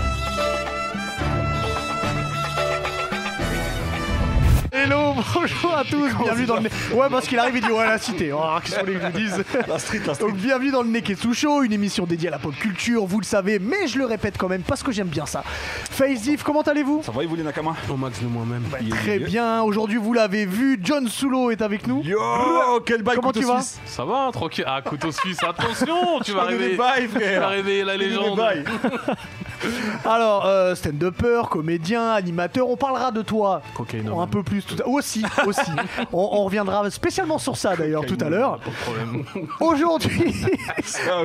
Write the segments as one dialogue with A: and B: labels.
A: Bonjour à tous, bienvenue dans le. Ne- Ouais, parce qu'il arrive, il dit Ouais, la cité. Oh, qu'est-ce qu'on les nous disent
B: La street, la street.
A: Donc, bienvenue dans le Neketsu Show, une émission dédiée à la pop culture, vous le savez, mais je le répète quand même parce que j'aime bien ça. Face Diff, comment allez-vous
B: Ça va, Yvouli Nakama
C: Au max de moi-même.
B: Il est-
A: Très
B: il est-
A: bien, aujourd'hui vous l'avez vu, John Sulo est avec nous.
B: Yo, quel bail
A: Comment
B: couteau
A: tu vas
B: suisse.
C: Ça va, tranquille. Ah, couteau suisse, attention, tu vas
B: Donne des
C: réveiller.
B: bails,
C: Tu vas
B: frère.
C: réveiller la
B: Donne des
C: légende.
B: bails.
A: Alors, euh, stand-upper, comédien, animateur, on parlera de toi
C: Cocaïnomane.
A: un peu plus tout à Aussi, aussi. on, on reviendra spécialement sur ça d'ailleurs tout à l'heure.
C: Pas de problème.
A: Aujourd'hui,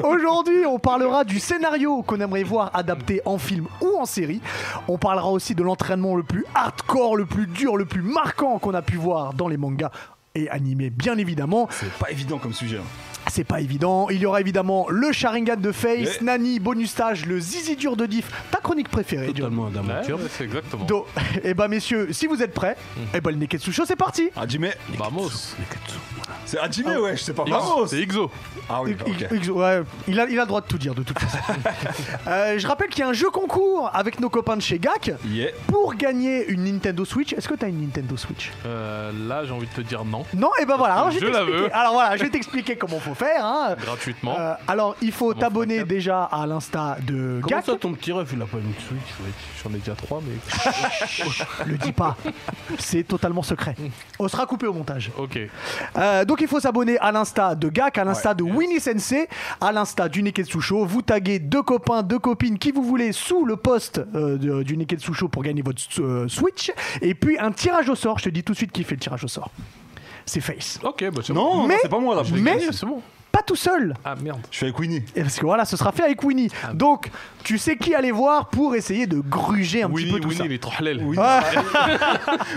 A: aujourd'hui, on parlera du scénario qu'on aimerait voir adapté en film ou en série. On parlera aussi de l'entraînement le plus hardcore, le plus dur, le plus marquant qu'on a pu voir dans les mangas et animés, bien évidemment.
B: C'est pas évident comme sujet. hein.
A: C'est pas évident. Il y aura évidemment le Sharingan de Face,
B: Yeah.
A: Nani, bonus stage, le Zizi dur de Diff, ta chronique préférée. John.
C: Totalement
D: d'aventure.
C: C'est exactement.
A: Do. Eh ben messieurs, si vous êtes prêts,
C: Mm.
A: eh ben le Neketsu Show, c'est parti.
B: Hajime.
C: Vamos.
B: C'est Hajime,
A: Ah.
B: ouais, je sais pas.
C: Ixo,
B: Vamos.
C: C'est Ixo.
B: Ah oui,
A: Il-
B: ok.
A: il- il- ouais, il, a, il a le droit de tout dire de toute façon. Euh, je rappelle qu'il y a un jeu concours avec nos copains de chez GAC
B: Yeah.
A: pour gagner une Nintendo Switch. Est-ce que t'as une Nintendo Switch
C: Euh, là, j'ai envie de te dire non.
A: Non Et ben voilà, alors je, vais
C: Je la
A: t'expliquer.
C: veux.
A: Alors voilà, je vais t'expliquer comment faut faire. hein.
C: Gratuitement.
A: Euh, alors il faut
C: Comment
A: t'abonner
C: faire un
A: déjà à l'insta de
C: Comment
A: GAC.
C: ça, ton petit ref, il a pas une Switch ouais, J'en ai déjà trois, mais.
A: Oh, Le dis pas, c'est totalement secret. On sera coupé au montage.
C: ok.
A: Euh, donc il faut s'abonner à l'insta de Gak, à l'insta de Winnie Sensei, à l'insta du Neketsu Show. Vous taguez deux copains, deux copines qui vous voulez sous le post euh, de- du Neketsu Show pour gagner votre euh, Switch. Et puis un tirage au sort. Je te dis tout de suite qui fait le tirage au sort. C'est Face.
C: Ok, bah c'est bon.
B: Non, non,
A: Mais-
B: c'est pas moi là. je vais-
A: mais-
C: Gagné, c'est bon.
A: Pas tout seul.
C: Ah merde.
B: Je suis avec Winnie.
A: Et Parce que voilà, ce sera fait avec Winnie. Donc tu sais qui aller voir pour essayer de gruger un petit
C: Winnie,
A: peu tout
C: Winnie,
A: ça.
C: il est trop halal.
B: Winnie, sera-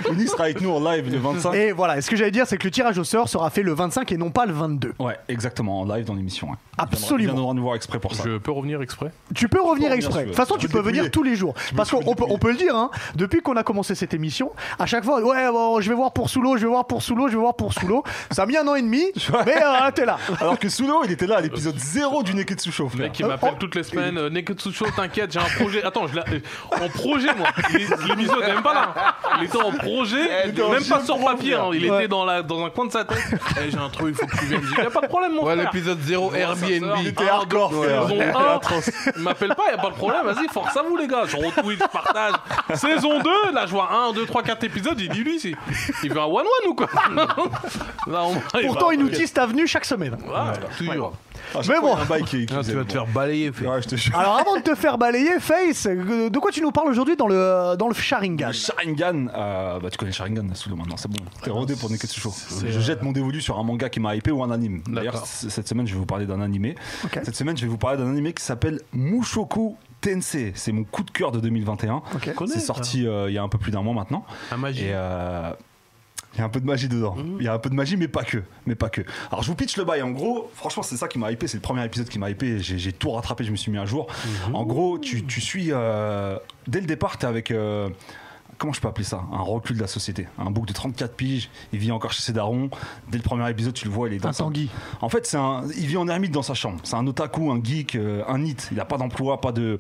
B: Winnie sera avec nous en live le 25.
A: Et voilà, et ce que j'allais dire, c'est que le tirage au sort sera fait le 25 et non pas le 22.
B: Ouais, exactement, en live dans l'émission. hein.
A: Absolument.
B: Il viendra nous voir exprès pour ça.
C: Je peux revenir exprès
A: Tu peux revenir
B: revenir
A: exprès.
B: sur-
A: De toute façon, tu
B: tu peux
A: peux
B: te
A: venir
B: débrouiller.
A: tous les jours. Parce
B: peux
A: qu'on
B: te
A: on peut, on peut le dire, hein, depuis qu'on a commencé cette émission, à chaque fois, ouais, bon, je vais voir pour sous l'eau, je vais voir pour sous l'eau, je vais voir pour sous l'eau. Ça a mis un an et demi, mais euh, t'es là.
B: Alors que Suno, il était là à l'épisode 0 du Neketsu Show.
C: Le
B: frère.
C: mec qui
A: Euh,
C: m'appelle
A: oh.
C: toutes les semaines, euh, Neketsu Show, t'inquiète, j'ai un projet. Attends, je l'ai- euh, en projet moi. Il- L'émission était même pas là. Il était en projet,
B: était en
C: même pas sur papier. hein. Il
A: Ouais.
C: était dans, la, dans un coin de sa tête. Eh, j'ai un truc, il faut que tu viennes. J'ai dit, y a pas de problème mon
D: Ouais,
C: frère.
D: l'épisode 0
C: ça
D: Airbnb.
C: sort.
B: T'es hardcore,
C: Ouais,
B: frère.
C: saison
B: T'es
C: un.
B: atroce.
C: Il m'appelle pas, y a pas de problème, vas-y, force à vous les gars. Je retweet, je partage. Saison 2, là je vois 1, 2, 3, 4 épisodes, j'ai dit lui, c'est- il veut un one-one ou quoi Là, on-
A: Pourtant,
C: va-
A: il nous tisse ta venue chaque semaine.
C: Ah,
D: Toujours.
B: À chaque
A: Mais
B: fois,
A: bon.
B: il y a un bail qui- qui
D: Ah,
B: faisait,
D: tu vas te
B: bon.
D: faire balayer, fait.
B: Ouais, je te jure.
A: Alors, avant de te faire balayer, Face, euh, de quoi tu nous parles aujourd'hui dans le, dans le Sharingan
B: Le Sharingan, euh, bah tu connais le Sharingan Sous le maintenant, c'est bon. T'es rodé pour Neketsu Show.
A: euh,
B: Je jette mon dévolu sur un manga qui m'a hypé ou un anime. D'ailleurs,
C: D'accord.
B: c- cette semaine, je vais vous parler d'un animé.
A: Ok.
B: Cette semaine, je vais vous parler d'un animé qui s'appelle Mushoku Tensei. C'est mon coup de cœur de 2021.
A: Ok.
B: C'est sorti euh, il y a un peu plus d'un mois maintenant.
C: La magie.
B: Et euh, il y a un peu de magie dedans. Il y a un peu de magie, mais pas que. Mais pas que. Alors, je vous pitch le bail. En gros, franchement, c'est ça qui m'a hypé. C'est le premier épisode qui m'a hypé. J'ai j'ai tout rattrapé. Je me suis mis à jour. En gros, tu, tu suis. euh, dès le départ, t'es avec. euh, Comment je peux appeler ça Un recul de la société. Un bouc de 34 piges, il vit encore chez ses darons. Dès le premier épisode, tu le vois, il est dans
A: Un
B: sa-
A: Tanguy.
B: en fait, c'est un, il vit en ermite dans sa chambre. C'est un otaku, un geek, euh, un nit. Il n'a pas d'emploi, pas de,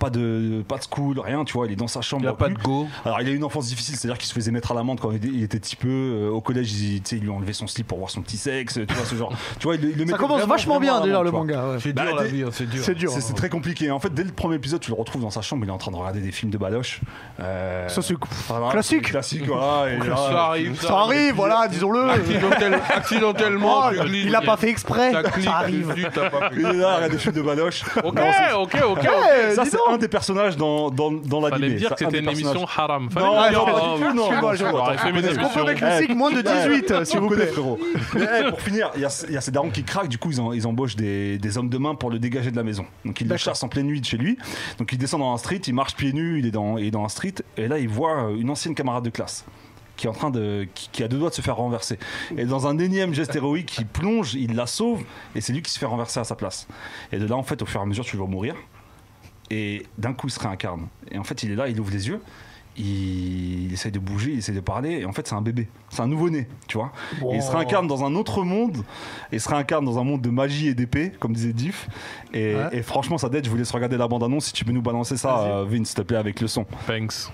B: pas de, pas de school, rien. Tu vois, il est dans sa chambre.
D: Il a pas de
B: reclus.
D: go.
B: Alors, il a eu une enfance difficile, c'est-à-dire qu'il se faisait mettre à l'amende quand il était- il était petit peu. Euh, au collège, il, tu sais, ils lui ont enlevé son slip pour voir son petit sexe. Tu vois ce genre. Tu vois, il, le- il le
A: Ça
B: mettait
A: commence
B: vraiment,
A: vachement
B: vraiment à
A: bien déjà le
B: l'amende, tu vois.
A: manga. ouais.
D: C'est
B: Bah,
D: dur la
B: t'es-
D: vie, hein, c'est dur.
A: C'est dur.
B: C'est c'est très compliqué. En fait, dès le premier épisode, tu le retrouves dans sa chambre. Il est en train de regarder des films de baloche. Euh,
A: Ça, c'est
B: voilà,
A: classique.
B: Classique, voilà. et là,
D: Ça arrive,
A: Ça arrive, voilà, disons-le.
D: Accidentel- Accidentellement,
A: Oh,
D: tu glisses.
A: il l'a pas fait exprès.
D: Ça clique,
A: Ça arrive.
D: tu- t'as pas fait.
B: il est là, il regarde des films de baloche.
C: Ok,
B: Non, c'est-
C: ok, ok.
A: Eh,
B: ça,
A: dis
B: c'est
A: donc.
B: un des personnages dans, dans, dans l'anime.
C: Fallait me dire que
B: C'est un
C: c'était
B: des
C: une
B: personnages.
C: émission haram. Fallait
B: Non,
C: me dire,
B: non,
C: oh,
B: pas du tout, non.
A: Ah,
B: bah,
A: je vois, je vois.
C: J'aurais fait mes
A: Est-ce qu'on peut
C: émissions.
A: avec le signe moins de 18, s'il vous plaît
B: Eh, frérot. Eh, pour finir, il y, a ce- il y a ces darons qui craquent, du coup, ils, en- ils embauchent des, des hommes de main pour le dégager de la maison. Donc, ils le
A: D'accord.
B: chassent en pleine nuit de chez lui. Donc, il descend dans un street, il marche pieds nus, il est dans, il est dans un street, et là, il voit une ancienne camarade de classe qui est en train de qui, qui a deux doigts de se faire renverser et dans un énième geste héroïque il plonge il la sauve et c'est lui qui se fait renverser à sa place et de là en fait au fur et à mesure tu le vois mourir et d'un coup il se réincarne et en fait il est là il ouvre les yeux il, il essaye de bouger, il essaye de parler, et en fait c'est un bébé, c'est un nouveau-né, tu vois. Et il se réincarne dans un autre monde, il se réincarne dans un monde de magie et d'épée, comme disait Diff. Et,
A: Ouais.
B: et franchement, ça date, je vous laisse regarder la bande-annonce, si tu peux nous balancer ça, euh, Vince, s'il te plaît, avec le son.
C: Thanks.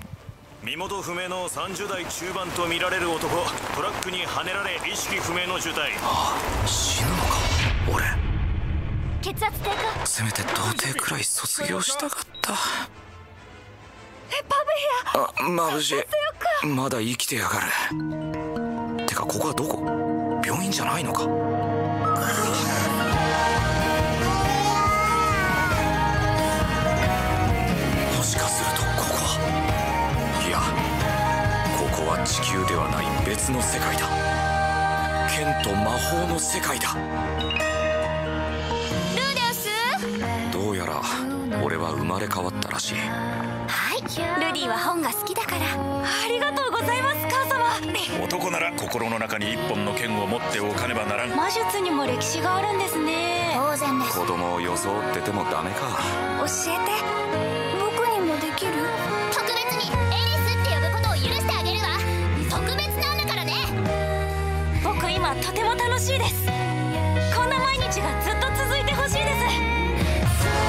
E: 身元不明の30代中盤とみられる男トラックにはねられ意識不明の重体
F: 死ぬのか俺
G: 血圧低下
F: せめて童貞くらい卒業したかったパブヘアあ眩しいまだ生きてやがるてかここはどこ病院じゃないのかもしかするとここはいやここは地球ではない別の世界だ剣と魔法の世界だ
G: ルーデウス
F: どうやら俺は生まれ変わったらしい
G: はいルディは本が好きだからありがとうございます母様
E: 男なら心の中に一本の剣を持っておかねばならん
G: 魔術にも歴史があるんですね当然です
F: 子供を装っててもダメか
G: 教えて僕にもできる特別にエリスって呼ぶことを許してあげるわ特別なんだからね僕今とても楽しいですこんな毎日がずっと続いてほしいです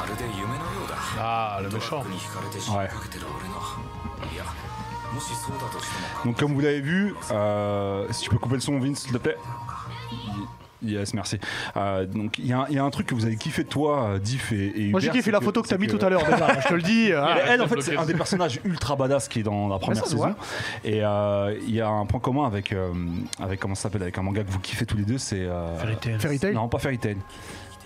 F: まるで夢のようだ
C: Ah, le
F: トラ
C: méchant.
F: ックに引かれて死にかけてる俺のいやもしそうだとしても
B: Donc comme vous l'avez vu, euh, si tu peux couper le son, Vince, s'il te plaît. Yes, merci. Euh, donc il y, a un- il y a un truc que vous avez kiffé toi, euh, Diff et, et
A: Moi j'ai
B: Hubert,
A: kiffé
B: c'est
A: la photo que t'as
B: c'est
A: mis tout à l'heure déjà, je te le dis. hein.
B: Elle, elle, en
C: Arrête de
B: fait, c'est
C: bloquer.
B: un des personnages ultra badass qui est dans la
A: ça
B: première
A: se
B: saison.
A: voit.
B: Et euh, il y a un point commun avec, euh, avec comment ça s'appelle, avec un manga que vous kiffez tous les deux, c'est. euh,
A: Fairy Tail,
B: Non, pas Fairy Tail.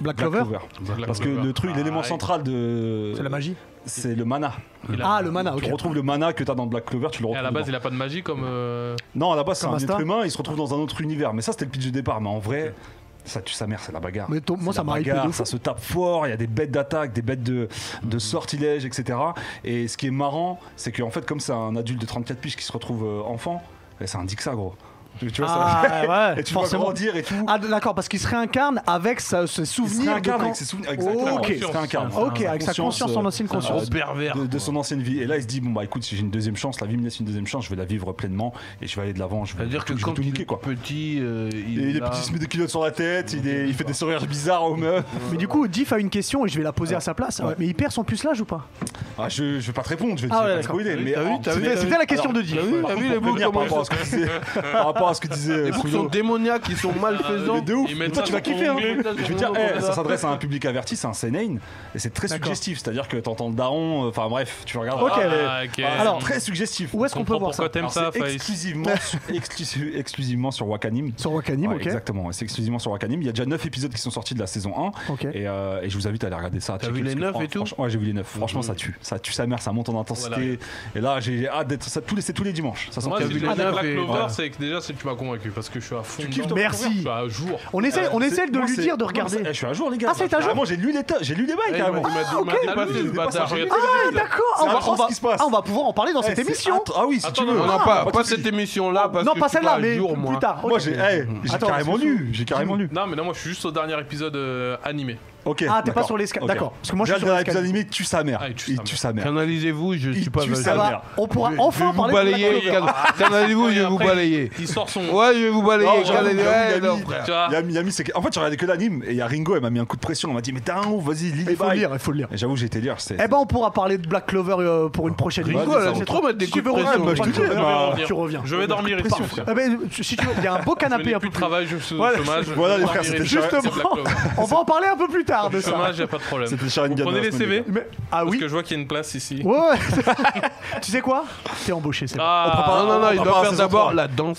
A: Black
B: Black
A: Clover.
B: Clover.
C: Black
B: Parce que
C: Clover.
B: le truc, l'élément
C: Ah,
B: central de.
A: C'est la magie
B: C'est le mana.
C: il a-
A: Ah, le mana, ok.
B: Tu retrouves le mana que t'as dans Black Clover, tu le
C: Et
B: retrouves.
C: à la base,
B: dedans.
C: il a pas de magie comme. euh,
B: Non, à la base, c'est
A: Comme
B: un
A: Asta.
B: être humain, il se retrouve dans un autre univers. Mais ça, c'était le pitch de départ. Mais en vrai, ça tue sa mère, c'est la bagarre.
A: Mais ton- moi,
B: C'est
A: ça
B: la
A: m'a hypé de
B: bagarre,
A: fou. Mhm.
B: Ça se tape fort, il y a des bêtes d'attaque, des bêtes de, de sortilèges, etc. Et ce qui est marrant, c'est qu'en fait, comme c'est un adulte de 34 piges qui se retrouve euh, enfant, eh, c'est un dick ça, gros. Tu tu vois, ça-
A: Ah, ouais,
B: et tu vas
A: forcément.
B: grandir et tout.
A: Ah d'accord, parce qu'il se réincarne avec sa- ses
B: il se
A: souvenirs. de
B: réincarne
A: quand-
B: avec ses souvenirs. Exactement,
A: Ok.
B: il se réincarne.
A: Ok, avec sa conscience, son ancienne
B: euh,
A: conscience.
C: gros pervers.
B: de, de son ancienne vie. Et là, il se dit bon bah écoute, si j'ai une deuxième chance, la vie me laisse une deuxième chance, je vais la vivre pleinement et je vais aller de l'avant. Je vais,
C: C'est-à-dire que
B: je vais
C: quand
B: tout
C: il
B: niquer,
C: est
B: quoi.
C: petit, euh, il,
B: Et il est
C: a-
B: petit, il se met des culottes sur la tête, il, est- il fait des sourires bizarres aux meufs.
A: Mais du coup, Diff a une question et je vais la poser à sa place. Mais il perd son pucelage ou pas
B: Ah, je, je vais pas te répondre, je vais, te-
A: Ah
B: je vais
A: ouais,
B: pas te
A: d'accord.
B: spoiler. Mais
C: t'as vu,
B: en-
C: t'as vu,
B: c'était-
A: C'était la question de
B: Alors, bah
A: Diff.
B: par
D: t'as
B: contre, pour
D: vu les boules,
B: prévenir
D: comment
B: par rapport à ce que disait- Par rapport à ce que disait euh,
D: Ils
B: Frodo.
D: sont démoniaques, ils sont malfaisants.
B: Mais de ouf,
C: Ils
B: mais
C: mettent
B: toi
C: ça
B: tu vas
C: dans ton
B: kiffer. hein.
C: onglet, là,
B: Je veux
C: sur
B: dire,
C: ton
B: eh,
C: onglet,
B: ça
C: là.
B: s'adresse à un public averti, c'est un seinen et c'est très
A: D'accord.
B: suggestif. C'est-à-dire que t'entends le daron, euh, enfin bref, tu regardes.
A: Ok.
B: Ah,
C: ok.
B: c'est
A: Alors,
B: très suggestif.
A: Où est-ce qu'on peut
C: Comprends
A: voir ça
C: pourquoi t'aimes
B: Alors,
C: ça,
B: c'est
C: Faïs.
B: exclusivement, su- exclusi- exclusivement sur Wakanim.
A: Sur Wakanim,
B: Ouais,
A: ok.
B: Exactement, ouais, c'est exclusivement sur Wakanim. Il y a déjà 9 épisodes qui sont sortis de la saison 1.
A: Ok.
B: Et, euh, et je vous invite à aller regarder ça. à
C: T'as
B: checker,
C: vu les
B: parce que
C: neuf
B: fran-
C: et tout
B: franchement- Ouais, j'ai vu les 9. Franchement, ça tue. Ça tue sa mère, ça monte en intensité. Et là, j'ai hâte d'être. ça- tous les- C'est tous les dimanches. Ça sort
C: Moi,
A: Ah,
B: tous les
C: j'ai vu
B: dimanches.
C: Black
D: neuf et-
C: Clover,
D: voilà.
C: c'est que déjà, c'est que tu m'as convaincu parce que je suis à fond.
A: kiffes
C: dedans.
A: ton Merci.
C: Je suis à jour.
A: On essaie, Ah, on essaie de
B: Moi,
A: lui
B: Euh, c'est-
A: dire de
B: non,
A: regarder.
B: c'est- Je suis à jour, les gars.
A: Ah, c'est à jour
B: Carrément, j'ai lu les ta- j'ai lu les bails
C: Eh, Il m'a
B: carrément.
C: il m'a- il m'a dépassé, ce bâtard. Regarde.
A: Ah d'accord,
B: C'est
A: on va-
B: atroce
A: on va-
B: ce qui se passe.
A: ah, on va pouvoir en parler dans
B: Eh,
A: cette
B: c'est
A: émission.
B: atro- Ah oui, si tu
C: Attends,
B: veux.
D: Non, non,
B: Ah,
D: pas,
B: de
D: pas
B: soucis.
D: cette émission-là. parce
A: Non,
D: que
A: pas
D: je suis
A: celle-là,
D: à
A: mais
D: jour, moi.
A: plus tard.
B: Moi,
A: ok.
B: j'ai eh, j'ai
A: Attends,
B: carrément
A: parce que-
B: lu. J'ai carrément lu.
C: Non, mais non, moi, je suis juste au dernier épisode euh, animé.
B: Ok.
A: Ah, t'es pas
B: d'accord.
A: sur les scans.
B: Ok.
A: D'accord. Parce que moi, je
B: Déjà,
A: suis
B: le
A: sur les
B: dernier
A: scans.
B: épisode animé tue sa mère.
C: Ah,
B: Il tue sa mère.
D: Canalisez-vous, je
B: Il
D: suis pas
B: tue
D: valide.
B: sa
A: Ça
B: mère.
A: va, bah, on pourra
D: Je vais
A: enfin
D: vous
A: parler. de Black
D: balayer.
A: Clover.
D: can- Canalisez-vous, je vais vous
C: Après,
D: balayer.
C: Il sort son.
D: Ouais, je vais vous balayer.
B: Non, j'avoue,
D: canalisez-
B: j'avoue,
D: Ouais,
B: Yami,
D: non, frère.
C: Tu vois
B: Yami, Yami, c'est que- En fait, je regardais que l'anime et il y a Ringo, elle m'a mis un coup de pression. Elle m'a dit, mais t'es un ouf, vas-y, lis les
A: Il faut le
B: bails.
A: lire, il faut le lire.
B: Et J'avoue, j'ai été lire. c'est-
A: Eh ben, on pourra parler de Black Clover euh, pour une prochaine
B: Ringo,
A: émission.
B: elle aime
A: C'est
D: trop
A: trop-
D: mettre des
A: si
D: coups
A: tu veux
D: de pression.
A: revenir,
B: Bah, je
A: tu
B: te dis, elle m'a-
A: reviens, tu reviens.
C: Je vais dormir et partir.
A: Ah ben, tu- si tu veux, il y a un beau
C: Je
A: canapé
C: n'ai
A: un
C: plus
A: peu
C: de
A: plus-
C: travail, je suis au
A: Voilà.
C: chômage.
B: Voilà, les
C: Je vais
B: frères,
C: dormir et
B: c'était
C: partir.
A: Justement,
C: C'est Black Clover.
A: on va en parler un peu plus tard de ça.
C: Chômage, y a pas de problème.
B: C'était le Sharingan
C: Vous
B: de
C: prenez
B: la
C: les
B: semaine,
C: CV
B: les
A: Mais- ah
C: Parce
A: oui.
C: que je vois qu'il y a une place ici.
A: Ouais, ouais. tu sais quoi T'es embauché, c'est bon.
D: Non,
C: Ah,
D: non, non,
B: on
D: il
B: va
D: doit
B: pas à
D: faire
B: saison
D: d'abord
B: trois.
D: la danse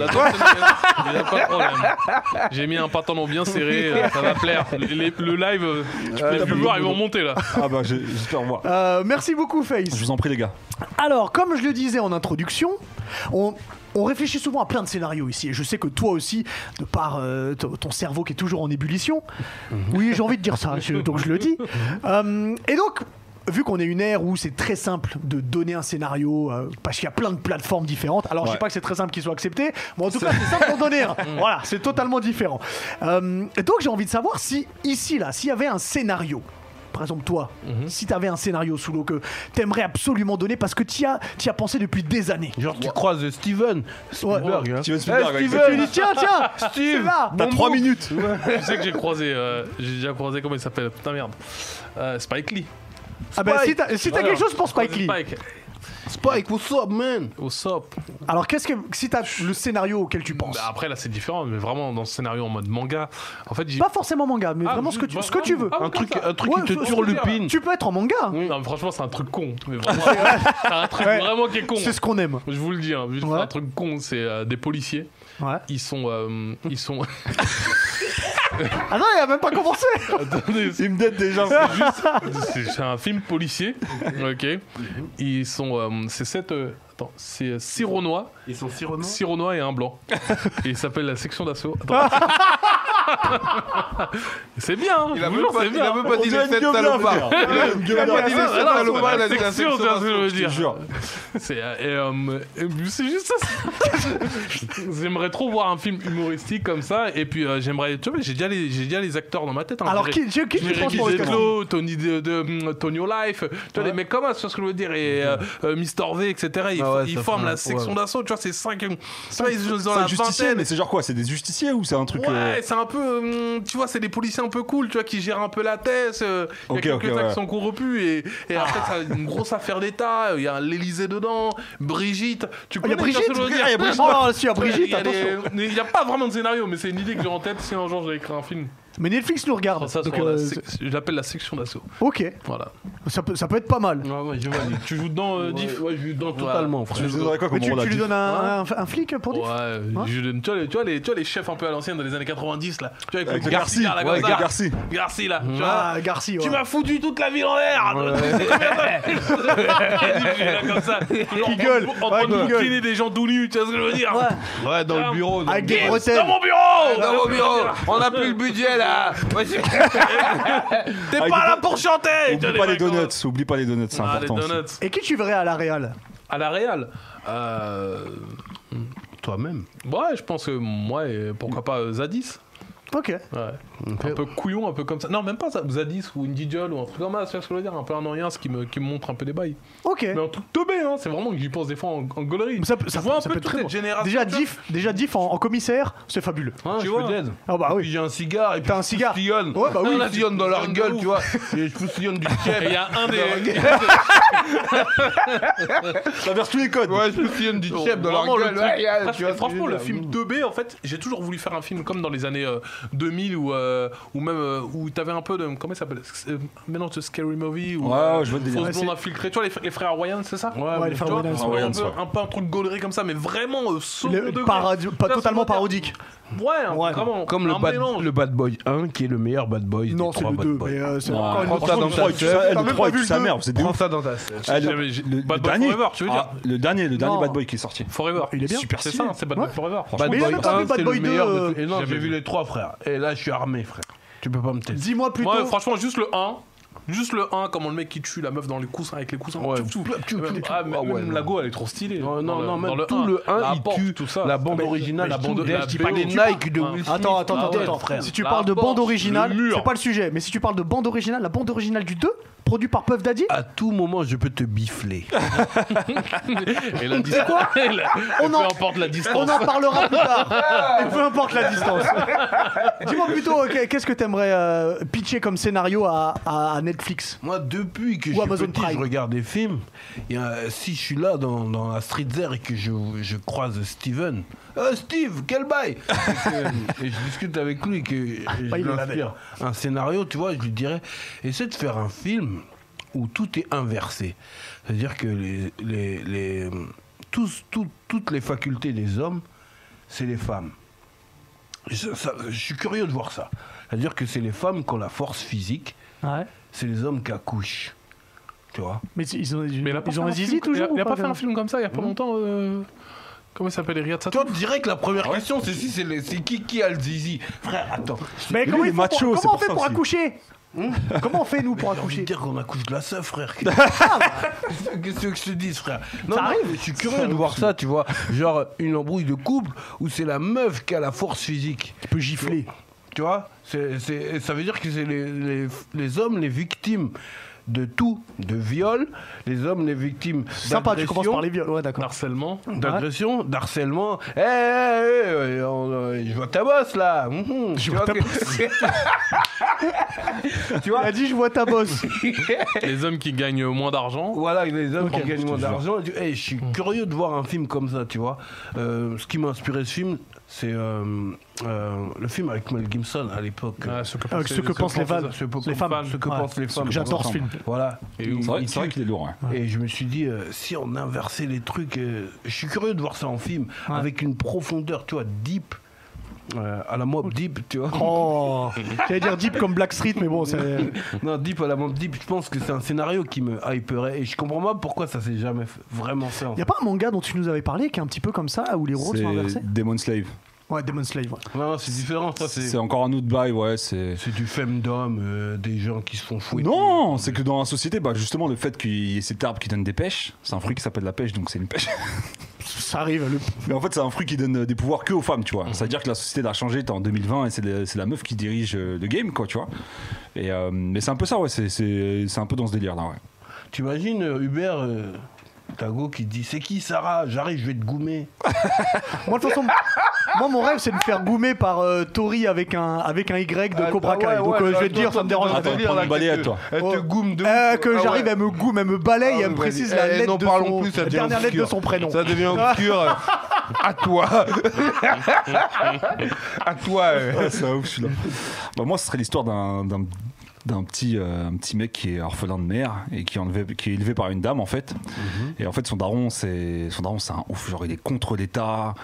C: la droite, c'est bien. Il y a pas de problème. J'ai mis un pantalon bien serré, euh, ça va plaire. Les- les- le live, euh, les viewers, ils vont monter là.
B: Ah bah, j'ai- j'espère voir.
A: Euh, merci beaucoup, Face.
B: Je vous en prie, les gars.
A: Alors, comme je le disais en introduction, on, on réfléchit souvent à plein de scénarios ici. Et je sais que toi aussi, de par euh, ton ton cerveau qui est toujours en ébullition, oui, j'ai envie de dire ça, je- donc je le dis. Euh, et donc. Vu qu'on est une ère où c'est très simple de donner un scénario, euh, parce qu'il y a plein de plateformes différentes, alors je
B: Ouais.
A: sais pas que c'est très simple qu'il soit accepté, mais en tout cas c'est simple d'en donner un. Voilà, c'est totalement différent. Euh, et donc j'ai envie de savoir si, ici, là, s'il y avait un scénario par exemple toi, si t'avais un scénario sous l'eau que t'aimerais absolument donner parce que t'y as, t'y as pensé depuis des années
D: Genre, tu croises Steven Spielberg. hein.
B: Steven Spielberg,
D: Eh,
B: avec
A: Tu dis
D: Steven
A: tiens, tiens,
D: Steve.
A: c'est là
B: T'as 3 minutes
C: Tu sais que j'ai croisé, euh, j'ai déjà croisé, comment il s'appelle Putain merde. Euh, Spike Lee.
A: Ah ben,
D: Spike.
A: si t'as si t'as
C: Voilà.
A: quelque chose pour Spike
C: Croisé
A: Lee.
C: Spike
D: Spike, what's up, man
C: au SOP.
A: Alors qu'est-ce que si t'as le scénario auquel tu penses
C: Bah, après là c'est différent, mais vraiment dans ce scénario en mode manga, en fait j'ai.
A: Pas forcément manga, mais
C: Ah,
A: vraiment ce que
C: bah,
A: tu ce que tu veux.
C: ah,
D: Un truc, un truc
A: Ouais,
D: qui
A: ce-
D: te
A: ce que
D: tire
C: je veux dire,
D: Lupin.
A: Tu peux être en manga.
C: Non, mais franchement c'est un truc con. Mais vraiment, c'est un truc
A: Ouais.
C: vraiment qui est con.
A: C'est ce qu'on aime.
C: Je vous le dis, hein, juste
A: Ouais.
C: un truc con, c'est euh, des policiers.
A: Ouais.
C: Ils sont, euh, ils sont.
A: Ah non, il a même pas commencé.
C: Attendez,
B: Il me dette déjà
C: C'est c'est un film policier, ok.
D: Mhm.
C: Ils sont, euh, c'est sept, euh, attends, c'est euh, six Renois,
D: Ils sont si
C: six Renois et un blanc. Et il s'appelle la section d'assaut. Attends. c'est bien. hein,
D: Il a
C: je vous
D: même
C: jure,
D: pas
C: c'est
D: il
C: bien.
D: a même pas dit les sept salopards.
B: Il a
D: pas dit les
C: Ah,
D: sept
C: voilà,
D: salopards, il a
C: c'est
D: dit
C: la
D: la
C: section,
D: section
C: c'est ce que je veux
D: d'assaut.
B: Je te
C: dire.
B: jure.
C: C'est euh, et, euh, et c'est juste ça. c'est- J'aimerais trop voir un film humoristique comme ça. Et puis euh, j'aimerais, tu vois, j'ai déjà les, j'ai déjà les acteurs dans ma tête. hein,
A: Alors
C: je dirais-
A: qui qui qui
C: Je
A: tu
C: dirais
A: penses pour le
C: Guy
A: casting
C: Zedlo, Tony de, de- mm, Tony Life, tu vois les mecs comme ça, c'est ce que je veux dire, et euh, euh, Mister V, etc. Ils,
D: Ah ouais,
C: ils
D: ça
C: forment
D: fait un-
C: la section
D: ouais.
C: d'assaut, tu vois, c'est 5 ils sont dans la
B: C'est justicier,
C: vingtaine.
B: mais c'est genre quoi C'est des justiciers ou c'est un truc. euh,
C: Ouais, c'est un peu, mm, tu vois, c'est des policiers un peu cool, tu vois, qui gèrent un peu la thèse. euh, Il
B: Ok,
C: y a
B: ok,
C: quelques uns
B: ouais.
C: qui sont corrompus et, et après ça, a une grosse affaire d'État. euh, Il y a l'Élysée dedans, Brigitte.
A: Il
C: Tu
A: y
C: connais
A: a Brigitte.
C: tu vois ce que je veux
A: Ah, il y a
C: dire
A: Brigitte. Oh, si, il y a
C: Il
A: Brigitte,
C: y a des-
A: attention.
C: mais il n'y a pas vraiment de scénario, mais c'est une idée que j'ai en tête si un jour j'avais écrit un film.
A: Mais Netflix nous regarde.
C: Ah, Ça,
A: donc,
C: sur la
A: euh,
C: sec- je l'appelle la section d'assaut.
A: Ok,
C: Voilà.
A: ça peut, ça peut être pas mal.
C: Tu joues dedans, euh, Diff
D: Ouais, je lui donne
C: Voilà.
D: totalement,
B: Tu
D: frère.
B: lui donnerais quoi
A: Mais
B: comme
A: tu,
B: rôle à
A: tu lui
B: Diff
A: donnes
C: Hein
A: un, un- un flic pour dire
C: Ouais, je donne- tu, vois, les, tu, vois, les, tu vois les chefs un peu à l'ancienne dans les années 90 là. Tu vois, avec,
B: Avec
C: le
B: le
C: Garcia,
B: Garci,
C: là,
B: ouais,
C: comme ça.
B: avec le Garci.
C: Garci, là. Tu, vois.
A: Ah, Garcia.
C: tu
A: ouais.
C: m'as foutu toute la ville en l'air. C'est combien de temps Je suis là comme ça. Toujours en train de-
A: gueule.
C: En
A: Ouais,
C: train de
A: qui gueule.
C: bouquiner des gens tout nus, tu vois ce que je veux dire
D: Ouais, dans le bureau.
A: Avec des
C: Gibbs,
A: bretelles.
C: Dans mon bureau
D: Dans mon bureau, on a plus le budget là. Ouais, c'est-
C: T'es
B: Ah, il
C: pas
B: peut
C: là
B: pas-
C: pour chanter Tu vois,
B: Oublie pas les
C: mecs,
B: donuts, oublie pas les donuts, c'est
C: Ah, les
B: important. aussi.
C: donuts.
A: Et qui tu verrais à la Real
C: À la Real euh,
D: Toi-même.
C: Ouais, je pense que moi, et pourquoi pas euh, Zadis
A: Ok.
C: Ouais. Un peu couillon, un peu comme ça. Non, même pas ça. Zadis ou une Didiol ou un truc comme ça, c'est ce que je veux dire. Un peu un rien, ce qui me, qui me montre un peu des bails.
A: Ok.
C: Mais un truc teubé, hein. C'est vraiment que j'y pense des fois en, en gaulerie.
A: Ça,
C: Tu
A: ça,
C: vois un
A: ça
C: peu
A: peut être
C: toute
A: très
C: cette
A: bon.
C: génération.
A: Déjà
C: tu vois.
A: diff, déjà diff en, en commissaire, c'est fabuleux.
D: Hein,
C: Tu
D: je
C: vois.
D: suis dead.
A: Ah bah
D: Puis
A: oui.
D: j'ai un cigare et puis
A: T'as un
D: je
A: cigare.
D: poussillonne.
A: Ouais, bah oui.
D: Je poussillonne dans leur
C: De
D: gueule,
C: ouf.
D: tu vois. Et je poussillonne du
C: Et il
D: chef.
C: y a un des.
B: Traverse tous les codes.
D: Ouais, je poussillonne du chef dans leur
C: Oh, Vraiment, le
D: gueule.
C: truc-
D: Ouais,
C: Franch-
D: ouais, tu vois ce que je
C: franchement,
D: veux
C: le
D: dire.
C: film 2B, en fait, j'ai toujours voulu faire un film comme dans les années euh, 2000 ou euh, ou même euh, où t'avais un peu de comment il s'appelle Euh, maintenant ce Scary Movie ou
B: Ouais,
C: euh,
B: ouais, je vois le délire.
C: Fausse
A: Ouais,
C: Blonde
A: c'est-
C: Infiltrée. Tu vois les, fr- les frères Wayans, c'est ça
D: Ouais,
A: Ouais,
D: mais
A: les
D: tu
A: frères
D: vois,
A: Wayans.
C: Tu vois,
B: Wayans,
C: un, peu,
B: ouais.
C: un peu un truc gaulerie comme ça, mais vraiment euh, second
A: Le-
C: degré.
A: parodi- pas-
C: Tu vois,
A: totalement
C: c'est vraiment-
A: parodique.
C: Ouais,
A: Ouais.
C: vraiment.
D: Comme le
C: un
D: bad,
C: mélange.
D: le bad Boy 1 qui est le meilleur Bad Boy. des
A: Non, c'est
D: trois
A: le
D: Bad
A: 2,
D: Boys.
A: mais euh, c'est
B: Ouais.
A: encore une
B: Franchement,
A: autre
D: ça
B: le
D: dans
A: chose.
D: ta
B: 3 est
D: sœur.
A: T'as
B: sa-
A: même
B: le 3
A: pas
B: est
A: vu
B: tue sa
A: le
B: mère, c'est des
D: Prends
B: ouf.
D: ça dans ta salle.
B: Ah,
C: J'avais- j'ai- Bad Boy Forever, tu veux dire
B: Ah, Le dernier, le dernier
A: Non.
B: Bad Boy qui est sorti.
C: Forever.
A: Il est bien.
B: Super
C: C'est
B: stylé.
C: ça, c'est Bad Boy
A: Ouais.
C: Forever.
B: Franchement,
D: Bad
A: Mais il a
D: Boy
A: même pas
D: 1,
A: vu Bad
D: c'est
A: Boy
D: le meilleur
A: 2,
D: de tout- Et non,
C: euh,
D: j'ai vu les trois, frère. Et là, je suis armé, frère. Tu peux pas me tester.
A: Dis-moi plutôt.
C: Moi, franchement, juste le 1. Juste le 1, comment le mec qui tue la meuf dans les coussins avec les coussins.
D: Ouais.
C: Tchouf, tchouf.
D: Tchouf, tchouf,
C: Ah, mais
D: ah ouais,
C: même
D: non.
C: la go, elle est trop stylée.
D: Non,
C: Dans
D: non,
C: le-
D: non,
C: dans
D: même tout le 1,
C: La
D: il
C: porte,
D: tue
C: tout ça.
D: la bande
C: Mais-
D: originale,
C: la
D: il
C: bande
D: tue des-
C: la
D: je dis pas
C: BO.
D: les Nike de
C: Ouais.
D: Will Smith.
A: Attends, attends,
D: tout
A: attends,
D: dead,
A: attends.
D: frère.
A: Si tu
C: La
A: parles de
C: porte,
A: bande originale,
C: le mur.
A: c'est pas le sujet. Mais si tu parles de bande originale, la bande originale du 2, produit par Puff Daddy,
D: À tout moment, je peux te bifler.
C: Et la distance.
A: On
C: On
A: en-
C: emporte la
A: on
C: distance.
A: en parlera plus tard. Et peu importe la distance. Dis-moi plutôt, ok, qu'est-ce que t'aimerais euh, pitcher comme scénario à, à- à Netflix
D: Moi, depuis que
A: Ou
D: je suis
A: Amazon
D: petit,
A: Prime.
D: je regarde des films. Et, euh, si je suis là dans, dans la street there et que je, je croise Steven, Euh, Steve, quel bail et, que- et je discute avec lui et que je
A: Bah, il le
D: l'inspire un scénario, tu vois, je lui dirais, essaie de faire un film où tout est inversé. C'est-à-dire que les, les, les- tous, tout- toutes les facultés des hommes, c'est les femmes. Ça- ça- je suis curieux de voir ça. C'est-à-dire que c'est les femmes qui ont la force physique
A: Ouais.
D: c'est les hommes qui accouchent. Tu vois
A: Mais ils ont,
C: Mais il a pas
A: ils
C: fait
A: ont un
C: film-
A: zizi
C: il
A: toujours
C: a- Il a
A: ou
C: pas fait un film comme ça il y a pas longtemps. euh, Comment il s'appelle Riyad Satouf
D: Toi, direct, la
A: Ah
D: première question, c'est si c'est les- c'est qui qui a le zizi Frère, attends.
A: Mais
B: Lui,
A: comment,
B: il est
A: il faut pour-
B: macho,
A: comment
B: c'est
A: on
B: pour
A: fait
B: ça
A: pour Hmm.
B: aussi.
A: accoucher Comment on fait nous pour
D: Je veux
A: accoucher
D: dire qu'on accouche de la seuf, frère. Qu'est-ce que je te dis, frère Non,
A: Ça
D: non,
A: arrive.
D: Je suis curieux de voir ça, tu vois. Genre, une embrouille de couple où c'est la meuf qui a la force physique.
A: Tu peux gifler.
D: Tu vois c'est, c'est- Ça veut dire que c'est les, les- les hommes les victimes de tout, de viol, les hommes les victimes
A: Sympa, tu commences
D: d'agression,
A: par les viols. Ouais, d'accord.
C: Harcèlement.
D: d'agression, d'harcèlement. Eh, eh, eh, eh, on, euh, je vois ta bosse là. Mhm. tu, vois
A: vois ta
D: que- tu
A: Il
D: vois
A: a dit, je vois ta bosse.
C: Les hommes qui gagnent moins d'argent.
D: Voilà, les hommes
C: Ok.
D: qui gagnent moins d'argent. tu- eh, je suis
A: Hum.
D: curieux de voir un film comme ça, tu vois. Euh, ce qui m'a inspiré ce film, c'est euh, euh, le film avec Mel Gibson à l'époque.
C: Ah, ce que
A: Euh, ce que pensent les
D: pensent-
A: femmes.
D: ce que
A: Les
D: pensent-
A: femmes.
D: ce que
A: Ouais.
D: pensent les femmes.
A: J'adore ce film.
D: Voilà.
C: Et
D: Il-
B: C'est vrai,
D: il
B: c'est vrai
D: tue.
B: qu'il est lourd. hein.
D: Et je me suis dit, euh, si on inversait les trucs, euh, je suis curieux de voir ça en film, avec une profondeur, tu vois, deep, euh, à la mob deep, tu vois.
A: Oh, j'allais dire deep comme Black Street, mais bon, c'est.
D: Non, deep à la mob deep, je pense que c'est un scénario qui me hyperait. Et je comprends pas pourquoi ça s'est jamais f- vraiment fait. en
A: Y a pas un manga dont tu nous avais parlé qui est un petit peu comme ça, où les rôles sont inversés
B: C'est Demon Slave.
A: Ouais, Demon Slave. ouais.
D: Non, non, c'est différent, ça c'est.
B: C'est encore un autre bail, ouais. C'est.
D: C'est du femdom, euh, des gens qui se font fouetter.
B: Non, c'est que dans la société, bah justement, le fait qu'il y ait cet arbre qui donne des pêches, c'est un fruit qui s'appelle la pêche, donc c'est une pêche.
A: Ça arrive. Le...
B: Mais en fait, c'est un fruit qui donne euh, des pouvoirs que aux femmes, tu vois. C'est-à-dire que la société l'a changé, t'es en 2020 et c'est la, c'est la meuf qui dirige euh, le game, quoi, tu vois. Et, euh, mais c'est un peu ça, ouais, c'est- c'est c'est un peu dans ce délire là, ouais.
D: T'imagines euh, Hubert euh, Tago qui dit C'est qui Sarah J'arrive, je vais te goumer.
A: Moi, de toute façon, moi, mon rêve, c'est de me faire goumer par euh, Tori avec un, avec un Y de
D: Ah,
A: Cobra
D: ah
A: Kai.
D: ouais,
A: Donc,
D: ouais,
A: euh,
D: ouais,
A: je vais te
D: toi,
A: dire,
D: toi,
A: ça me dérange
D: toi,
A: pas.
B: Attends,
D: toi,
B: prends une balai à toi.
D: Elle te
A: Oh.
D: goume de
A: Euh,
D: ouf.
A: que
D: Ah ouais.
A: j'arrive, elle me goume, elle me balaye, elle me
D: Ah,
A: précise
D: vas-y.
A: la
D: Eh,
A: lettre
D: n'en
A: de
D: parlons
A: son-
D: plus, ça
A: la
D: devient
A: dernière lettre de
D: obscur.
A: son prénom.
D: Ça devient obscur. à toi. à toi. euh.
B: Ah, c'est un ouf celui-là. Bah, moi, ce serait l'histoire d'un, d'un- d'un petit, euh, un petit mec qui est orphelin de mère et qui est, enlevé, qui est élevé par une dame en fait. Et en fait, son daron, c'est, son daron, c'est un ouf. Genre, il est contre l'État.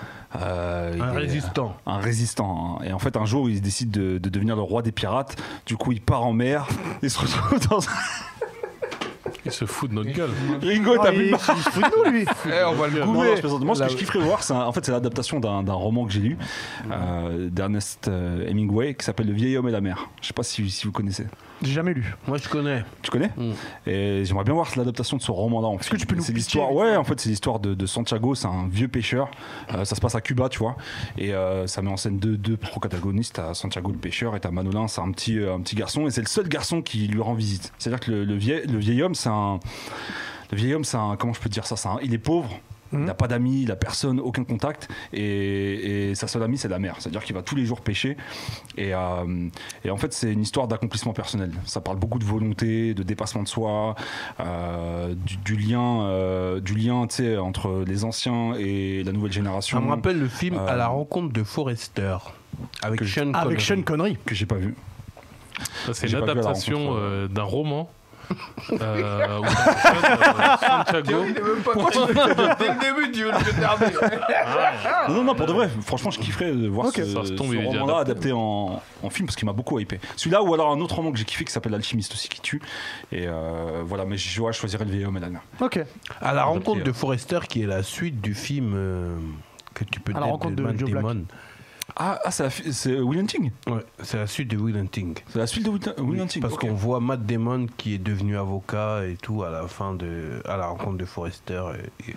B: euh, il
D: Un
B: est,
D: résistant.
B: euh, un résistant. hein. Et en fait, un jour, il décide de, de devenir le roi des pirates. Du coup, il part en mer. Il se retrouve dans un.
C: Ils se foutent de
D: Mmh.
C: notre gueule.
B: Ringo,
A: Ah,
B: t'as
A: il,
B: plus
A: il se fout de nous, lui.
D: Eh, on va le
B: Non, non,
D: goumer.
B: je plaisante. Moi, ce
D: La-
B: que je kifferais voir, c'est un- en fait, c'est l'adaptation d'un, d'un roman que j'ai lu euh, d'Ernest euh, Hemingway qui s'appelle Le vieil homme et la mer. Je sais pas si- si vous connaissez.
A: J'ai jamais lu.
D: Moi, je connais.
B: Tu connais Et j'aimerais bien voir l'adaptation de ce roman-là. Est-ce
A: Mm. que tu peux nous
B: C'est
A: pitcher
B: l'histoire. Ouais, en fait, c'est l'histoire de, de Santiago. C'est un vieux pêcheur. Euh, ça se passe à Cuba, tu vois. Et euh, ça met en scène deux, deux protagonistes. T'as Santiago le pêcheur et t'as Manolin, c'est un petit, euh, un petit garçon. Et c'est le seul garçon qui lui rend visite. C'est-à-dire que le, le vieil, le vieil homme, c'est un. Le vieil homme, c'est un. Comment je peux dire ça C'est un- Il est pauvre.
D: Mhm.
B: Il n'a pas d'amis, il n'a personne, aucun contact. Et, et sa seule amie, c'est la mer. C'est-à-dire qu'il va tous les jours pêcher. Et, euh, et en fait, c'est une histoire d'accomplissement personnel. Ça parle beaucoup de volonté, de dépassement de soi, euh, du, du lien, euh, du lien tu sais, entre les anciens et la nouvelle génération.
D: Ça me rappelle le film
B: Euh,
D: À la rencontre de Forrester. Avec
B: que-
D: Sean Connery.
A: Avec Sean Connery.
B: Que j'ai pas vu.
C: Ça, c'est
B: J'ai pas vu la
C: l'adaptation
B: rencontre.
C: euh, d'un roman. euh, où, en fait, euh, Santiago.
D: Dès le début, tu veux le pétarder.
B: Non, non, non, pour de vrai, franchement, je kifferais de voir
A: Ok.
B: ce,
C: Ça se tombe,
B: ce
C: il est déjà
B: roman-là adapté en, en film parce qu'il m'a beaucoup hypé. Celui-là, ou alors un autre roman que j'ai kiffé qui s'appelle L'Alchimiste aussi qui tue. Et euh, voilà, mais je, ouais, je choisirais le vieil homme et la mer.
A: Ok.
D: À la rencontre de Forrester, qui est la suite du film euh, que tu peux
A: À la rencontre de
D: Matt
A: Joe Black.
D: Damon.
B: Ah, ah, c'est la fi- c'est Will Hunting
D: Ouais, c'est la suite de Will Hunting.
B: C'est la suite de Will, Will Hunting.
D: Parce
B: ok.
D: qu'on voit Matt Damon qui est devenu avocat et tout à la fin de à la rencontre de Forrester. et- et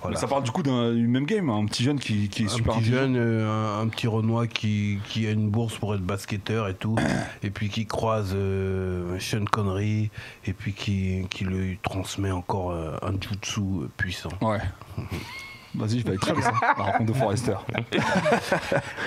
D: voilà.
B: Mais Ça parle du coup d'un du même game, hein, un petit jeune qui, qui est
D: un
B: super
D: petit jeune, euh, un, un petit Renoir qui, qui a une bourse pour être basketteur et tout, et puis qui croise euh, Sean Connery, et puis qui, qui lui transmet encore euh, un jutsu puissant.
B: Ouais. Vas-y, je vais être hein. ça. La rencontre de Forrester.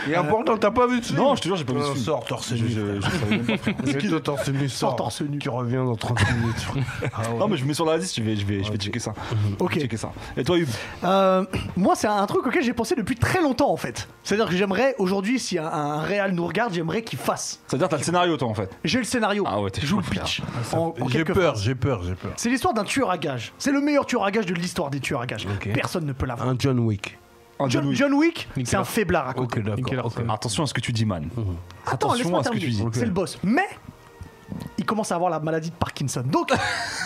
D: Et important, t'as pas vu ce
B: Non, je te jure, j'ai pas vu ce film.
D: Sors torse
B: Je,
D: nu.
B: je, je savais même pas, frère.
D: frère. Mets-toi torse nu, sors.
A: torse nu.
D: Tu reviens dans 30 minutes. Ah ouais.
B: Non, mais je me mets sur la liste, je vais, je vais, je vais checker ça.
A: Ok.
B: Je vais checker ça. Et toi, Hub
A: Euh, moi, c'est un truc auquel j'ai pensé depuis très longtemps, en fait. C'est-à-dire que j'aimerais, aujourd'hui, si un, un réal nous regarde, j'aimerais qu'il fasse.
B: C'est-à-dire, t'as le scénario, toi, en fait.
A: J'ai le scénario.
B: Ah ouais, t'es
A: Je vous
B: chaud,
A: le
B: frère.
A: pitch. En- en
D: J'ai
A: quelques
D: peur, j'ai peur, j'ai peur.
A: C'est l'histoire d'un tueur à gages. C'est le meilleur tueur à gages de l'histoire des tueurs à gages.
D: Ok.
A: Personne ne peut l'avoir.
D: Un John Wick.
B: Ah,
A: John,
B: Wick.
A: John Wick, c'est
C: Nicolas.
A: un faiblard à côté.
D: Ok, d'accord. ok.
B: Attention à ce que tu dis, man.
A: Attends,
B: Attention
A: laisse-moi
B: à ce que tu
A: terminer.
B: dis.
A: C'est le boss. Mais il commence à avoir la maladie de Parkinson. Donc,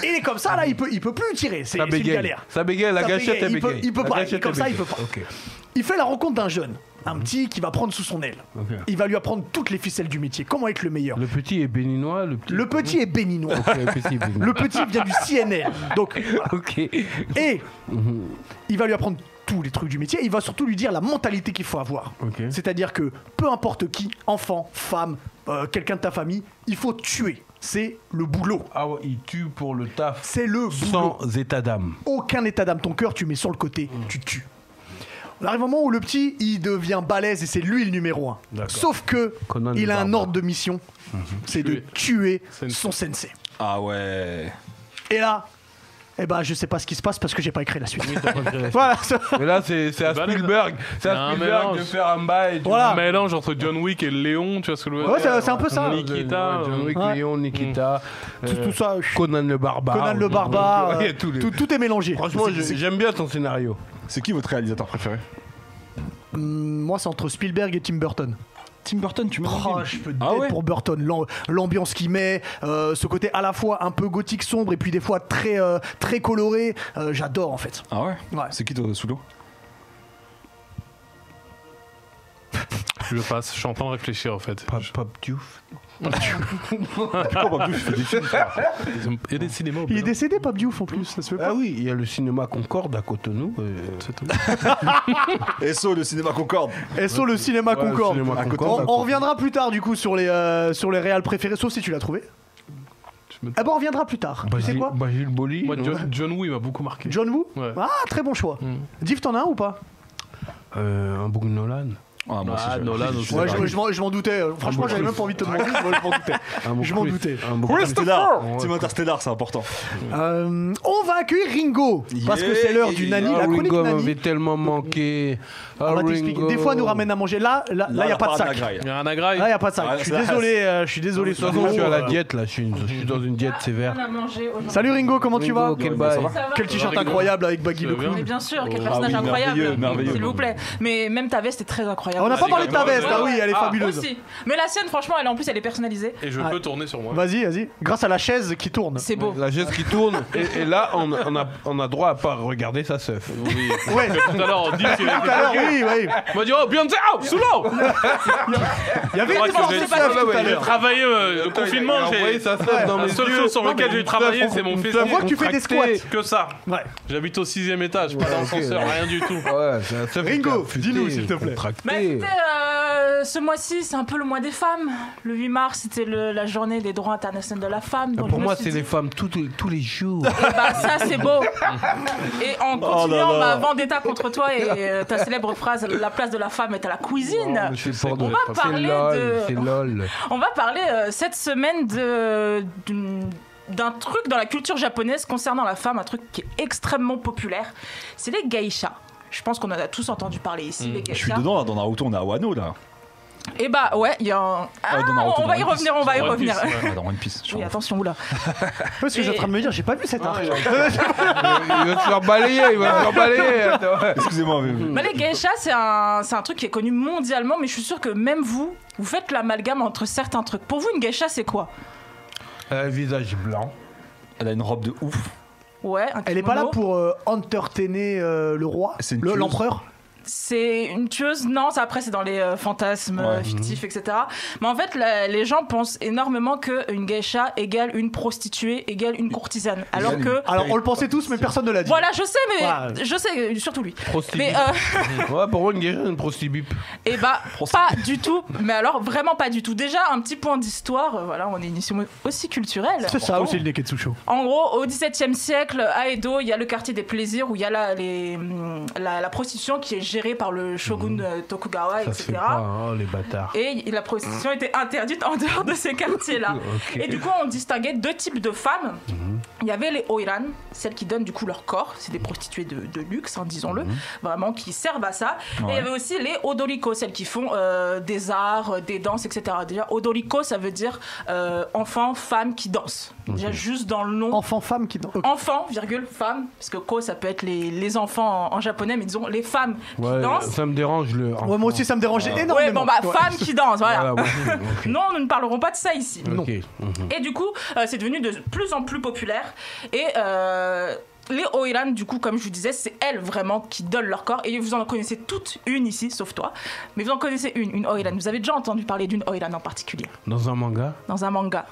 A: il est comme ça, là, il peut, il peut plus tirer. C'est
D: Ça
A: c'est une
D: bégaye.
A: galère.
D: Ça bégaye, la
A: Ça
D: gâchette,
A: bégaye.
D: elle
A: Il peut-
D: bégaye.
A: Il peut
D: La
A: pas.
D: gâchette, elle
A: Comme ça, il peut pas.
D: bégaye. Ok.
A: Il fait la rencontre d'un jeune, un petit qui va prendre sous son aile.
D: Ok.
A: Il va lui apprendre toutes les ficelles du métier, comment être le meilleur.
D: Le petit est béninois, le petit.
A: Le petit est béninois.
D: Ok, le petit est béninois.
A: Le petit vient du CNL. Donc, voilà.
D: Ok.
A: Et il va lui apprendre tous les trucs du métier. Il va surtout lui dire la mentalité qu'il faut avoir.
D: Ok.
A: C'est-à-dire que peu importe qui, enfant, femme, euh, quelqu'un de ta famille, il faut tuer. C'est le boulot.
D: Ah ouais, il tue pour le taf
A: C'est le boulot.
D: sans état d'âme.
A: aucun état d'âme. Ton cœur, tu mets sur le côté, tu tues. On arrive au moment où le petit, il devient balèze et c'est lui le numéro un.
D: D'accord.
A: Sauf que,
D: Conan
A: il
D: le
A: a un
D: barbare.
A: ordre de mission, c'est de Mmh. tuer son sensei.
B: Ah ouais.
A: Et là, eh ben, je sais pas ce qui se passe parce que j'ai pas écrit la suite. voilà, ça-
D: Mais là, c'est c'est à
C: Balade.
D: Spielberg. C'est
C: Un
D: à Spielberg de
C: mélange.
D: faire un bail. tu
A: Voilà.
D: vois.
C: mélange entre John Wick et Léon, tu vois ce que je veux
A: Ouais,
C: dire
A: c'est c'est un peu ça.
C: Nikita,
D: Ouais, John Wick,
A: ouais.
D: Léon, Nikita,
A: Tout,
D: euh,
A: tout ça, je-
D: Conan le barbare.
A: Conan le barbare,
D: Ouais, il y a
A: euh,
D: tous les-
A: tout, tout est mélangé.
D: Franchement, je- j'aime bien ton scénario.
B: C'est qui votre réalisateur préféré
A: Hum, Moi, c'est entre Spielberg et Tim Burton.
B: Tim Burton, tu me
A: Oh, je peux te
B: Ah
A: dire
B: ouais
A: pour Burton, l'am- l'ambiance qu'il met, euh, ce côté à la fois un peu gothique sombre et puis des fois très, euh, très coloré, euh, j'adore en fait.
B: Ah ouais
A: Ouais.
B: C'est qui toi sous l'eau
C: euh, Je passe, je suis en train de réfléchir en fait.
D: Pop, pop, tiouf.
B: Pourquoi pas plus je fais des films, frère
C: Il y a des cinémas au
A: Il est décédé, Pape Diouf en plus, ça se fait
D: Ah
A: pas.
D: oui, il y a le cinéma Concorde à Cotonou. euh,
B: SO, Ah. le cinéma Concorde
A: SO le cinéma
D: Ouais, le
A: Concorde.
D: cinéma
A: On-
D: Concorde,
A: on,
D: d'accord.
A: reviendra plus tard du coup sur les, euh, sur les réals préférés, sauf si tu l'as trouvé.
C: me-
A: Ah bon, on reviendra plus tard.
B: Bah,
A: Tu sais
D: Basile,
A: quoi
D: Basile Boli.
C: Moi,
D: non
C: John, John Woo, il m'a beaucoup marqué.
A: John Woo
C: Ouais.
A: Ah, très bon choix.
B: Mm.
A: Div, t'en as un ou pas
D: Euh, un Boog Nolan.
B: Ah, moi aussi,
C: Ah,
B: je-
C: Nolan
B: je-
C: aussi.
B: je-
A: Ouais,
B: je-
A: je, je m'en- je m'en doutais. Franchement, j'avais même pas envie de te demander. Moi, je m'en doutais.
D: Un Boog
A: Je m'en
D: Chris-
A: doutais.
D: un Boog
B: Interstellar
D: Ouais.
B: Team Interstellar, c'est important.
A: Euh, on va accueillir Ringo parce que
B: Yeah.
A: c'est l'heure du Nani,
D: Ah,
A: la chronique
D: Ringo m'avait
A: Nani.
D: tellement manqué. Ah,
A: On va t'expliquer.
D: Ringo.
A: Des fois, elle nous ramène à manger. Là, là, là, y a
B: la
A: pas de
B: parade
A: sac.
B: la graille.
C: Il y a un
A: Là,
C: agraille.
A: y a pas de sac.
B: Ah,
A: je suis
B: c'est la-
A: désolé. euh, je suis désolé.
D: De toute façon, je suis à la
A: Sandro.
D: diète là. Je suis, je suis dans une diète sévère.
H: On a mangé aujourd'hui.
A: Salut Ringo, comment tu vas
D: Ringo, quel
B: Ouais,
D: bail.
B: ça va
H: Ça va
A: Quel t-shirt
C: Ringo.
A: incroyable avec Baggy
C: Ça
A: le
C: va
A: Clown.
H: Mais bien sûr, quel
B: Oh,
H: personnage
B: ah oui, merveilleux,
H: incroyable,
B: merveilleux.
H: s'il vous plaît. Mais même ta veste est très incroyable.
A: On n'a pas
C: Vas-y,
A: parlé de ta
C: Ringo,
A: veste. Ah
C: Ringo.
A: oui, elle est
C: Ah,
A: fabuleuse.
H: Aussi. Mais la sienne, franchement, elle, en plus, elle est personnalisée.
C: Et je peux tourner sur moi.
A: Vas-y, vas-y. Grâce à la chaise qui tourne.
H: C'est beau.
D: La geste qui tourne. Et, et là, on, on a, on a droit à pas regarder sa seuf.
C: Oui.
A: Ouais.
C: Tout à l'heure, on dit qu'il
A: Tout à l'heure, oui, oui.
C: Il m'a dit Oh, Beyoncé, oh, sous l'eau
A: Il y avait
C: crois
A: une
C: que
A: force
C: j'ai-
A: de seuf
D: Ah,
A: tout à
D: ouais,
C: J'ai
A: l'heure.
C: travaillé euh, le
D: Il a
C: confinement,
D: envoyé
C: j'ai.
D: sa seuf dans
C: La
D: mes
C: seule
D: yeux.
C: chose sur
D: Non,
C: laquelle
D: mais
C: j'ai
D: une
C: travaillé,
D: seuf
C: c'est mon fessier.
A: On voit que tu fais des
D: Contracté.
A: squats.
C: Que ça.
A: Ouais.
C: J'habite au sixième étage, pas
D: Ouais,
C: d'ascenseur,
D: ok.
C: rien du tout.
D: Ouais, c'est la seuf
A: Ringo,
D: qui est affûtée,
A: dis-nous, s'il te plaît.
D: contractée.
H: Bah, écoutez, euh, ce mois-ci, c'est un peu le mois des femmes. Le 8 mars, c'était le- la journée des droits internationaux de la femme. donc
D: Pour
H: je me
D: moi,
H: suis
D: c'est
H: dit,
D: les femmes tous tous les jours.
H: eh ben, ça, c'est beau. Et en
B: Oh
H: continuant ma vendetta contre toi et euh, ta célèbre phrase, la place de la femme est à la cuisine.
D: C'est
H: On va parler de-
D: C'est lol.
H: On va parler euh, cette semaine de- d'une- d'un truc dans la culture japonaise concernant la femme, un truc qui est extrêmement populaire. C'est les geishas. Je pense qu'on en a tous entendu parler ici, les
B: Je
H: geishas.
B: suis dedans, là, dans Naruto, on est à Wano, là.
H: Et bah ouais, il y a un. Ah,
B: dans Naruto,
H: on va
B: dans
H: y
B: One
H: revenir,
B: Piece.
H: on va y
C: Dans One
H: revenir.
C: Piece, ouais.
B: Ouais, Dans One Piece. je
H: Oui,
B: crois.
H: attention, oula.
A: Parce que j'ai en train de me dire, j'ai pas vu cette arche.
D: Il va se faire balayer, il va se faire balayer. attends.
B: Excusez-moi, mais...
H: Bah, les geishas, c'est un, c'est un truc qui est connu mondialement, mais je suis sûre que même vous, vous faites l'amalgame entre certains trucs. Pour vous, une geisha, c'est quoi
D: Un visage blanc.
B: Elle a une robe de ouf.
H: Ouais, un
A: Elle est pas là
H: kimono.
A: pour euh, entertainer euh, le roi,
B: C'est une
A: le-
B: tueuse.
A: l'empereur.
H: C'est une tueuse Non, ça après c'est dans les euh, fantasmes euh,
B: Ouais.
H: fictifs, etc. Mais en fait, la- les gens pensent énormément que une geisha égale une prostituée égale une courtisane, alors
B: une-
H: que
A: Alors on le pensait tous, mais personne ne l'a dit.
H: voilà, je sais, mais
A: Ouais.
H: je sais, surtout lui. Mais
D: Prostibip.
H: euh,
D: Ouais, pour moi, une guérison, une prostibip.
H: Eh bah, pas du tout. Mais alors, vraiment pas du tout. Déjà, un petit point d'histoire. euh, Voilà, on est une émission aussi culturelle.
A: C'est ça aussi le Neketsu Show.
H: En gros, au XVIIe siècle, à Edo, il y a le quartier des plaisirs où il y a la, les, hum, la, la prostitution qui est gérée par le shogun euh, Tokugawa,
D: Ça se fait
H: etc.
D: pas, hein, les bâtards.
H: Et la prostitution était interdite en dehors de ces quartiers-là.
D: Ok. Mhm.
H: Et du coup, on distinguait deux types de femmes. Il y avait les oiran, celles qui donnent du coup leur corps, c'est des prostituées de, de luxe, hein, disons-le,
D: Mhm.
H: vraiment qui servent à ça. Et il y avait aussi les odoriko, celles qui font euh, des arts, euh, des danses, etc. Déjà, odoriko, ça veut dire euh, enfant, femme qui danse. Déjà, juste dans le nom.
A: Enfant, femme qui. Ok.
H: Enfant, virgule, femme, parce que ko, ça peut être les, les enfants en, en japonais, mais disons les femmes qui
D: Ouais,
H: dansent.
D: ça me dérange le.
A: Ouais, moi aussi ça me dérangeait énormément.
H: Ouais, bon, bah,
A: Ouais.
H: femme qui danse,
D: Voilà,
H: voilà.
D: moi aussi, ok.
H: Non, nous ne parlerons pas de ça ici.
D: Ok. mhm.
H: Et du coup, euh, c'est devenu de plus en plus populaire. Et euh, les Oiran, du coup, comme je vous disais, c'est elles vraiment qui donnent leur corps. Et vous en connaissez toutes une ici, sauf toi. Mais vous en connaissez une, une Oiran. Vous avez déjà entendu parler d'une Oiran en particulier,
D: Dans un manga
H: dans un manga.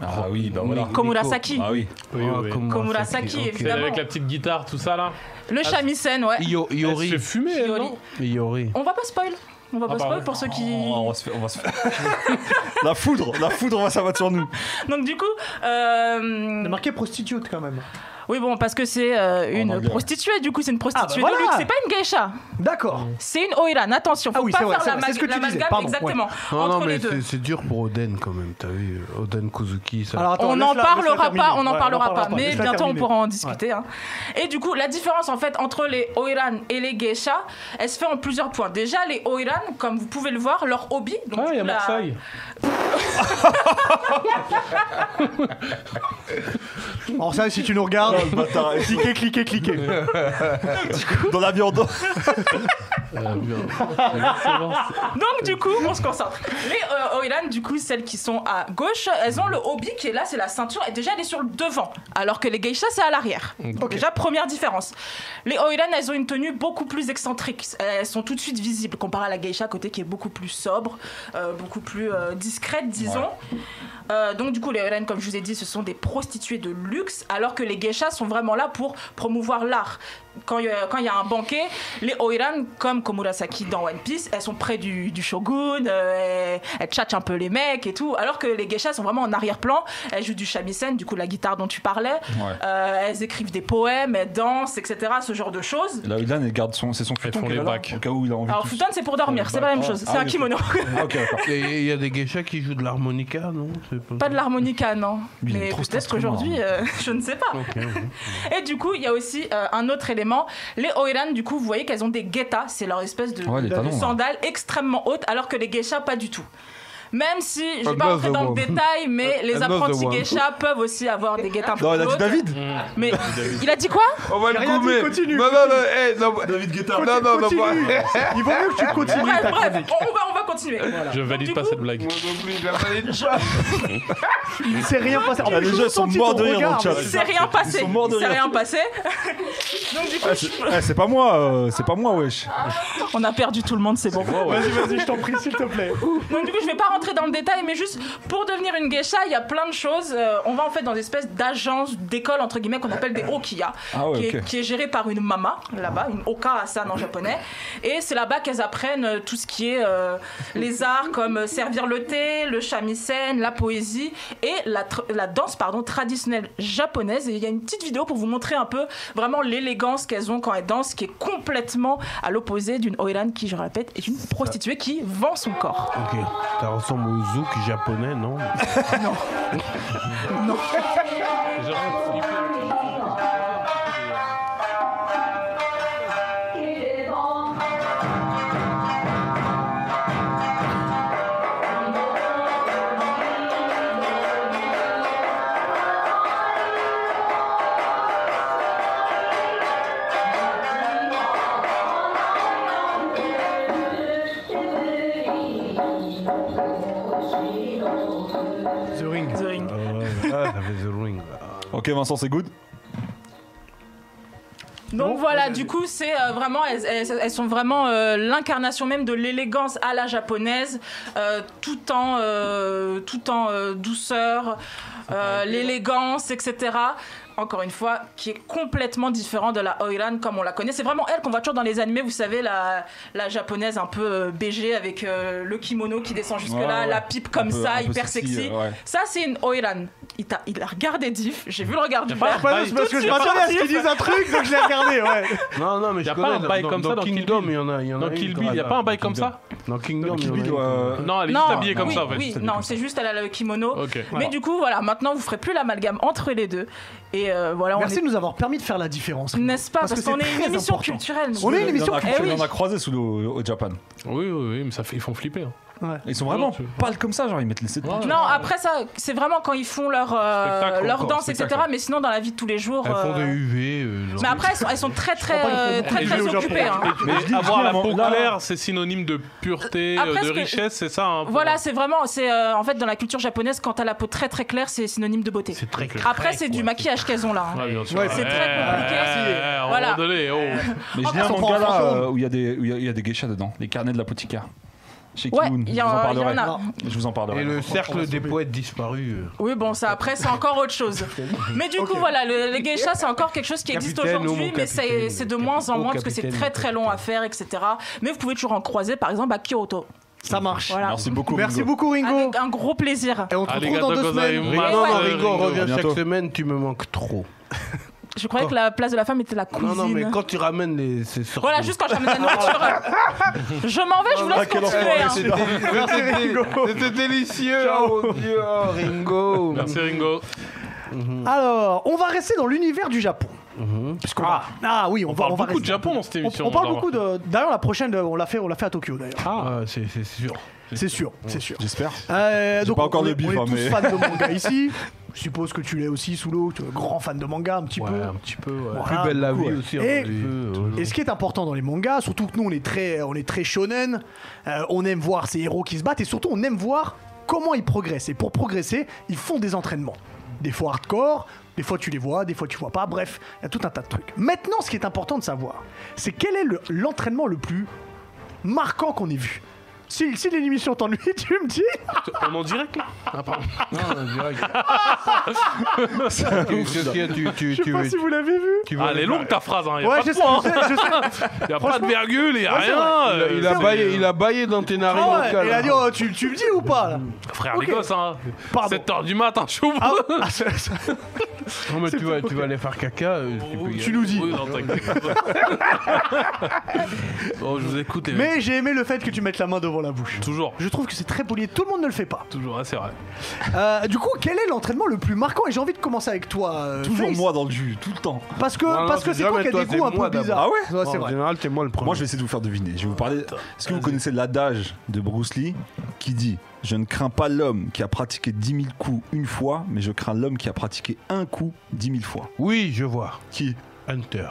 I: Ah oui, bah voilà.
H: Komurasaki.
I: Ah oui.
D: Oui,
C: oui.
H: Komurasaki,
C: Celle
H: évidemment.
C: avec la petite guitare, tout ça là.
I: Ah,
H: Le shamisen, ouais.
D: Yo-
C: Elle se
D: Yori.
C: fait fumer, elle,
H: Yori.
C: non
D: Yori.
H: On va pas spoil. On va
C: Ah,
H: pas
C: pardon.
H: spoil pour ceux qui.
I: bah On va se faire- on va se faire-
B: La foudre, la foudre va s'abattre sur nous.
H: Donc du coup, euh,
A: C'est marqué prostitute quand même.
H: oui bon parce que c'est euh, une
I: anglais, ouais. Ah, bah
H: prostituée. Du coup, c'est une prostituée de
A: voilà.
H: luxe. C'est pas une geisha.
A: D'accord.
H: C'est une oiran. Attention, faut
A: Ah oui,
H: pas
A: c'est vrai,
H: faire
A: c'est
H: la
A: vrai, c'est
H: mag-
A: ce que tu
H: l'amalgame,
A: disais, pardon, ouais.
H: exactement
D: Non, non,
H: entre
D: mais
H: les deux.
D: c'est c'est dur pour Oden quand même, t'as vu Oden Kozuki, ça.
A: Alors, attends,
H: on
A: laisse-la-
H: n'en
A: laisse-la
H: parlera
A: terminer.
H: pas, on
A: Ouais,
H: n'en parlera pas, mais
A: Laisse-la
H: bientôt on
A: terminer.
H: pourra en discuter. hein. Et du coup, la différence en fait entre les oiran et les geishas, elle se fait en plusieurs points. Déjà, les oiran, comme vous pouvez le voir, leur hobby. donc,
C: Ah, il y a
H: la-
C: Marseille.
A: Alors ça, si tu nous regardes, cliquez, cliquez, cliquez.
B: Dans la viande.
C: Ah,
H: Donc du coup, on se concentre. Les euh, Oilan, du coup, celles qui sont à gauche, elles ont le hobby qui est là, c'est la ceinture, et déjà elle est sur le devant, alors que les geishas, c'est à l'arrière. Déjà, première différence. Les Oilan, elles ont une tenue beaucoup plus excentrique. Elles sont tout de suite visibles, comparé à la geisha, côté qui est beaucoup plus sobre, euh, beaucoup plus euh, discrète, disons. Euh, donc du coup, les Oilan, comme je vous ai dit, ce sont des prostituées de luxe, alors que les geishas sont vraiment là pour promouvoir l'art. Quand il y a- quand il y a un banquet, les Oiran, comme Komurasaki dans One Piece, elles sont près du, du shogun, euh, elles, elles tchatchent un peu les mecs et tout, alors que les geishas sont vraiment en arrière-plan, elles jouent du shamisen, du coup la guitare dont tu parlais, Euh, elles écrivent des poèmes, elles dansent, etc., ce genre de choses.
B: Là, Ilan, elle garde son, c'est son futon
C: font
B: qu'elle
C: les
B: a là,
C: bacs.
B: Au cas où il a envie.
H: Alors
B: de-
H: futon c'est pour dormir, c'est pas la même chose, c'est
B: Ah,
H: un
B: oui,
H: kimono.
B: Ah, ok, d'accord.
D: Et- et il y a des geishas qui jouent de l'harmonica, non C'est
H: Pas de l'harmonica, non.
B: Mais il est
H: Mais
B: trop hein.
H: peut-être
B: stressé,
H: qu'aujourd'hui, euh, je ne sais pas.
D: Ok, ouais.
H: Et du coup, il y a aussi euh, un autre élément. Les Oiran, du coup, vous voyez qu'elles ont des guettas, c'est leur espèce de,
B: Ouais, les
H: de
B: talons, là.
H: sandales extrêmement hautes, alors que les geishas, pas du tout. Même si, je ne vais pas
D: Another
H: rentrer dans
D: one.
H: le détail, mais les
D: Another
H: apprentis
D: one.
H: geishas peuvent aussi avoir des guettas un peu
B: Non, il Oh, a dit
H: hautes.
B: David.
H: Mais il a dit quoi
D: On va
A: J'ai
D: le
A: rien dit,
D: gommer.
A: continue,
D: Non, non, non, eh, non,
I: David Guetta.
D: non,
B: bah,
D: non, non,
A: Bah, Continue.
D: non, non.
A: Il vaut mieux que tu continues
H: Bref,
A: ta
H: bref,
A: chronique.
H: on va, on va continuer.
C: Je valide
H: du
C: pas
H: coup-
C: cette blague.
D: Moi non plus, je la valide pas.
A: Il s'est rien passé. En
B: Ah,
A: plus,
B: les
A: je
B: gens
A: l'ai
B: sont
A: senti,
B: morts
A: ton
B: de rire dans le
A: regard.
B: chat.
H: C'est rien passé.
B: sont morts de
H: C'est
B: rire.
H: rien passé. Donc du coup,
B: Ah, c'est ah, c'est pas moi, euh, c'est pas moi, wesh.
H: on a perdu tout le monde, c'est bon.
A: Vas-y, vas-y, je t'en prie, s'il te plaît.
H: Donc du coup, je vais pas rentrer dans le détail, mais juste pour devenir une geisha, il y a plein de choses. Euh, on va en fait dans une espèce d'agence d'école entre guillemets qu'on appelle des okiya,
B: Ah ouais,
H: qui, est,
B: ok.
H: qui est gérée par une mama là-bas, une oka asan en japonais. Et c'est là-bas qu'elles apprennent euh, tout ce qui est euh, les arts comme euh, servir le thé, le shamisen, la poésie et la, tr- la danse pardon traditionnelle japonaise. Et il y a une petite vidéo pour vous montrer un peu vraiment l'élégance qu'elles ont quand elles dansent, qui est complètement à l'opposé d'une oiran qui, je le répète, est une prostituée qui vend son corps.
D: Ok, ça ressemble au zouk japonais, non
A: The Ring.
H: The Ring.
D: Ah ouais, ah, ça fait The Ring.
B: Ok, Vincent, c'est good.
H: Donc voilà, du coup, c'est euh, vraiment, elles, elles- elles sont vraiment euh, l'incarnation même de l'élégance à la japonaise, euh, tout en, euh, tout en euh, douceur, euh, l'élégance, etc. Encore une fois, qui est complètement différent de la Oiran comme on la connaît. C'est vraiment elle qu'on voit toujours dans les animés, vous savez, la, la japonaise un peu euh, BG avec euh, le kimono qui descend jusque-là,
B: Ouais, ouais.
H: la pipe comme
B: Un peu-
H: ça,
B: un peu
H: hyper sexy.
B: euh, ouais.
H: Ça, c'est une Oiran. Il, t'a- il a regardé Diff, j'ai vu le regard du
A: Ah, pas- c'est parce que je m'attendais à ce qu'ils disent un truc, donc je l'ai regardé, ouais.
D: Non, non, mais
C: Y
D: je
C: a pas
D: connais,
C: un bail comme ça dans Kill
D: Kingdom,
C: Bill.
D: il y en a, il y en a.
C: Dans
D: une
C: Kill
D: comme
C: Bill, il y a pas un bail
D: Dans
C: comme ça
D: Dans Kingdom, il y
B: Kill
D: en a
B: Bill,
D: une
B: ouais,
D: comme ça.
B: euh,
C: Non, elle est
H: Non,
C: juste habillée comme
H: oui,
C: ça en fait.
H: Oui, non, c'est juste elle a le kimono.
C: Ok.
H: Mais du coup, voilà, maintenant vous ferez plus l'amalgame entre les deux. Et euh, voilà, on
A: Merci
H: est-
A: de nous avoir permis de faire la différence.
H: n'est-ce pas
A: Parce
H: Parce,
A: que
H: qu'on
A: c'est
H: est une
A: très
H: émission
A: important.
H: culturelle. nous.
A: On est une
B: Il y en
A: émission
B: a-
H: culturelle.
B: Il y en
H: Eh
B: a
H: oui.
B: croisé sous le, au Japan.
C: Oui, oui, oui, mais ça fait, ils font flipper. hein.
B: Ils sont vraiment
C: Ouais, tu-
B: pâles comme ça, genre ils mettent les 7
C: Ouais.
H: Non, après ça, c'est vraiment quand ils font leur, euh,
C: Spectacle
H: leur
C: encore,
H: danse,
C: spectacle.
H: etc. Mais sinon, dans la vie de tous les jours.
D: Elles font
H: euh,
D: des UV. euh, genre.
H: Mais après, elles sont, elles sont très très
A: crois pas qu'ils font
H: euh, très,
A: des
H: très
A: jeux au
H: occupées. hein.
C: Mais
B: je dis-
C: avoir
B: je dis
C: la
B: avant-
C: peau
B: là-
C: claire, c'est synonyme de pureté,
H: Après,
C: euh,
H: ce
C: de
H: que-
C: richesse, c'est ça. hein, pour-
H: Voilà, c'est vraiment, c'est euh, en fait dans la culture japonaise, quand t'as la peau très très claire, c'est synonyme de beauté.
D: C'est très clair.
H: Après, c'est du maquillage qu'elles ont là. hein.
C: Ouais, bien sûr.
A: Ouais, c'est
C: Eh,
H: très compliqué.
C: eh, eh, on
H: Voilà.
C: va donner, oh.
B: Mais je
H: Oh,
B: lis un
A: on prend
B: manga
A: en
B: là
A: fantôme.
B: euh, où il y, a des- où il y a- il y a des geishas dedans, les carnets de l'apothicaire. chez
H: Ouais,
B: Kiyun.
H: il y
B: je vous en
H: en a- il y en
B: parlerai.
H: a.
B: Je vous en parlerai.
D: Et le cercle des poètes disparus. euh,
H: Oui, bon, ça après, c'est encore autre chose. Mais du coup, voilà, le, les geishas, c'est encore quelque chose qui existe
D: Capitaine,
H: aujourd'hui,
D: oh, mon
H: mais c'est
D: capitaine.
H: c'est de moins en
D: Oh,
H: moins parce que c'est
D: capitaine,
H: très
D: mon
H: très long à faire, etc. Mais vous pouvez toujours en croiser, par exemple, à Kyoto.
A: Ça marche.
H: Voilà.
B: Merci beaucoup.
A: Merci
B: Bingo.
A: beaucoup, Ringo.
H: Avec un gros plaisir.
A: Et on te retrouve dans deux semaines.
H: Ouais,
D: Bah Non,
H: ouais.
D: non, Rigo, reviens
B: bientôt.
D: chaque semaine, tu me manques trop.
H: Je croyais que la place de la femme était la cuisine.
D: Non, non, mais quand tu ramènes les, ces sortes
H: Voilà,
D: de-
H: juste quand je ramène la nourriture. je m'en vais, je vous laisse continuer. hein.
A: Merci, Ringo.
D: C'était délicieux, oh mon Dieu, oh, Ringo.
C: Merci Ringo.
A: Alors, on va rester dans l'univers du Japon.
B: Mhm.
A: Puisqu'on va- ah. oui, on,
C: On
A: va,
C: parle
A: on va
C: beaucoup de
A: rester-
C: Japon dans cette
A: On,
C: émission.
A: on parle beaucoup de. D'ailleurs, la prochaine, on l'a fait, on l'a fait à Tokyo d'ailleurs.
D: Ah, c'est c'est sûr.
A: C'est sûr, c'est sûr.
B: J'espère.
A: Euh, donc
B: pas
A: on-
B: encore
A: on,
B: de
A: est-
B: bif,
A: on est
B: hein,
A: tous
B: mais-
A: fans de manga ici. Je suppose que tu l'es aussi sous l'eau, tu es un grand fan de manga un petit
D: Ouais,
A: peu.
D: un petit peu. ouais.
A: Voilà,
B: Ah,
D: Plus belle la vie
A: beaucoup, ouais.
D: aussi.
A: Et-
D: un petit peu, ouais.
A: Et ce qui est important dans les mangas, surtout que nous on est très, on est très shonen, euh, on aime voir ces héros qui se battent et surtout on aime voir comment ils progressent. Et pour progresser, ils font des entraînements. Des fois hardcore, des fois tu les vois, des fois tu vois pas, bref, il y a tout un tas de trucs. Maintenant, ce qui est important de savoir, c'est quel est le- l'entraînement le, plus marquant qu'on ait vu. Si, si l'émission t'ennuie, tu me dis
C: On en direct là Ah, pardon.
D: Non, non, direct. Tu- qu'est-ce qu'il y a, tu- tu-
A: Je sais
D: tu
A: pas
D: veux-
A: si vous l'avez vu.
D: tu veux-
C: Ah, elle est longue ta phrase, hein. Y a
A: Ouais,
C: pas
A: je
C: de
A: sais,
C: point,
A: je sais, je sais.
C: hein. Y a pas de virgule, y a
A: Ouais, c'est
C: rien.
D: Il a-
C: euh,
D: Il a
C: c'est-
D: baillé, il a baillé dans tes narines
A: Ah ouais,
D: vocales.
A: il a dit oh, tu, tu me dis ou pas là
C: Frère,
A: Ok.
C: les gosses, hein.
A: Pardon.
C: 7h du matin, je suis au bout.
A: Ah, ah, ça- ça-
D: Non, mais tu vas, tu vas aller faire caca. euh, tu peux y
A: Ah, oh, tu nous dis.
C: Oui, non, t'inquiète. Bon, je vous écoute, les mecs.
A: Mais j'ai aimé le fait que tu mettes la main devant la bouche.
C: Toujours,
A: Je trouve que c'est très poli et tout le monde ne le fait pas.
C: toujours, ah, c'est vrai.
A: Euh, du coup, quel est l'entraînement le plus marquant Et j'ai envie de commencer avec toi, euh,
B: Toujours
A: Face,
B: moi dans le jus, tout le temps.
A: Parce que
D: Non, non,
A: parce que
D: c'est
A: c'est toi
D: jamais
A: qui as
D: toi,
A: des
D: c'est
A: goûts un peu
D: moi d'abord.
A: bizarres.
B: Ah ouais
A: Ouais, c'est
D: En
A: vrai.
D: général, t'es moi le premier.
B: Moi, je vais essayer de vous faire deviner. Je vais vous parler. Est-ce que vous connaissez l'adage de Bruce Lee qui dit Je ne crains pas l'homme qui a pratiqué 10 000 coups une fois, mais je crains l'homme qui a pratiqué un coup 10 000 fois
D: Oui, je vois.
B: Qui
D: Hunter.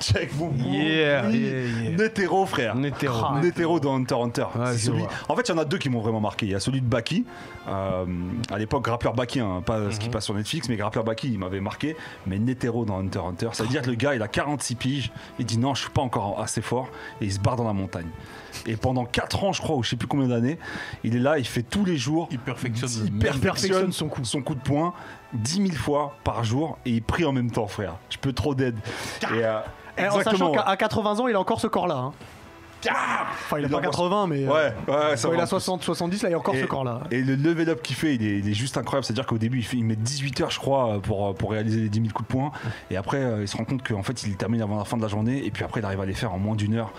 B: Check boum boum.
D: Yeah,
B: Oui.
D: yeah, yeah.
B: Netero, frère.
D: Un hétéro.
B: Netero dans Hunter x Hunter.
D: Ah, Ouais,
B: C'est
D: je
B: celui-
D: vois.
B: En fait, il y en a deux qui m'ont vraiment marqué. Il y a celui de Baki, euh, à l'époque rappeur Baki, hein, pas ce qui passe sur Netflix, mais rappeur Baki, il m'avait marqué. Mais Netero dans Hunter x Hunter, ça veut dire que le gars, il a 46 piges, il dit non, je suis pas encore assez fort, et il se barre dans la montagne. Et pendant 4 ans, je crois, ou je sais plus combien d'années, il est là, il fait tous les jours.
D: Il perfectionne.
B: Il perfectionne son coup. son coup de poing 10 000 fois par jour et il prie en même temps, frère. Je peux trop d'aide. Et, euh,
A: Eh, en sachant
B: exactement.
A: qu'à à 80 ans, il a encore ce corps-là. hein. Enfin, il a
B: Il
A: pas
B: embrasse-
A: 80, mais euh,
B: Ouais, ouais, ça
A: quand il
B: va.
A: a 60, 70, là, il a encore
B: et,
A: ce corps-là.
B: et le level up qu'il fait, il est, il est juste incroyable. C'est-à-dire qu'au début, il, fait, il met 18 heures, je crois, pour, pour réaliser les 10 000 coups de poing. Et après, euh, il se rend compte qu'en fait, il les termine avant la fin de la journée. Et puis après, il arrive à les faire en moins d'une heure.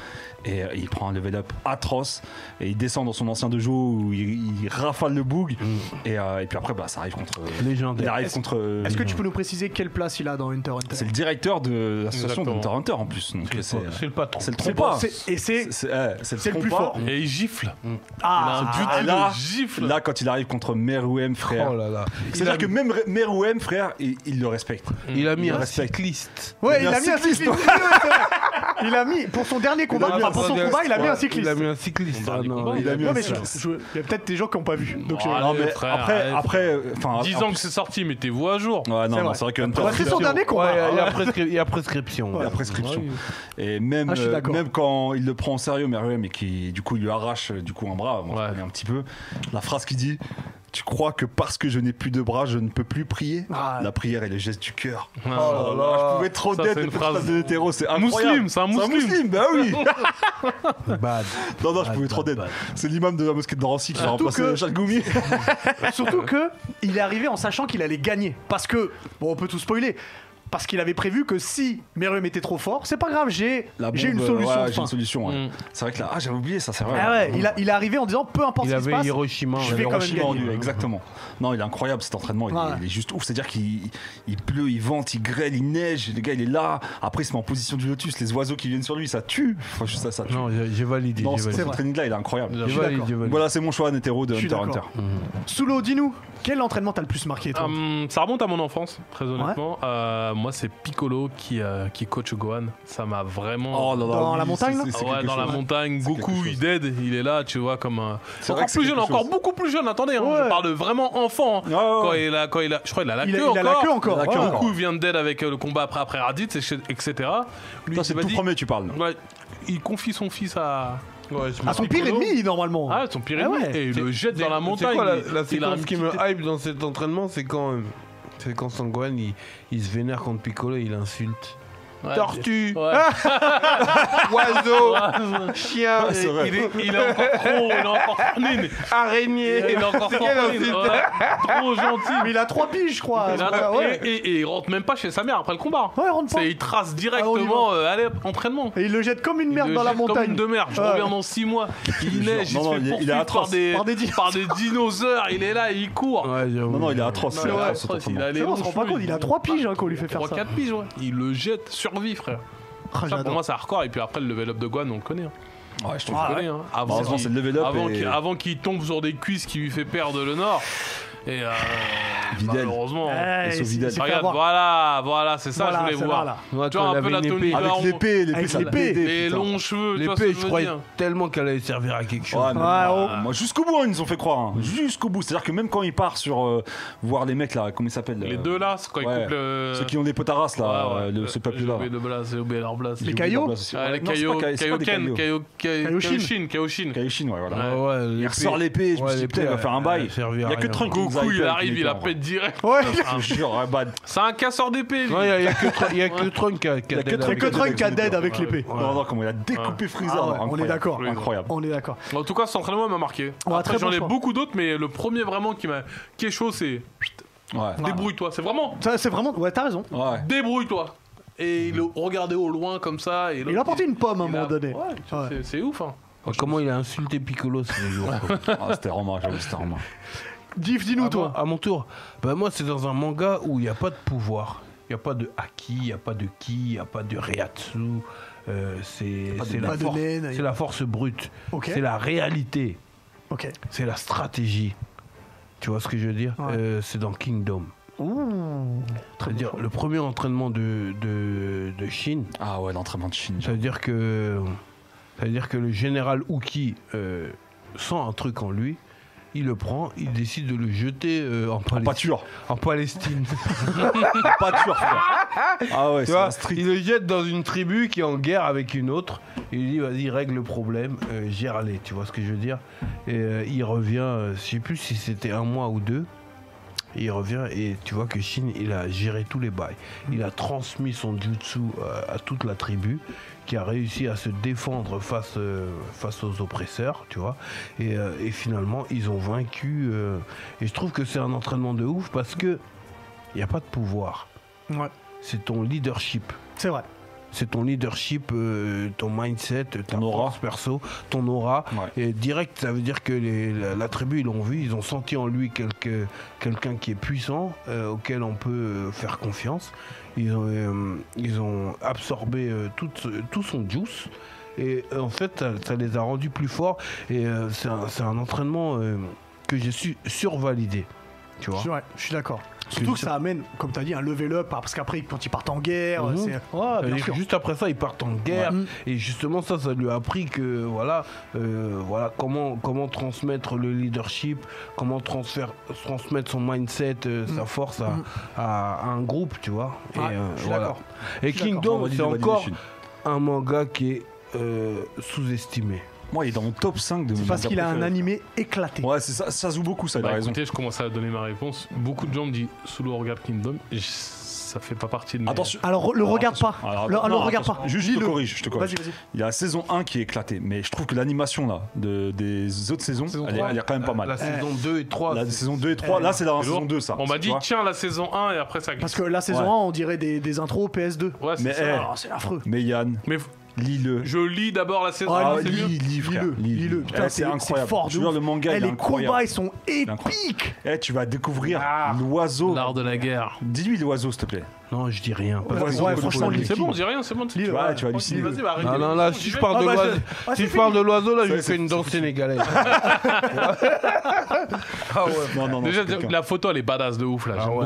B: Et euh, il prend un level up atroce. Et il descend dans son ancien dojo où il, il rafale le boug. Et, euh, et puis après, bah, ça arrive contre. Il
D: Légendaire.
B: arrive contre.
A: Hmm.
B: euh,
A: Est-ce que tu peux nous préciser quelle place il a dans Hunter x Hunter
B: C'est le directeur de l'association de
C: Exactement.
B: Hunter x Hunter en plus. Donc c'est euh,
D: C'est le patron.
B: c'est le trompa.
A: C'est- Et c'est
B: C'est- eh,
A: c'est le plus
B: trompa.
A: fort.
C: Et il gifle.
A: Ah,
C: il a un
B: Ah,
C: but
B: là,
C: de gifle.
B: Là, quand il arrive contre Meruem, frère.
D: Oh là là.
B: C'est-à-dire que même Re- Meruem, frère, il, il le respecte.
D: Il a mis
B: Il
D: un
B: respecte.
D: cycliste.
A: ouais,
B: il
A: il
B: a
A: a
B: un
A: mis un
B: cycliste,
A: cycliste. Il a mis pour son dernier combat,
D: Ah,
A: enfin, pour son combat, il a mis un cycliste.
D: Il a mis un cycliste.
C: Son
D: Ah, non,
C: dernier
D: il a mis
A: Non,
D: un
A: mais
D: cycliste.
A: je- je- il y a peut-être des gens qui n'ont pas vu. Donc,
C: Oh,
A: euh,
B: Non,
C: allez,
B: mais
C: frère,
B: après,
C: arrête.
B: après, euh, enfin,
C: 10
B: en
C: ans que
B: plus-
C: c'est sorti, mettez-vous à jour.
B: Ouais, non,
A: C'est
B: non,
A: vrai.
B: c'est vrai que Hunter.
A: bah, c'est son dernier combat.
D: Ouais, il y a prescri- il y a prescription.
B: La prescription. Et même,
A: Ah, je suis
B: euh,
A: d'accord.
B: même quand il le prend au sérieux, Meruem, et qui du coup il lui arrache euh, du coup un bras, on va
C: Ouais.
B: revenir un petit peu. La phrase qui dit Tu crois que parce que je n'ai plus de bras, je ne peux plus prier
A: Ah.
B: La prière est le geste du cœur. Oh
C: Ah,
B: là là, je pouvais trop
C: Ça,
B: d'être
C: c'est
B: de
C: une
B: cette
C: phrase.
B: phrase de l'hétéro, c'est un
C: Mousseline, c'est un
B: C'est un
C: mousseline.
B: mousseline, bah oui.
D: Bad.
B: Non, non, je pouvais trop
D: bad,
B: d'aide. C'est l'imam de la mosquée de Drancy qui va
A: Surtout
B: remplacer
A: que-
B: Chalgoumi.
A: Surtout que il est arrivé en sachant qu'il allait gagner. Parce que, bon, on peut tout spoiler. Parce qu'il avait prévu que si Meruem était trop fort, c'est pas grave, j'ai
B: La
A: j'ai une
B: bombe,
A: solution.
B: ouais,
A: de
B: j'ai
A: fin.
B: une solution. ouais.
C: Mm.
B: C'est vrai que là, ah, j'avais oublié ça, c'est vrai.
A: Ah ouais, il, a- il est arrivé en disant peu importe
D: Il
A: ce qui se
D: avait
A: passe.
D: Hiroshima.
A: je
D: ouais.
A: vais
B: Le
A: quand même
B: Hein, Hiroshima en
A: gagner.
B: lui, exactement. Non, il est incroyable cet entraînement. il est-
A: Ouais.
B: Il, est juste ouf. C'est-à-dire qu'il il pleut, il vente, il grêle, il neige. Le gars, il est là. Après, il se met en position du lotus. Les oiseaux qui viennent sur lui, ça tue. Enfin, je- ça, ça tue.
D: Non, j'ai j'ai validé.
B: Non,
D: j'ai
B: ce
D: validé.
A: vrai.
B: training-là, il est incroyable.
D: J'ai
A: suis
D: validé,
A: d'accord.
D: j'ai validé.
B: Voilà, c'est mon choix, Netero de
A: Je suis
B: Hunter x Hunter.
A: d'accord. Solo, dis-nous, quel entraînement t'as le plus marqué toi
C: Hum, ça remonte à mon enfance, très honnêtement. Euh, moi, c'est Piccolo qui, euh, qui coach Gohan. Ça m'a vraiment.
B: Oh là là,
A: Dans la
B: oui,
A: montagne,
B: c'est-
A: là
B: c'est- c'est
C: Ah ouais,
B: quelque
C: dans la
B: chose.
C: montagne, Goku
B: quelque
C: il
B: chose.
C: dead, il est là, tu vois, comme un.
B: C'est vrai
C: Encore
B: que c'est
C: plus jeune,
B: quelque
C: encore
B: chose.
C: beaucoup plus jeune, attendez, hein,
A: Ouais.
C: je parle de vraiment enfant. hein.
B: Ouais, ouais,
C: Quand
B: ouais.
C: il a, quand il a, je crois qu'il a la
A: il, a,
C: queue
A: il
C: encore.
A: a la queue encore.
B: Il a la queue
A: ouais.
B: encore.
C: Goku vient de dead avec euh, le combat après, après Raditz, etc. Lui,
B: Toi,
C: il
B: c'est
C: m'a
B: le tout
C: dit-
B: premier, tu parles.
C: Ouais, il confie son fils à,
A: À Ah, son pire ennemi, normalement.
C: Ah, son pire
A: Ah
C: ennemi.
A: ouais.
C: Et il le jette dans la montagne.
D: C'est quoi la,
C: il-
D: la
C: il a un
D: séquence qui
C: petit-
D: me hype dans cet entraînement C'est quand, euh, c'est quand Sangohan il, il se vénère contre Piccolo et il insulte.
C: Ouais,
D: Tortue,
C: Ouais.
A: Ah
D: oiseau,
C: Ah, Ouais.
D: chien,
C: Il est- il, est, il est encore trop, il est encore fané, mais-
D: araignée.
C: il est encore
D: C'est
C: trop,
D: quelle
C: fané,
D: insulte
C: ouais. trop gentil.
A: Mais il a trois piges, je crois.
C: Il
A: Ouais,
C: a-
A: hein Ah, bah, ouais.
C: et, et- et il rentre même pas chez sa mère après le combat.
A: Ouais, il rentre pas.
C: C'est- il trace
A: Ah, on
C: directement, euh, allez, entraînement.
A: Et il le jette comme une
C: Il
A: merde
C: le
A: dans la
C: jette comme
A: montagne.
C: une de merde, je
A: Ouais.
C: reviens dans 6 mois. Il neige,
B: Non, non,
C: il
B: il
C: se
B: est-
C: fait
B: il est
C: poursuivre par
B: atroce.
C: des,
A: Par des dinosaures.
C: par des dinosaures, il est là, il court.
D: Ouais, j'avoue.
B: Non, non, il est atroce.
C: Ouais,
B: il est
C: ouais,
B: atroce, cet
C: atroce, il
B: entraînement.
C: a les
A: C'est bon, on se rend
C: longs
A: pas
C: cheveux,
A: compte,
C: il-
A: il a trois piges hein, qu'on lui fait faire ça.
C: 3-4 piges, ouais. Il le jette, survie, frère.
A: Ah,
C: Ça, pour
A: j'adore.
C: moi, c'est hardcore. Et puis après, le level up de Guan, on le connaît. hein.
B: Ah Ouais, je te
C: On
A: Ah.
B: jure.
C: le connaît, hein. Avant
B: Heureusement,
C: qu'il-
B: c'est le level up
C: Avant
B: et-
C: qu'il avant qu'il tombe sur des cuisses qui lui fait perdre le nord. Et euh,
B: Videl.
C: malheureusement.
A: Ouais,
B: Et
A: il s'est-
B: Sovidal.
A: il s'est fait
C: Regarde,
A: avoir.
C: voilà, voilà, c'est ça
A: Voilà,
C: que je
A: c'est
C: voulais voir.
A: là, là.
D: Ouais,
C: Tu
D: toi,
C: vois,
D: elle
C: un peu
D: avait
C: la
D: une
C: Tony
D: épée.
C: Blair,
B: Avec l'épée, l'épée,
A: Avec
B: ça
A: l'épée.
B: pétait,
C: Les
B: putain.
C: longs cheveux, tu vois ce que
D: L'épée,
C: je
D: je
C: veux
D: croyais
C: dire.
D: tellement qu'elle allait servir à quelque chose.
B: Ouais, mais
A: Ouais,
B: bon,
A: oh.
B: euh, moi, jusqu'au bout, hein, ils nous ont fait croire. hein. Jusqu'au bout. C'est-à-dire que même quand il part sur euh, voir les mecs là, comment ils s'appellent
C: Les
B: euh,
C: deux là, c'est quand ils
B: ouais.
C: coupent le.
B: Ceux qui ont des potarasses là,
C: Ouais, ouais.
B: euh, le- ce
C: J'ai
B: peuple là.
C: oublié de blase, j'ai oublié leur blase.
A: Les caillots
C: Ah, les
B: Non, c'est pas
C: Kaio-
B: ca- c'est pas des
C: Kaioken,
B: caillots.
C: Kaio- Kaio-
A: Kaioshin.
C: Kaioshin, Kaioshin.
B: Kaioshin, ouais, voilà.
D: Ah ouais,
B: Il
D: l'épée.
B: ressort l'épée, je me
D: Ouais,
B: suis dit, putain, il va
D: l'épée,
B: faire un
D: elle-
B: bail.
D: elle servira
B: Il n'y a
D: à
B: que
D: rien.
B: Trunk qui nous a
C: Goku, il
B: hypé avec
C: arrive,
B: les
C: il la
B: gars,
C: pète direct. Ah,
A: Ouais,
B: Je te jure, ouais, bad.
C: C'est un casseur d'épée, lui.
D: Non, il n'y a, que Tr- il y a que le trunk qui a
B: Il y a que
A: c'est
B: Trunk
A: que Trunk qui a dead avec
B: Ouais.
A: l'épée.
B: Non, non, comment il a découpé Freezer.
A: Ah ouais, on
B: incroyable.
A: est d'accord.
B: Incroyable.
A: On est d'accord.
C: En tout cas, cet entraînement m'a marqué.
A: Ouais,
C: Après,
A: très
C: J'en
A: bon
C: ai
A: choix.
C: beaucoup d'autres, mais le premier vraiment qui m'a. Qui est chaud, c'est.
B: Ouais.
C: Débrouille-toi. C'est vraiment.
A: Ça, c'est vraiment. Ouais, t'as raison.
B: Ouais.
C: Débrouille-toi. Et le regarder au loin comme ça. Et
A: Il a porté une pomme à un
C: il a-
A: moment donné.
C: Ouais, tu vois,
A: Ouais.
C: c'est- c'est ouf. hein.
D: Ah, Comment il a insulté Piccolo ce jour quoi.
B: Ah, c'était Romain, j'avoue, c'était Romain.
A: Diff, dis-nous,
D: À
A: toi.
D: moi- À mon tour. Bah moi, c'est dans un manga où il n'y a pas de pouvoir. Il n'y a pas de haki, il n'y a pas de ki, il n'y a pas de reatsu. Euh, c'est
B: pas de-
D: c'est
A: pas
D: la,
A: de
D: force-
A: laine, y a-
D: c'est la force brute.
A: Ok.
D: C'est la réalité.
A: Ok.
D: C'est la stratégie. Tu vois ce que je veux dire
A: Ouais.
D: Euh, C'est dans Kingdom.
A: Ouh.
D: cest dire le premier entraînement de, de, de Shin,
B: Ah ouais, l'entraînement de Shin.
D: ça veut dire que, ça veut dire que le général Uki euh, sent un truc en lui, il le prend, il décide de le jeter euh, en, Palestine.
B: Pâture.
D: en Palestine.
B: Pâture, frère. Ah ouais,
D: Tu
B: c'est
D: vois,
B: un street.
D: il le jette dans une tribu qui est en guerre avec une autre. Et il dit vas-y règle le problème, euh, gère-les. Tu vois ce que je veux dire Et euh, il revient, euh, je sais plus si c'était un mois ou deux. Et il revient et tu vois que Shin il a géré tous les bails. Il a transmis son jutsu euh, à toute la tribu qui a réussi à se défendre face, euh, face aux oppresseurs, tu vois. Et, euh, et finalement ils ont vaincu. euh, et je trouve que c'est un entraînement de ouf parce que il n'y a pas de pouvoir.
A: Ouais.
D: C'est ton leadership.
A: C'est vrai.
D: C'est ton leadership, euh, ton mindset, ta
B: Ton aura.
D: force perso, ton aura.
B: Ouais.
D: Et direct, ça veut dire que les- la, la tribu, ils l'ont vu, ils ont senti en lui quelque- quelqu'un qui est puissant, euh, auquel on peut euh, faire confiance. Ils ont, euh, ils ont absorbé euh, tout, ce- tout son juice. Et euh, en fait, ça, ça les a rendus plus forts. Et euh, c'est un, c'est un entraînement euh, que j'ai su survalidé. Tu vois
A: Je suis- ouais, je suis d'accord. Surtout
D: une-
A: que ça amène, comme t'as dit, un level up. hein, Parce qu'après, quand ils partent en guerre,
D: Mhm.
A: c'est. Ouais, Ah, bien
D: C'est-à-dire que
A: sûr.
D: Juste après ça, ils partent en guerre.
A: Ouais.
D: Et justement, ça, ça lui a appris que voilà, euh, voilà comment, comment transmettre le leadership, comment transfère- transmettre son mindset, euh, sa force à, à- à un groupe, tu vois. Et,
A: Mm.
D: euh,
A: Ouais, je suis d'accord.
D: et
A: Je suis d'accord.
D: Kingdom,
B: Valide,
D: c'est
B: valide,
D: encore
B: Chine.
D: un manga qui est euh, sous-estimé.
B: Moi, il est dans mon top 5 de mes
A: C'est parce
B: mangas
A: qu'il a un
B: préférés.
A: animé éclaté.
B: Ouais, c'est ça, ça se joue beaucoup, ça, il a
C: Bah,
B: raison.
C: écoutez, je commence à donner ma réponse. Beaucoup de gens me disent Solo Regarde Kingdom. Je- Ça fait pas partie de mes.
B: Attention.
A: Alors, le
B: Alors,
A: regarde pas.
B: attention. Alors,
A: Le-
B: non,
A: Alors, regarde
B: attention.
A: pas.
B: Juste, je te
A: Dis-le.
B: corrige, je te corrige.
A: Vas-y, vas-y.
B: Il y a la saison 1 qui est éclatée, mais je trouve que l'animation là, de, des autres saisons, elle, est, elle est quand même pas mal.
D: La
B: La,
D: saison 2 et 3. c'est-
B: saison 2 et 3, là c'est la saison 2 ça.
C: On m'a
B: tu
C: dit
B: vois.
C: Tiens, la saison 1 et après ça
A: Parce
C: glisse.
A: que la saison
B: Ouais.
A: 1, on dirait des, des intros PS2.
C: Ouais, c'est
B: Mais,
C: ça.
B: eh,
A: Ah, c'est affreux.
B: Mais Yann,
C: Mais f-
B: lis-le.
C: je lis d'abord la saison
A: Ah,
C: 1.
B: Ah,
A: c'est
B: lis,
A: mieux.
B: lis, frère,
A: Lis-le,
B: lis,
A: lis-le.
B: lis.
A: Putain, c'est-
B: Eh, c'est
A: c'est
B: incroyable.
A: fort de
B: Je jure,
A: ouf.
B: le manga,
A: Eh,
B: il est
A: les combats,
B: incroyable.
A: ils sont
B: incroyable.
A: épiques.
B: Eh, tu vas découvrir
C: Ah,
B: l'oiseau.
C: L'art de la guerre.
B: Dis-lui l'oiseau, s'il te plaît.
D: Non, je dis rien. parce
A: Ouais,
D: que-
A: ouais, franchement,
B: lis.
C: C'est bon, j'ai rien, c'est bon.
A: Lis-le,
B: Tu vois, tu vas halluciner.
C: Vas-y, bah, arrêtez
D: Non, non,
C: les
D: là,
C: questions,
D: si
C: j'y
D: je
C: vais.
D: parle de
A: Ah, bah,
D: l'oiseau,
A: c'est-
D: si
A: c'est
D: je parle de l'oiseau, là, je
B: Ça,
D: lui
B: c'est-
D: fais une danse sénégalaise.
B: Non, non, non.
C: Déjà,
B: c'est quelqu'un.
C: la photo, elle est badass de ouf, là.
D: Ah
A: Ouais.
D: ouais.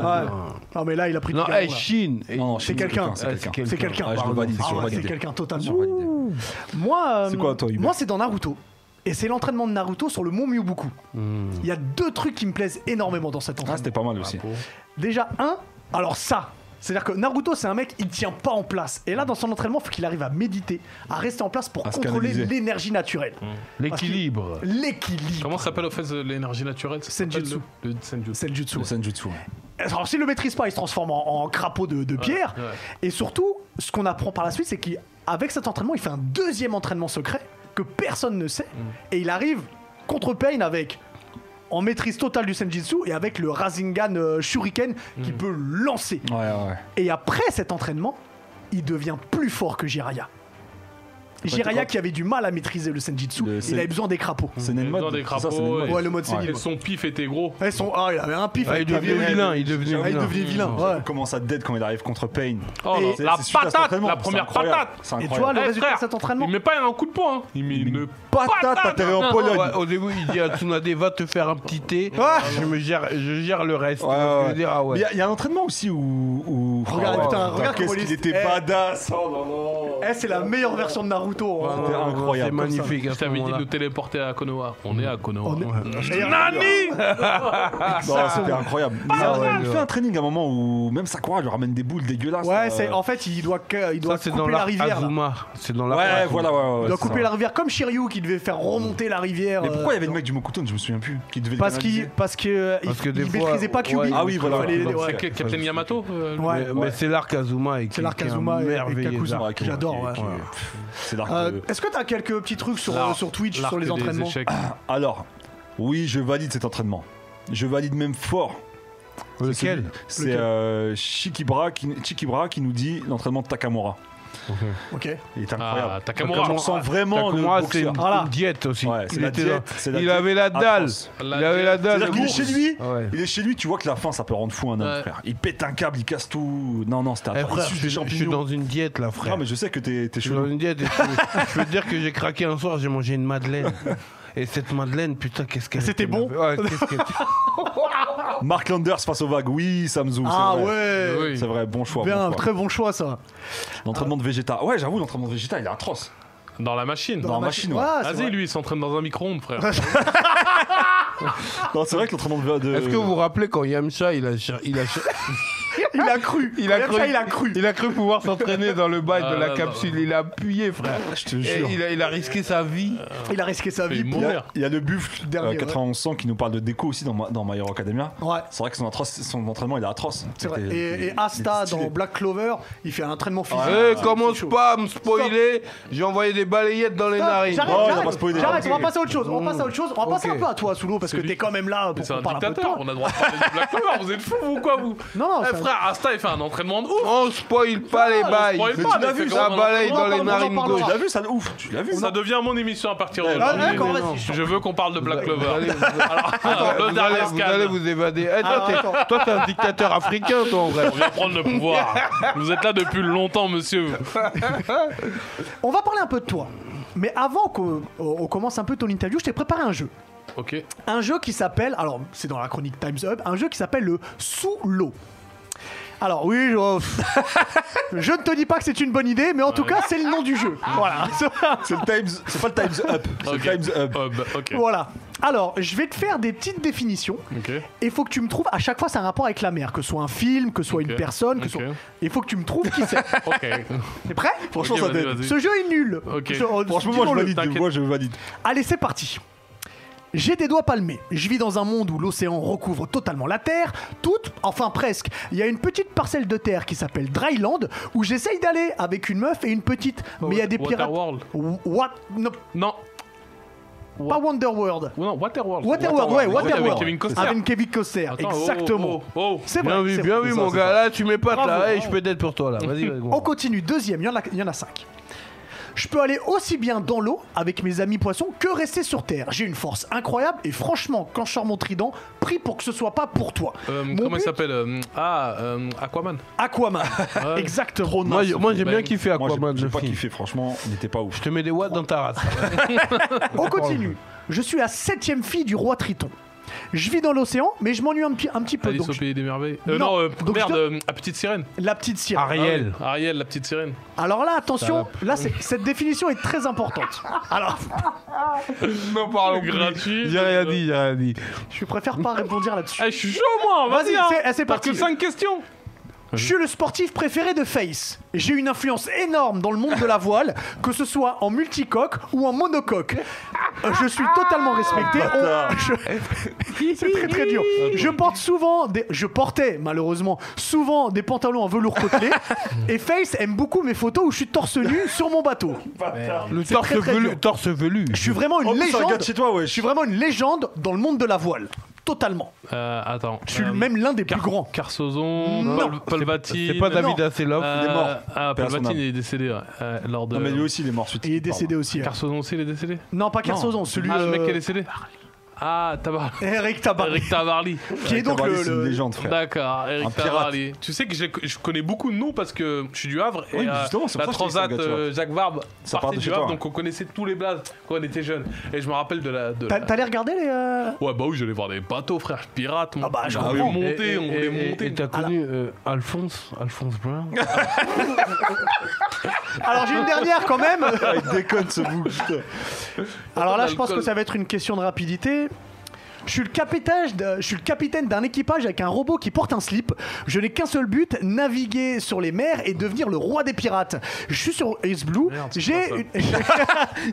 A: Non, mais là, il a pris du
D: Non,
A: galon,
D: hey,
A: là.
D: Chine.
B: Non, non,
A: C'est
B: Chine,
A: quelqu'un.
B: C'est quelqu'un.
A: C'est quelqu'un.
B: Ah, je le valide,
A: Ah
B: je le
A: ouais, c'est
B: valide.
A: quelqu'un totalement.
B: Je le valide.
A: Ouh. Moi, euh,
B: C'est quoi, toi, Hubert
A: moi, c'est dans Naruto. Et c'est l'entraînement de Naruto sur le mont Miyubuku. Il y a deux trucs qui me plaisent énormément dans cet
B: Hmm.
A: entraînement.
B: Ah, c'était pas mal aussi.
A: Déjà, un, alors ça, C'est-à-dire que Naruto, c'est un mec, il tient pas en place. Et là, dans son entraînement, il faut qu'il arrive à méditer, à rester en place pour
B: À se
A: contrôler
B: canaliser. Hmm.
A: l'énergie naturelle.
D: L'équilibre.
A: Ah, L'équilibre.
C: Comment ça s'appelle au fait euh, l'énergie naturelle Ça s'appelle
A: Senjutsu.
C: Le, le senjutsu.
A: C'est le jutsu.
B: Le Senjutsu.
A: Alors, s'il le maîtrise pas, il se transforme en, en crapaud de, de pierre.
C: ouais.
A: Et surtout, ce qu'on apprend par la suite, c'est qu'avec cet entraînement, il fait un deuxième entraînement secret que personne ne sait.
C: Mm.
A: Et il arrive contre Pain avec. En maîtrise totale du Senjutsu et avec le Rasengan euh, Shuriken qui
C: Mm.
A: peut lancer.
B: Ouais, ouais.
A: Et après cet entraînement, il devient plus fort que Jiraya. Jiraya qui avait du mal à maîtriser le Senjutsu,
B: Le
A: il
B: Sen-
A: avait besoin des crapauds.
B: C'est Nen
C: Dans
B: mode.
C: des
B: c'est ça, c'est Nen
C: crapauds,
B: mode.
A: Ouais, le mode
B: Ouais.
A: Senjutsu.
C: Et son pif était gros.
A: Ouais, son- Ah, il avait un pif.
D: Ah, il
A: avec-
D: devenait
A: avec-
D: vilain, il devenait
A: Ah, il
D: vilain.
A: devenait vilain.
B: Ça
A: ouais.
B: commence à dead quand il arrive contre Pain.
C: Oh,
A: Et-
C: non,
B: C'est-
C: la
B: c'est suite à cet
C: patate
B: entraînement,
C: La
B: c'est
C: première
B: incroyable.
C: patate
B: C'est
A: Et tu vois,
B: incroyable.
A: le
C: Eh,
A: résultat
C: frère,
A: de cet entraînement.
C: Il met pas un coup de poing. hein. Il met une
B: Patate
C: patate.
B: atterrée en Pologne.
D: Ah, Ouais, au début, il dit à Tsunade, va te faire un petit thé.
A: Ah
D: je, me gère, je gère le reste.
B: Ouais,
D: Tu vois ce que je veux
B: ouais.
D: dire, ah ouais.
B: Mais Il y a- il y, a un entraînement aussi où. où-
A: Regarde,
B: Ah,
A: putain, regarde
B: qu'est-ce
A: comment
B: qu'il
A: il-
B: était
A: eh.
B: badass. Oh, non, non.
A: Eh, c'est la meilleure version de Naruto. hein.
D: Ouais, ouais, ouais,
B: incroyable.
D: Oh, C'est magnifique. à
C: Je
D: ce
C: t'avais dit de
D: moment-là.
C: nous téléporter à Konoha. On est à Konoha.
A: On est- Ah, D'ailleurs,
C: Nani
B: Non, c'était incroyable. Mais il y a- Ah, il fait un training à un moment où même Sakura lui ramène des boules dégueulasses.
A: Ouais,
B: euh,
A: c'est en fait, il doit, que- il doit
D: Ça, c'est
A: couper
D: dans
A: la
D: l'arc
A: rivière. là.
D: Azuma. C'est dans l'arc
B: Ouais,
D: Azuma.
B: voilà, ouais, ouais.
A: Il
B: ouais,
A: doit
B: c'est
A: couper
B: ça.
A: la rivière comme Shiryu qui devait faire remonter la rivière.
B: Mais
A: euh,
B: pourquoi il y avait le mec du Mokuton Je me souviens plus. Qui devait le
A: Parce
B: canaliser.
A: qu'il parce que euh, il-
D: Parce que
A: il
D: des fois,
A: maîtrisait pas Kyubi.
D: ouais,
B: Ah oui, voilà.
A: Fallait-
B: ouais.
A: ouais.
C: C'est Captain Yamato euh,
A: Ouais.
D: Mais, mais c'est l'arc Azuma. et qui-
A: C'est l'arc
D: qui est un
A: Azuma et- et
D: merveilleux
A: Kakuzu.
D: arc.
A: que j'adore, ouais.
B: C'est l'arc
A: Euh,
B: de-
A: Est-ce que t'as quelques petits trucs sur,
C: l'arc-
A: sur Twitch
C: l'arc
A: sur les
C: des
A: entraînements Ah.
C: échecs.
B: Alors, oui, je valide cet entraînement. Je valide même fort.
D: Lequel
B: C'est
A: Lequel
B: euh, Shikibra, qui, Chikibra qui nous dit l'entraînement de Takamura.
A: Ok.
B: Il est
C: Ah,
B: incroyable.
C: Takamura.
B: On sent vraiment le
D: Takumura, Ah, c'est
B: boxeur. Ah
D: une,
A: Voilà.
D: une diète aussi.
B: Ouais, c'est
D: il
B: la
D: était-
B: diète, c'est la
D: il
B: diète
D: avait la dalle.
B: atroce.
D: Il
C: La
D: avait la
C: diète.
D: dalle.
B: C'est-à-dire qu'il est chez lui,
D: Ouais.
B: il est chez lui, tu vois que la fin ça peut rendre fou un homme,
C: Ouais.
B: frère. Il pète un câble, il casse tout. Non, non, c'était
D: Eh,
B: atroce.
D: frère,
B: Ah, Il suce
D: je,
B: des
D: suis- je suis
B: champignons.
D: dans une diète là,
B: Non,
D: frère.
B: mais je sais que t'es t'es
D: Je suis dans
B: chelou.
D: une diète. et je, je veux te dire que j'ai craqué un soir, j'ai mangé une madeleine. Et cette madeleine, putain, qu'est-ce qu'elle
A: C'était
D: était
A: bon
D: merveilleuse. Ouais, qu'est-ce qu'elle-
B: Mark Landers face aux vagues, oui, Samzou. c'est
A: Ah
B: vrai.
A: ouais.
C: Oui.
B: C'est vrai, bon choix.
A: Bien,
B: bon choix.
A: très bon choix ça.
B: L'entraînement de Vegeta. Ouais, j'avoue, l'entraînement de Vegeta, il est atroce.
C: Dans la machine.
B: Dans la machine, ouais.
A: Ah, c'est
C: Vas-y,
A: vrai. Ah,
C: lui, il s'entraîne dans un micro-ondes, frère.
B: Non, c'est vrai que l'entraînement de. de- euh,
D: Est-ce que vous vous rappelez quand Yamcha, il a, cher- il a, cher-
A: Il a cru.
D: il a
A: Comme
D: cru,
A: ça, il a cru.
D: il a cru pouvoir s'entraîner dans le bail de
C: Ah,
D: la
C: non,
D: capsule. Il a appuyé, frère.
B: Je te
D: Et
B: jure.
D: il, a, il a risqué sa vie.
A: Il a risqué sa
C: Il
A: vie.
C: est
A: pour-
B: Il Euh, y
C: mort.
B: a- Il y a le buffle
A: Dernier, ouais.
B: 9100 qui nous parle de déco aussi dans, Ma- dans My Hero Academia.
A: Ouais.
B: C'est vrai que son, atroce- son entraînement il est atroce.
A: C'est vrai.
B: C'était-
A: Et, et
B: il- il
A: Asta
B: est stylé.
A: dans Black Clover, il fait un entraînement physique.
D: Eh,
A: Ah, C'est
D: commence
A: chaud.
D: pas à me spoiler. J'ai envoyé des balayettes dans les
A: Stop,
D: narines.
A: J'arrête,
B: Oh, il a
A: j'arrête,
B: pas spoilé.
A: j'arrête,
B: Ok.
A: on va passer à autre chose. On va passer à autre chose. On va passer
D: Ok.
A: un peu à toi, Soulo, parce que
C: C'est lui.
A: t'es quand même là
C: Mais
A: pour
C: C'est un
A: qu'on parle un peu de
C: dictateur,
A: toi.
C: on a le droit de parler du Black Clover, vous êtes fous ou quoi vous
A: Non, non,
C: Eh,
A: c'est un-
C: frère, Asta il fait un entraînement de ouf
D: On spoil pas les bails.
C: spoil pas, mais c'est
D: Ça
C: comme on en
D: balaye dans
A: parle, on
D: les
A: en
D: narines
A: parlera.
D: gauches.
B: Tu l'as vu ça de Ouf Tu l'as vu
C: Ça
B: ça
C: devient mon émission à partir
B: Ouais,
A: Ah, d'accord,
C: d'aujourd'hui.
A: vas-y, je-
C: Je veux qu'on parle de Black
D: Vous
C: Clover.
D: allez- vous allez-
C: Alors, le
D: vous allez-
C: Darius
D: vous allez vous évader. Eh, toi,
A: Alors,
D: t'es-
A: attends.
D: toi, t'es un dictateur africain, toi, en vrai.
C: on vient prendre le pouvoir. Vous êtes là depuis longtemps, monsieur.
A: On va parler un peu de toi. Mais avant qu'on on commence un peu ton interview, je t'ai préparé un jeu.
C: Ok.
A: Un jeu qui s'appelle, alors c'est dans la chronique Times Up, un jeu qui s'appelle le Sous l'eau. Alors oui, je... je ne te dis pas que c'est une bonne idée, mais en tout cas c'est le nom du
C: Ah.
A: jeu. Voilà.
B: C'est le Times. C'est pas le Times Up. C'est
C: Ok.
B: le Times Up.
C: Euh, bah, ok.
A: voilà. Alors je vais te faire des petites définitions.
C: Ok.
A: Et faut que tu me trouves, à chaque fois, c'est un rapport avec la mer, que ce soit un film, que ce soit une
C: Ok.
A: personne, que ce
C: Ok.
A: soit. Il faut que tu me trouves qui c'est.
C: Ok.
A: T'es prêt
B: Franchement,
C: Ok,
B: ça
C: vas-y,
B: donne.
C: vas-y.
A: Ce jeu est nul.
C: Ok.
A: Je- euh,
B: Franchement, moi je
A: disons-le.
B: valide.
C: t'inquiète.
B: Moi je valide.
A: Allez, c'est parti. J'ai des doigts palmés. Je vis dans un monde où l'océan recouvre totalement la Terre, toute, enfin presque. Il y a une petite parcelle de terre qui s'appelle Dryland où j'essaye d'aller avec une meuf et une petite. Mais il y a des pirates.
C: Oh, Waterworld.
A: Wa- What Non,
C: Non.
A: pas Wonderworld.
C: Ou non, Waterworld.
A: Waterworld, ouais,
C: Waterworld.
A: Waterworld.
C: Avec Kevin Costner.
A: Avec Kevin Costner,
C: Attends, oh,
A: exactement.
C: oh, oh, oh.
A: C'est vrai.
D: Bien vu,
A: c'est
D: bien
A: vrai.
D: vu,
B: C'est
D: mon
B: ça,
D: gars.
B: c'est
D: Là, tu m'épates,
A: Bravo,
D: là. Hey,
A: bravo.
D: je peux d'être pour toi, là. Vas-y, vas-y,
A: On
D: gros.
A: continue, deuxième, il y, en a- il y en a cinq. Je peux aller aussi bien dans l'eau avec mes amis poissons que rester sur Terre. J'ai une force incroyable et franchement, quand je sors mon trident, prie pour que ce soit pas pour toi.
C: Euh,
A: Mon
C: comment il
A: but,
C: s'appelle euh, Ah, euh, Aquaman.
A: Aquaman. Exactement.
D: Moi, j'ai- moi, j'ai
C: Ben,
D: bien kiffé
B: Moi j'ai-
D: Aquaman,
B: j'ai
D: le
B: pas
D: film.
B: kiffé, franchement, il n'était pas ouf.
D: Je te mets des watts dans ta race.
A: On continue. Je suis la septième fille du roi Triton. Je vis dans l'océan, mais je m'ennuie un, petit- un petit peu.
C: Alice
A: Ah, donc
C: au
A: je-
C: pays des merveilles. Euh,
A: Non.
C: non, euh,
A: Donc,
C: merde,
A: je te-
C: euh, la petite sirène.
A: la petite sirène.
D: Ariel.
C: Ah oui, Ariel, la petite sirène.
A: Alors là, attention, là, c'est- cette définition est très importante. Alors,
D: Non, parlons
C: Gratuit.
D: J'ai rien dit, j'ai rien dit.
A: je préfère pas répondre là-dessus.
C: Eh, je suis chaud, moi.
A: Vas-y,
C: Vas-y, hein.
A: c'est- eh, c'est
C: T'as
A: parti.
C: que 5 questions.
A: Je suis le sportif préféré de Face. J'ai une influence énorme dans le monde de la voile, que ce soit en multicoque ou en monocoque. Euh, Je suis totalement respecté. On-
B: Ah,
A: je- C'est très très dur. Je porte souvent des... Je portais malheureusement souvent des pantalons en velours côtelé. Et Face aime beaucoup mes photos où je suis torse nu sur mon bateau.
D: Le
A: C'est
D: torse,
A: très, très
D: velu,
A: dur.
D: torse velu.
A: Je suis vraiment une
B: En plus, Oh, ça
A: légende.
B: regarde chez toi, ouais.
A: Je suis vraiment une légende dans le monde de la voile. Totalement.
C: Euh, attends.
A: Je suis
B: Ah,
C: Euh,
A: même l'un des plus grands.
C: Carsozon,
A: Non.
C: Pal- Palvatine.
D: C'est pas David
A: Non.
D: Hasselhoff.
C: euh,
B: il est mort.
C: Ah,
B: Père à son
C: Palvatine
B: âme.
C: est décédé ouais, euh, lors de.
B: Non, mais lui aussi, il est mort suite.
A: Il est décédé aussi. hein.
C: Carsozon aussi, il est décédé
A: Non, pas Carsozon, celui
C: Ah, le mec
A: euh,
C: qui est décédé Ah, Tabar.
A: Eric Tabarly,
C: Eric Tabarly.
A: qui est donc le,
B: C'est
A: le-
B: une légende, frère.
C: D'accord,
B: Un
C: Eric
B: pirate.
C: Tabarly. Tu sais que je, je connais beaucoup de noms parce que je suis du Havre
B: Oui,
C: et
B: mais
C: euh,
B: justement, c'est pour
C: la
B: ça que je dis que
C: Transat
B: c'est un gars de
C: euh, Jacques Vabre
B: Ça part
C: partait
B: de
C: du
B: chez
C: Havre,
B: toi, hein.
C: donc on connaissait tous les blazes quand on était jeunes. Et je me rappelle de la. de
A: T'as-
C: la-
A: T'allais regarder les. euh,
C: Ouais, bah oui, j'allais voir des bateaux, frère, je pirate. Mon...
A: Ah bah, je
C: on
A: comprends.
C: voulait monter,
D: Et-
C: on
D: et-
C: voulait
D: et-
C: monter. Ah,
D: Et t'as connu euh, Alphonse, Alphonse Brown
A: Alors j'ai une dernière quand même.
B: Ah, il déconne ce bout.
A: Alors là, je pense que
C: L'alcool.
A: ça va être une question de rapidité. Je suis le capitaine, de- je suis le capitaine d'un équipage avec un robot qui porte un slip. Je n'ai qu'un seul but naviguer sur les mers et devenir le roi des pirates. Je suis sur Ace Blue. J'ai une...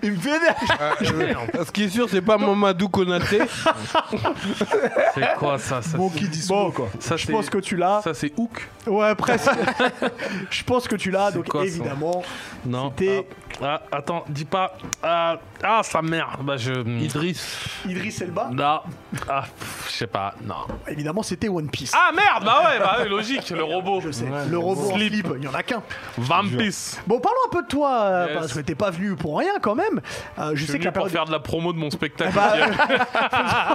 A: il me vénère.
D: Ce qui est sûr, c'est pas Mamadou Konaté.
C: C'est quoi ça, ça
B: Bon, qui dit bon, quoi.
C: Ça,
A: Je
C: c'est-
A: pense que tu l'as.
C: Ça, c'est Hook
A: Ouais, presque. je pense que tu l'as. Donc
C: quoi, ça
A: évidemment,
C: Non.
A: C'était-
C: Ah, ah, attends, dis pas. Ah, ah, sa mère. Bah, je.
D: Idriss.
A: Idris Elba.
C: Non. Ah, pff, je sais pas. Non.
A: Évidemment, c'était One Piece.
C: Ah, merde Bah ouais, bah ouais, logique, le robot.
A: Je sais, le robot en slip, il n'y en a qu'un.
C: Vampis.
A: Bon, parlons un peu de toi, euh,
C: Yes.
A: parce que t'es pas venu pour rien quand même. Euh, je
C: Je
A: sais
C: suis
A: que la
C: venu pour
A: période.
C: faire de la promo de mon spectacle.
A: Bah,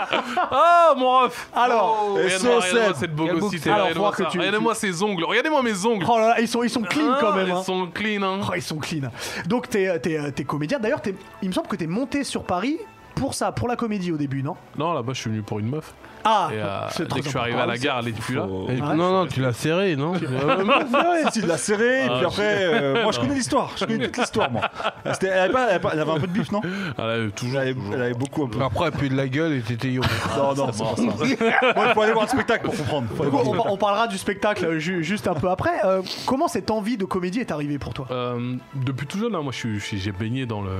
C: Oh, mon ref Oh,
A: Alors,
C: Regardez-moi
B: SOS.
C: regardez-moi cette beau
D: Quel
C: gosse,
D: bouc-
C: c'est-
A: Alors,
C: Regardez-moi
A: faut voir
C: ça.
A: que tu-
C: Regardez-moi ses ongles. Regardez-moi mes ongles.
A: oh là là, ils sont, ils sont clean quand
C: Ah,
A: même. hein.
C: Ils sont clean, hein.
A: Oh, ils sont clean. Donc, t'es, euh, t'es, t'es comédien. D'ailleurs, t'es- il me semble que t'es monté sur Paris pour ça, pour la comédie au début, non
C: Non, là-bas, je suis venu pour une meuf.
A: Ah,
C: Et euh,
A: c'est
C: dès
A: très
C: que je suis arrivé
A: important.
C: à la gare, elle était plus là.
D: Et-
A: Ah,
D: non, non, tu l'as serré, non
B: Oh. Si, il l'a serré,
C: Ah,
B: et puis après, euh, moi je connais l'histoire, je connais toute l'histoire, moi. Ah, C'était- Elle avait, pas- elle avait pas- elle avait un peu de bif, non
C: Ah, Elle avait toujours.
B: elle avait,
C: toujours.
B: elle avait beaucoup un peu.
D: Après, puis de la gueule et t'étais yo.
B: Non, non, c'est pas ça. Bon, il faut aller voir le spectacle pour comprendre. Faut aller
A: Du coup,
B: voir le
A: on, on parlera du spectacle euh, ju- juste un peu après. Euh, comment cette envie de comédie est arrivée pour toi
C: Euh, depuis tout jeune, hein, moi, je suis- je suis- j'ai baigné dans le.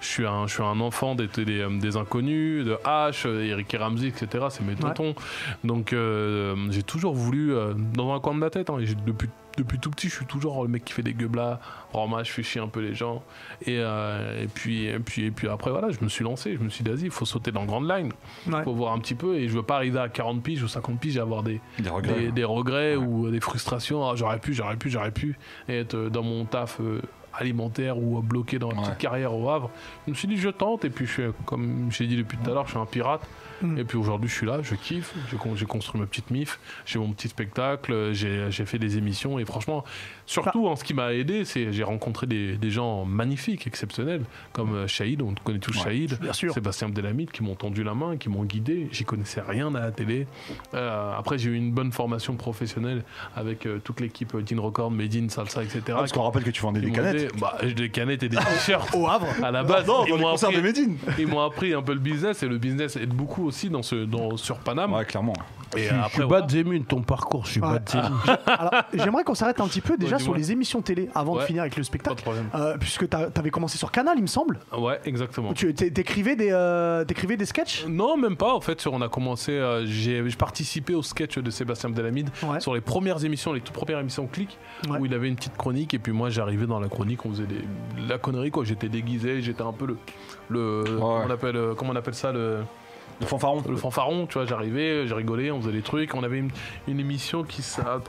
C: Je suis un, je suis un enfant des, des, des inconnus, de H, euh, Eric et Ramsey, etc. C'est mes tontons. Donc, euh, j'ai toujours voulu, euh, dans un coin de ma tête, hein, et j'ai- depuis, depuis tout petit, je suis toujours le mec qui fait des gueblas, rama, je fais chier un peu les gens. Et, euh, et, puis, et, puis, et puis après, voilà, je me suis lancé. Je me suis dit, vas-y, il faut sauter dans Grand Line. Il
A: Ouais.
C: faut voir un petit peu. Et je veux pas arriver à 40 piges ou 50 piges et avoir des,
B: spectacle. Des regrets.
C: des, des regrets ou euh, des frustrations. Ah, j'aurais pu, j'aurais pu, j'aurais pu Et être euh, dans mon taf euh, alimentaire ou euh, bloqué dans ma
B: Ouais.
C: petite carrière au Havre. Je me suis dit, je tente. Et puis, je suis, euh, comme j'ai dit depuis tout à l'heure, je suis un pirate.
A: Mm.
C: Et puis aujourd'hui, je suis là, je kiffe. Je con- J'ai construit ma petite MIF, j'ai mon petit spectacle, euh, j'ai j'ai fait des émissions. Et franchement, surtout,
A: Bah
C: en ce qui m'a aidé, c'est j'ai rencontré des, des gens magnifiques, exceptionnels, comme euh, Shahid, on connaît tous Shahid,
A: bien sûr.
C: Sébastien Abdelhamid, qui m'ont tendu la main, qui m'ont guidé. J'y connaissais rien à la télé. Euh, après, j'ai eu une bonne formation professionnelle avec euh, toute l'équipe euh, d'In Record, Medine, Salsa, etc.
B: Ah, parce qu'on rappelle que tu vendais
C: qui
B: des
C: m'ont
B: canettes.
C: aidé. Bah, Des canettes et des t-shirts.
A: Au Havre
C: À la
B: Bah,
C: base,
B: non,
C: ils
B: dans les
C: m'ont
B: concerts de
C: appris-
B: Medine.
C: ils m'ont appris un peu le business et le business aide beaucoup aussi dans ce, dans, sur Paname.
B: Ouais, clairement.
C: et
D: Je suis
C: voilà.
D: pas Zemun, ton parcours, je suis
A: Ouais.
D: pas Zemun.
C: Ah,
A: Alors, j'aimerais qu'on s'arrête un petit peu déjà
C: Ouais,
A: sur
C: dis-moi.
A: les émissions télé avant de
C: Ouais.
A: finir avec le
C: Pas de
A: spectacle.
C: problème.
A: Euh, puisque t'as- t'avais commencé sur Canal, il me semble.
C: Ouais, exactement.
A: Tu t'é- t'écrivais des, euh, t'écrivais des sketchs
C: Non, même pas. En fait, sur- on a commencé. euh, j'ai j'ai participé au sketch de Sébastien Abdelhamid
A: Ouais.
C: sur les premières émissions, les toutes premières émissions Click,
A: Ouais.
C: où il avait une petite chronique. Et puis moi, j'arrivais dans la chronique, on faisait des, la connerie, quoi. J'étais déguisé, j'étais un peu le. le comment, on appelle, euh, comment on appelle ça le,
B: Le fanfaron.
C: le fanfaron, tu vois. J'arrivais, j'ai rigolé, on faisait des trucs. On avait une, une émission qui. s'a-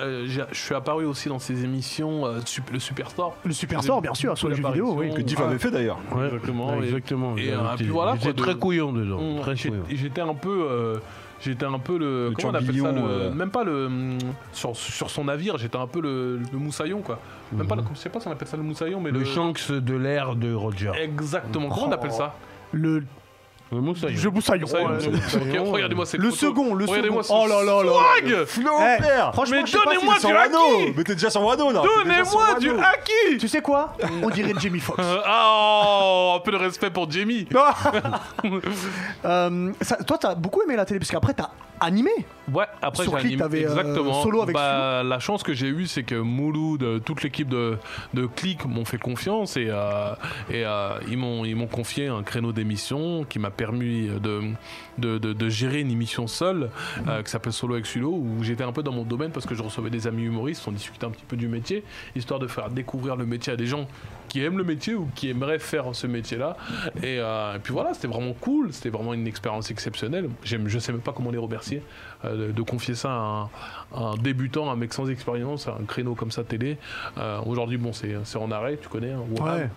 C: euh, j'ai- je suis apparu aussi dans ces émissions, euh, sup- le Superstore.
A: Le Superstore, bien sûr, sur les
C: Une
A: jeux vidéo, oui.
C: apparition.
B: Que Diff avait fait d'ailleurs.
D: Ouais,
C: Exactement,
D: ouais,
C: et-
D: exactement.
C: et,
D: J'étais-
C: euh, puis voilà,
D: J'étais
C: quoi, de- Mm.
D: très couillon dedans.
C: On-
D: très
C: j'ai-
D: couillon.
C: J'étais un peu. euh, J'étais un peu le.
B: Le
C: comment on appelle ça le-
B: tourbillon, euh.
C: Même pas le. hum, Sur, sur son navire, j'étais un peu le, le moussaillon, quoi. Même
A: Mm-hmm.
C: pas le. Je sais pas si on appelle ça le moussaillon, mais le.
D: Le Shanks de l'air de Roger.
C: Exactement. Comment on
A: Oh.
C: appelle ça
A: Le
D: Le moussaillon.
A: jeu euh, Boussaillon.
C: Moussaillon,
A: ouais.
C: c'est- ok, Regardez-moi cette
A: Le
C: photo.
A: second, le
C: Regardez-moi
A: second.
C: ce
A: Oh là là là
C: swag
B: Flo,
A: Eh,
B: père
A: franchement,
C: Mais
A: je sais pas
C: donnez-moi
A: si
C: du
A: c'est-
B: Sur Wano
C: haki
B: Mais t'es déjà sur Wano là T'es déjà sur
C: Donnez-moi
B: Wano.
C: du haki
A: Tu sais quoi On dirait Jamie Foxx.
C: Euh, Oh, un peu de respect pour Jamie.
A: Euh, ça- toi, t'as beaucoup aimé la télé, parce qu'après, t'as animé.
C: Ouais, après
A: Sur
C: j'ai
A: qui
C: animé-
A: t'avais, euh,
C: exactement.
A: solo avec
C: Bah, la chance que j'ai eue, c'est que Mouloud, euh, toute l'équipe de, de Click m'ont fait confiance et, euh, et euh, ils m'ont ils m'ont confié un créneau d'émission qui m'a permis de, de, de- de gérer une émission seule euh,
A: Mhm.
C: qui s'appelle Solo avec Sulo où j'étais un peu dans mon domaine parce que je recevais des amis humoristes, on discutait un petit peu du métier, histoire de faire découvrir le métier à des gens qui aiment le métier ou qui aimeraient faire ce métier-là. Et, euh, et puis voilà, c'était vraiment cool, c'était vraiment une expérience exceptionnelle. J'aime, je sais même pas comment les remercier euh, de, de confier ça à un, à un débutant, un mec sans expérience, à un créneau comme ça télé. Euh, aujourd'hui, bon, c'est, c'est en arrêt, tu connais. hein, Wuhan.
A: Ouais.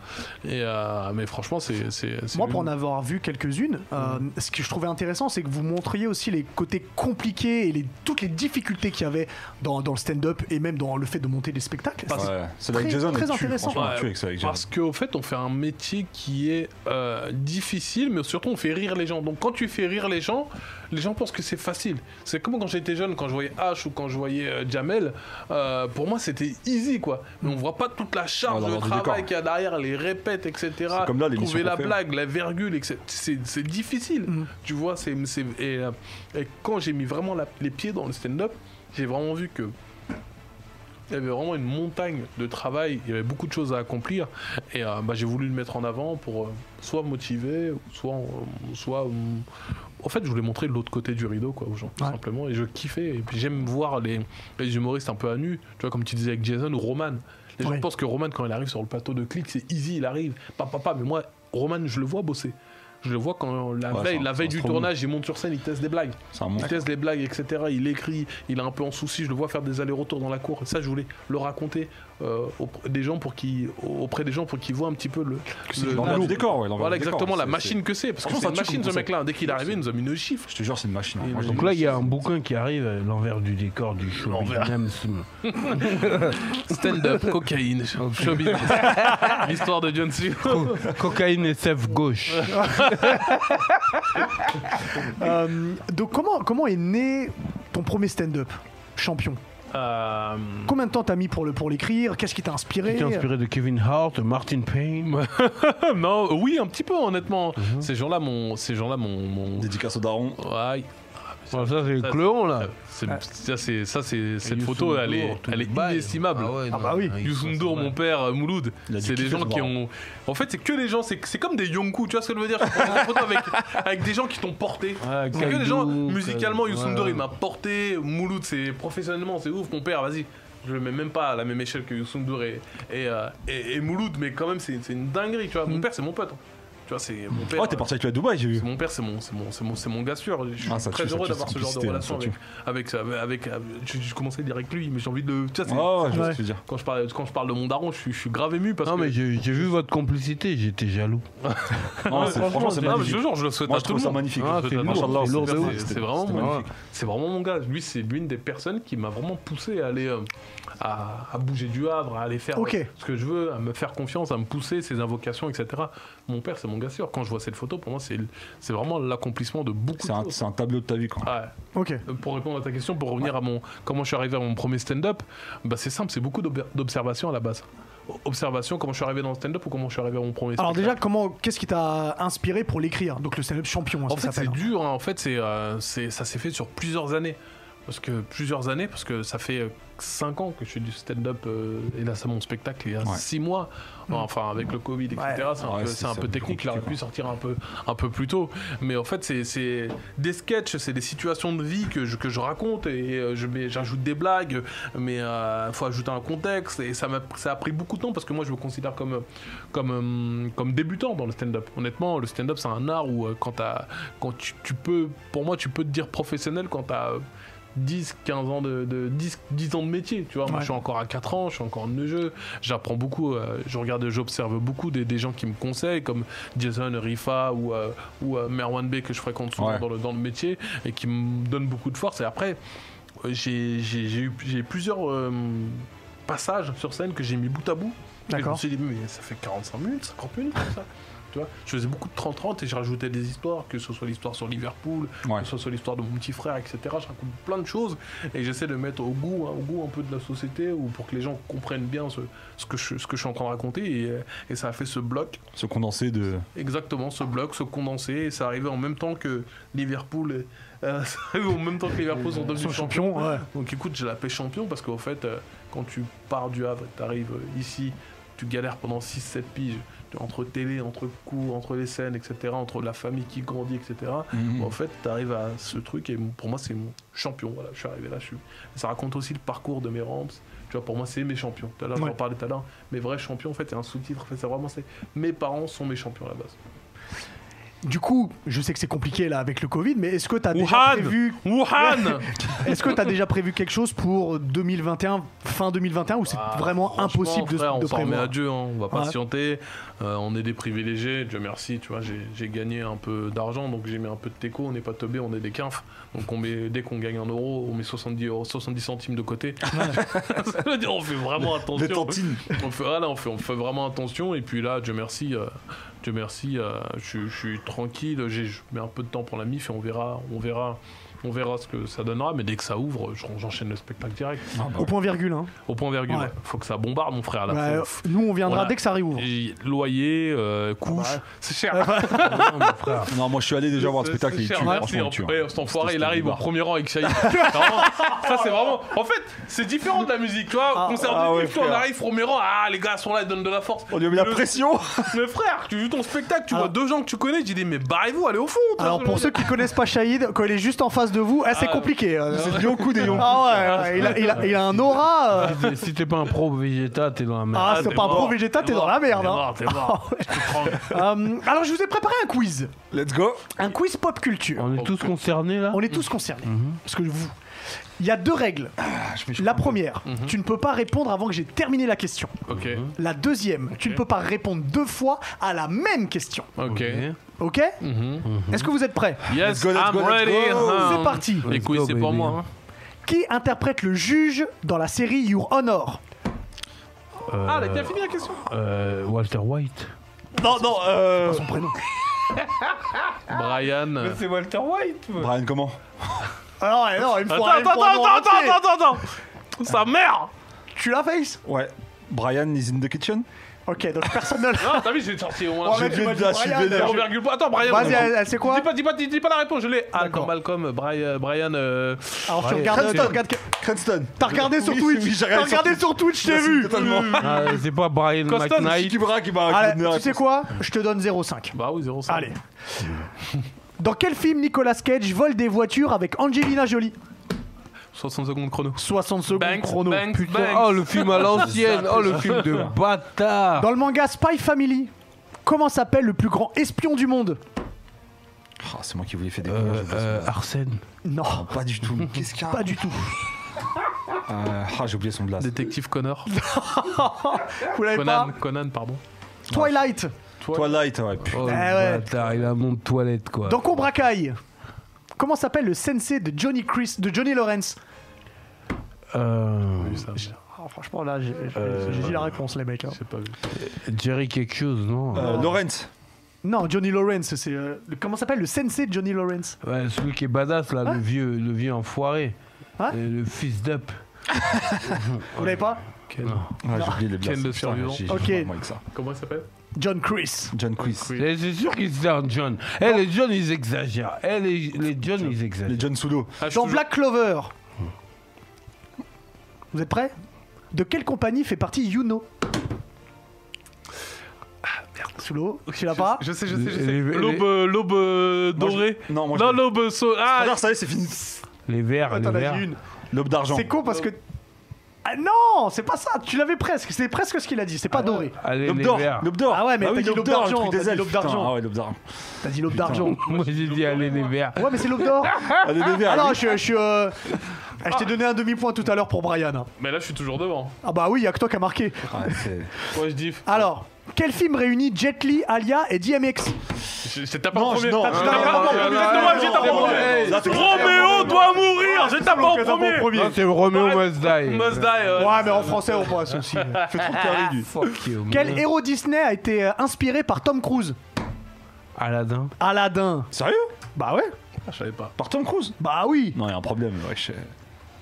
C: Et, euh, mais franchement, c'est. c'est, c'est Mm.
A: Moi,
C: une-
A: pour en avoir vu quelques-unes, euh, ce que je trouvais intéressant, c'est que vous montriez aussi les côtés compliqués et les, toutes les difficultés qu'il y avait dans, dans le stand-up et même dans le fait de monter des spectacles. C'est-
B: Ouais, Ah, C'est là que
A: très-
B: Jason
A: très
B: il tue,
A: intéressant.
B: franchement, il
C: Ouais,
B: tue avec ça, avec Jason.
C: Parce qu'au fait, on fait un métier qui est euh, difficile, mais surtout on fait rire les gens. Donc quand tu fais rire les gens, les gens pensent que c'est facile. C'est comme quand j'étais jeune, quand je voyais H ou quand je voyais euh, Jamel, euh, pour moi c'était easy quoi. Mais on voit pas toute la charge
B: Ouais,
C: de
B: dans le décor.
C: travail qu'il y a derrière, les répètes, etc.
B: C'est comme là, l'émission
C: Trouver la
B: qu'on fait. hein.
C: blague, la virgule, etc. C'est c'est difficile. Tu vois, c'est. c'est- Et, euh, et quand j'ai mis vraiment la- les pieds dans le stand-up, j'ai vraiment vu que il y avait vraiment une montagne de travail, il y avait beaucoup de choses à accomplir et euh, bah, j'ai voulu le mettre en avant pour euh, soit motiver, soit, euh, soit euh, en fait je voulais montrer l'autre côté du rideau quoi aux gens tout
A: Ouais.
C: simplement et je kiffais et puis j'aime voir les, les humoristes un peu à nu, tu vois comme tu disais avec Jason ou Roman. Les gens
A: Ouais.
C: pensent que Roman quand il arrive sur le plateau de clic c'est easy, il arrive, papa papa mais moi Roman je le vois bosser. Je le vois quand la
B: Ouais,
C: veille,
B: c'est un-
C: la
B: c'est
C: veille
B: un
C: du
B: strong.
C: tournage, il monte sur scène, il teste des blagues.
B: C'est un
C: Il
B: monstre.
C: teste les blagues, etc. Il écrit, il est un peu en souci. Je le vois faire des allers-retours dans la cour. Ça, je voulais le raconter euh, auprès des gens pour qu'ils, auprès des gens pour qu'ils voient un petit peu le, le-
B: L'envers
C: la-
B: du décor, ouais. l'envers
C: Voilà
B: du décor,
C: exactement la
B: c'est-
C: machine que c'est. Parce que
B: Franchement,
C: c'est
B: ça tue comme
C: une machine ce
B: concept.
C: mec-là. Dès qu'il est arrivé, il nous a mis une chiffre.
B: c'est- Je te jure, c'est une machine. hein.
C: Et
B: Moi, je
C: donc
D: Donc
B: l'ai-
D: là, il y a un bouquin qui arrive, euh, l'envers du décor du show.
C: L'envers. Stand-up, cocaïne, showbiz. L'histoire de John Cena.
D: Oh, Cocaïne SF gauche.
A: Euh, donc, comment, comment est né ton premier stand-up champion
C: Euh,
A: Combien de temps t'as mis pour le pour l'écrire Qu'est-ce qui t'a inspiré,
D: Qui est inspiré de Kevin Hart, Martin Payne.
C: non, oui, un petit peu, honnêtement. Ces gens-là, mon, ces gens-là, mon, mon...
B: Dédicace au daron.
C: Ouais,
D: Bon, Ah, ça, c'est
C: Ça,
D: Cléon, là.
C: c'est- ça, c'est, ça, c'est, cette
D: Et
C: photo,
D: Youssou
C: elle est,
D: N'Dour, tout
C: elle est
D: le bail.
C: inestimable.
D: ouais,
A: Ah
D: non,
A: bah oui.
D: non, ils sont-
C: Youssou N'Dour,
D: sont
C: mon
D: mal.
C: père, euh, Mouloud,
B: a dû
C: c'est des
B: kiffer
C: gens
B: ce
C: qui
B: baron.
C: ont. En fait, c'est que des gens, c'est, c'est comme des Yonkou, tu vois ce que je veux dire On prend une photo avec, avec des gens qui t'ont porté.
D: Ouais,
C: c'est que des gens,
D: Kaidou,
C: musicalement,
D: Kaidou,
C: Youssou
D: ouais.
C: N'Dour, il m'a porté. Mouloud, c'est professionnellement, c'est ouf, mon père, vas-y. Je le mets même pas à la même échelle que Youssou N'Dour et, et, euh, et- et Mouloud, mais quand même, c'est, c'est une dinguerie, tu vois. Mon père, c'est mon pote. hein. Tu vois, c'est mon père.
B: Mm. Oh, t'es
C: euh,
B: parti avec lui à Dubaï, j'ai vu.
C: c'est mon père, c'est mon, c'est mon, c'est mon, c'est mon gars sûr. Je suis
B: Ah, ça
C: très
B: tue, ça
C: heureux
B: tue,
C: d'avoir
B: cette
C: ce genre de
B: complicité,
C: relation
B: ça
C: avec, avec, ça- avec, avec- je, je commençais direct lui, mais j'ai envie de le. Tu vois, c'est-
B: Oh, ouais, je vois
A: Ouais.
B: ce que tu veux dire.
C: quand je parle, quand je parle de mon daron, je suis, je suis grave ému parce
D: Non,
C: que.
D: mais j'ai j'ai vu votre complicité, j'étais jaloux.
B: Non, c'est- Franchement, c'est
C: Non, mais Ah, je
B: magnifique.
C: te jure, je le souhaite
B: Moi,
C: à
B: je
C: tout
B: trouve
C: le
B: ça
C: monde.
B: magnifique.
D: Ah,
C: Je
D: c'est
C: le souhaite à tout
D: lourd,
C: le monde.
D: c'est lourd de
C: C'est-
D: ouf.
C: C'est vraiment,
B: C'était
C: mon-
B: magnifique.
C: c'est vraiment mon gars. Lui, c'est l'une des personnes qui m'a vraiment poussé à aller euh, à, à bouger du Havre, à aller faire
A: Ok.
C: euh, ce que je veux, à me faire confiance, à me pousser, ses invocations, etc. Mon père, c'est mon gars sûr. Quand je vois cette photo, pour moi, c'est c'est vraiment l'accomplissement de beaucoup
B: C'est
C: de
B: un-
C: choses.
B: C'est un tableau de ta vie, quoi.
C: Ouais.
A: Ok.
C: Euh, pour répondre à ta question, pour revenir à mon comment je suis arrivé à mon premier stand-up, bah c'est simple, c'est beaucoup d'ob- d'observation à la base. O- Observation, comment je suis arrivé dans le stand-up ou comment je suis arrivé à mon premier
A: Alors déjà,
C: spectacle.
A: comment, qu'est-ce qui t'a inspiré pour l'écrire Donc le stand-up champion, hein,
C: en
A: ça
C: fait, c'est
A: s'appelle.
C: dur. hein. En fait, c'est euh, c'est- ça s'est fait sur plusieurs années. Parce que plusieurs années, parce que ça fait 5 ans que je fais du stand-up euh, et là c'est mon spectacle il y a 6 mois.
A: Mmh.
C: Enfin avec le Covid, etc. c'est un,
B: Ouais,
C: peu,
B: c'est-
C: c'est un
B: c'est
C: peu
B: un peu
C: technique, il aurait pu sortir un peu, un peu plus tôt. Mais en fait c'est- c'est des sketchs, c'est des situations de vie que je, que je raconte et euh, je mets- j'ajoute des blagues, mais il faut ajouter un contexte et ça, m'a- ça a pris beaucoup de temps parce que moi je me considère comme, comme, hum, comme débutant dans le stand-up. Honnêtement le stand-up c'est un art où euh, quand, t'as- quand tu, tu peux, pour moi tu peux te dire professionnel quand tu as... 10, 15 ans de, de 10, 10 ans de métier, tu vois. Moi,
A: Ouais.
C: je suis encore à 4 ans, je suis encore en de jeu. J'apprends beaucoup, euh, je regarde, j'observe beaucoup des, des gens qui me conseillent, comme Jason, Rifa ou, euh, ou euh, Merwan B que je fréquente souvent
B: Ouais.
C: dans, le, dans le métier et qui me donnent beaucoup de force. Et après, euh, j'ai j'ai- j'ai eu j'ai eu plusieurs euh, passages sur scène que j'ai mis bout à bout. Et je me
A: D'accord.
C: suis dit, mais ça fait 45 minutes, 50 minutes, comme ça. Tu vois, je faisais beaucoup de 30-30 et je rajoutais des histoires, que ce soit l'histoire sur Liverpool,
B: Ouais.
C: que ce soit l'histoire de mon petit frère, etc. Je raconte plein de choses et j'essaie de mettre au goût, hein, au goût un peu de la société ou pour que les gens comprennent bien ce, ce que, je, ce que je suis en train de raconter et, euh, et ça a fait ce bloc,
B: Se condenser de.
C: exactement ce bloc, ce condensé et ça arrivait en même temps que Liverpool, euh, ça arrivait en même temps que Liverpool sont
A: Ils sont
C: devenus champions.
A: champions, hein. ouais.
C: Donc écoute, j'ai la paix champion parce qu'au fait, euh, quand tu pars du Havre, tu arrives euh, ici, tu galères pendant 6-7 piges, tu- entre télé, entre coups, entre les scènes, etc., entre la famille qui grandit, etc.
B: Mhm.
C: En fait, tu arrives à ce truc et pour moi, c'est mon champion. Voilà, je suis arrivé là, je suis... Ça raconte aussi le parcours de mes ramps. Tu vois, pour moi, c'est mes champions. Tout à l'heure,
A: Ouais.
C: j'en parlais tout à l'heure. Mes vrais champions, en fait, il y a un sous-titre. En fait, c'est vraiment, c'est mes parents sont mes champions à la base.
A: Du coup, je sais que c'est compliqué là avec le Covid, mais est-ce que tu as déjà
C: Wuhan
A: prévu
C: Wuhan
A: est-ce que tu déjà prévu quelque chose pour 2021, fin 2021 ou c'est vraiment
C: Ah, Franchement,
A: impossible de,
C: frère, on
A: de
C: s'en remet
A: prévoir
C: à Dieu, hein. on va patienter. Euh, on est des privilégiés, Dieu merci, tu vois, j'ai j'ai gagné un peu d'argent, donc j'ai mis un peu de teco, on n'est pas teubé, on est des quinfs. Donc on met, dès qu'on gagne un euro, on met 70, euros, 70 centimes de côté. Ça veut dire, on fait vraiment
B: Les
C: attention.
B: tantines.
C: On fait, voilà, on, fait, on fait vraiment attention, et puis là, Dieu merci, euh, Dieu merci, euh, je, suis- je suis tranquille, j'ai- je mets un peu de temps pour la MIF et on verra, on verra. On verra ce que ça donnera, mais dès que ça ouvre, je- j'enchaîne le spectacle direct.
A: Au point virgule. Hein.
C: Au point virgule,
A: Ouais.
C: ouais. faut que ça bombarde, mon frère. Là.
A: Bah,
C: Faut-
A: euh, nous, on viendra
C: Voilà.
A: dès que ça réouvre.
C: Et loyer,
A: Ah
C: euh,
A: bah
C: couche, c'est cher.
B: Non, moi je suis allé déjà voir le
C: C'est-
B: spectacle.
C: c'est
B: Il tue,
C: cher, merci.
B: franchement, il
C: En
B: tue. hein.
C: plus, cet enfoiré, il
B: C'était
C: arrive au
B: bizarre.
C: premier rang avec Shahid. Vraiment, ça, c'est vraiment. En fait, c'est différent de la musique, tu vois. Concert
B: ah
C: de
B: ouais,
C: clip, tu vois, on
B: frère.
C: arrive premier rang. Ah, les gars sont là, ils donnent de la force.
B: On lui a mis la
C: Le-
B: pression.
C: Mais frère, tu joues ton spectacle, tu vois deux gens que tu connais, tu dis, mais barrez-vous, allez au fond. tu vois
A: Alors
C: ce
A: pour
C: que je
A: ceux
C: veux
A: qui connaissent pas Shahid, quand il est juste en face de vous, ah, c'est
C: Ah,
A: compliqué. euh,
B: C'est Yonkou des Yonkou.
A: Ah ouais, ouais, il a, il a- il a un aura. euh,
C: Ah.
D: Si- si t'es pas un pro Vegeta, t'es dans la merde.
A: Ah,
C: dire.
A: c'est pas un pro
C: mort,
A: végéta, t'es dans
C: mort,
A: la merde.
C: T'es
A: hein.
C: mort, t'es mort. Je te prends.
A: Euh, alors je vous ai préparé un quiz,
B: Let's go.
A: un quiz pop culture.
D: On est tous concernés là
A: On est tous concernés,
C: Mhm.
A: parce que vous. Il y a deux règles. La première,
C: Mhm.
A: tu ne peux pas répondre avant que j'ai terminé la question.
C: Ok,
A: La deuxième, tu ne peux pas répondre deux fois à la même question.
C: ok.
A: Ok
C: Mhm.
A: Mhm. Est-ce que vous êtes prêts
C: Yes,
B: Let's go, let's
C: I'm
B: go, let's
C: ready.
B: go.
C: hein.
A: C'est parti.
C: Les
D: Let's
C: couilles,
D: go,
C: c'est pour
D: baby.
C: moi. hein.
A: Qui interprète le juge dans la série Your Honor
C: Ah, là, t'as fini la question
D: Euh, Walter White.
A: Non, non, euh...
D: Bah,
C: Brian.
I: C'est Walter White.
B: Brian, comment
A: Alors, Ah non, une
C: Attends,
A: fois,
C: attends, attends, attends, attends, attends, attends. Sa mère
A: Tu la face
B: Ouais. Brian is in the kitchen
A: Ok, donc personne ne l'a.
C: Non, t'as vu, j'ai sorti au moins
A: Ouais, mais tu
B: bien
A: m'as
B: de la
A: dit
B: suite
A: Brian,
B: vénère.
A: alors je-
C: 0,1. Attends, Brian.
A: Vas-y,
C: dis
A: elle- elle, c'est quoi
C: pas, dis, pas, dis, dis pas la réponse, je l'ai. Ah,
A: D'accord.
C: comme Malcolm, Brian. Brian euh,
A: Alors tu
D: Ouais.
A: regardes, tu
B: Cranston.
A: regardes-
B: Cranston.
A: T'as regardé sur
B: Oui,
A: Twitch
B: oui, j'ai
A: T'as
B: regardé sur
A: regardé sur Twitch, je t'ai vu
B: Totalement.
D: Ah, c'est pas Brian
C: Coston,
D: McKnight.
B: Qui braque, il
A: Allez,
B: braque.
A: tu sais quoi Je te donne 0,5.
C: Bah oui, 0,5.
A: Allez. Dans quel film Nicolas Cage vole des voitures avec Angelina Jolie
C: 60 secondes chrono.
A: 60 secondes
C: Banks,
A: chrono.
C: Banks,
D: Putain,
C: Banks.
D: oh le film à l'ancienne, oh le film de bâtard.
A: Dans le manga Spy Family, comment s'appelle le plus grand espion du monde
B: Ah, C'est moi qui voulais faire des
D: Euh,
B: couilles.
D: euh, Arsène.
A: Non,
B: Pas du tout. mais Qu'est-ce qu'il y a
A: pas du tout.
B: Euh, Ah, j'ai oublié son blast.
C: Détective Connor.
A: Vous l'avez pas
C: Conan, Conan, pardon.
A: Twilight.
B: Twilight, ouais. putain.
D: Oh le
A: Eh ouais.
D: bâtard, il a mon toilette quoi.
A: Dans Combracaille, comment s'appelle le sensei de Johnny Chris, de Johnny Lawrence
D: Euh,
C: Oui, ça, j'ai
A: Oh, Franchement, là, j'ai j'ai-
C: Euh,
A: j'ai dit la réponse, les mecs. hein.
C: pas vu.
D: Jerry quelque chose, non
B: Euh, Lawrence.
A: Non, Johnny Lawrence, c'est. euh, le- comment s'appelle le sensei de Johnny Lawrence
D: Ouais, celui qui est badass là, le vieux, le vieux enfoiré.
A: Hein
D: Et le fils d'up.
A: Vous l'avez pas
B: Ouais, j'ai oublié le blast.
C: Ken le
B: Putain,
C: survivant.
D: Oh,
B: j'ai- j'ai
A: Ok.
B: vraiment avec ça.
C: Comment il s'appelle
A: John Chris.
B: John Quiz.
C: Quiz.
D: Eh, C'est sûr qu'il c'est un John. Eh les John ils exagèrent. Eh les, les John ils
B: Les
D: exagèrent.
B: John Sudo.
C: Ah, je
A: Dans
C: te
A: Black Clover. Vous êtes prêts De quelle compagnie fait partie Yuno Ah merde. Sous l'eau, tu l'as
C: jure-
A: pas
C: Je sais, je sais, je
D: Les-
C: sais.
D: les-
C: L'aube, euh, l'aube euh,
B: Moi, je-
C: dorée.
B: Non, moi je.
C: Non, l'aube so- Ah,
B: Regarde, ça y est, c'est fini.
D: Les verts, les
A: T'en as dit
D: verts.
A: une.
B: L'aube d'argent.
A: C'est con parce que. Ah non, c'est pas ça, tu l'avais presque, c'est presque ce qu'il a dit,
B: Ah
A: c'est pas doré.
D: Allez
B: L'aube
D: les
B: d'or.
D: verts.
B: L'aube d'or.
A: Ah ouais, mais
B: Bah
A: t'as
B: oui,
A: dit l'aube
B: d'or, le
A: d'argent,
B: truc
A: t'as
B: des
A: dit
B: elfes,
A: l'aube
B: putain.
A: d'argent.
B: Ah ouais, l'aube d'argent.
A: T'as dit l'aube d'argent.
D: Moi j'ai dit allez les verts.
A: Ouais, mais c'est l'aube d'or.
B: Allez, les verts.
A: Ah non,
B: lui.
A: je, je suis. euh, ah, je t'ai donné un demi-point tout à l'heure pour Brian. hein.
C: Mais là, je suis toujours devant.
A: Ah bah oui, y'a que toi qui a marqué.
B: Ouais, Ah, c'est-
C: Ouais, je diff.
A: Alors, quel film réunit Jet Li, Alia et DMX
C: C'est ta pas
B: Non,
C: en premier.
B: non,
C: T'as-
B: non,
C: t'as
D: Ah,
B: non,
C: pas en
B: non,
C: premier.
B: non,
C: Exactement,
B: non,
C: j'ai tapé en
B: non,
C: premier.
B: non, là, t'es-
C: Roméo doit mourir. J'ai tapé en premier.
D: Non, c'est Romeo Must Die.
C: Must die. euh,
A: Ouais, mais en français, on pourra aussi.
B: Fais trop de carré, lui.
D: Fuck you.
A: Quel héros Disney a été euh, inspiré par Tom Cruise
D: Aladdin.
A: Aladdin.
B: Sérieux
A: Bah ouais.
C: Ah, je savais pas.
B: Par Tom Cruise
A: Bah oui.
B: Non, il y a un problème, wesh.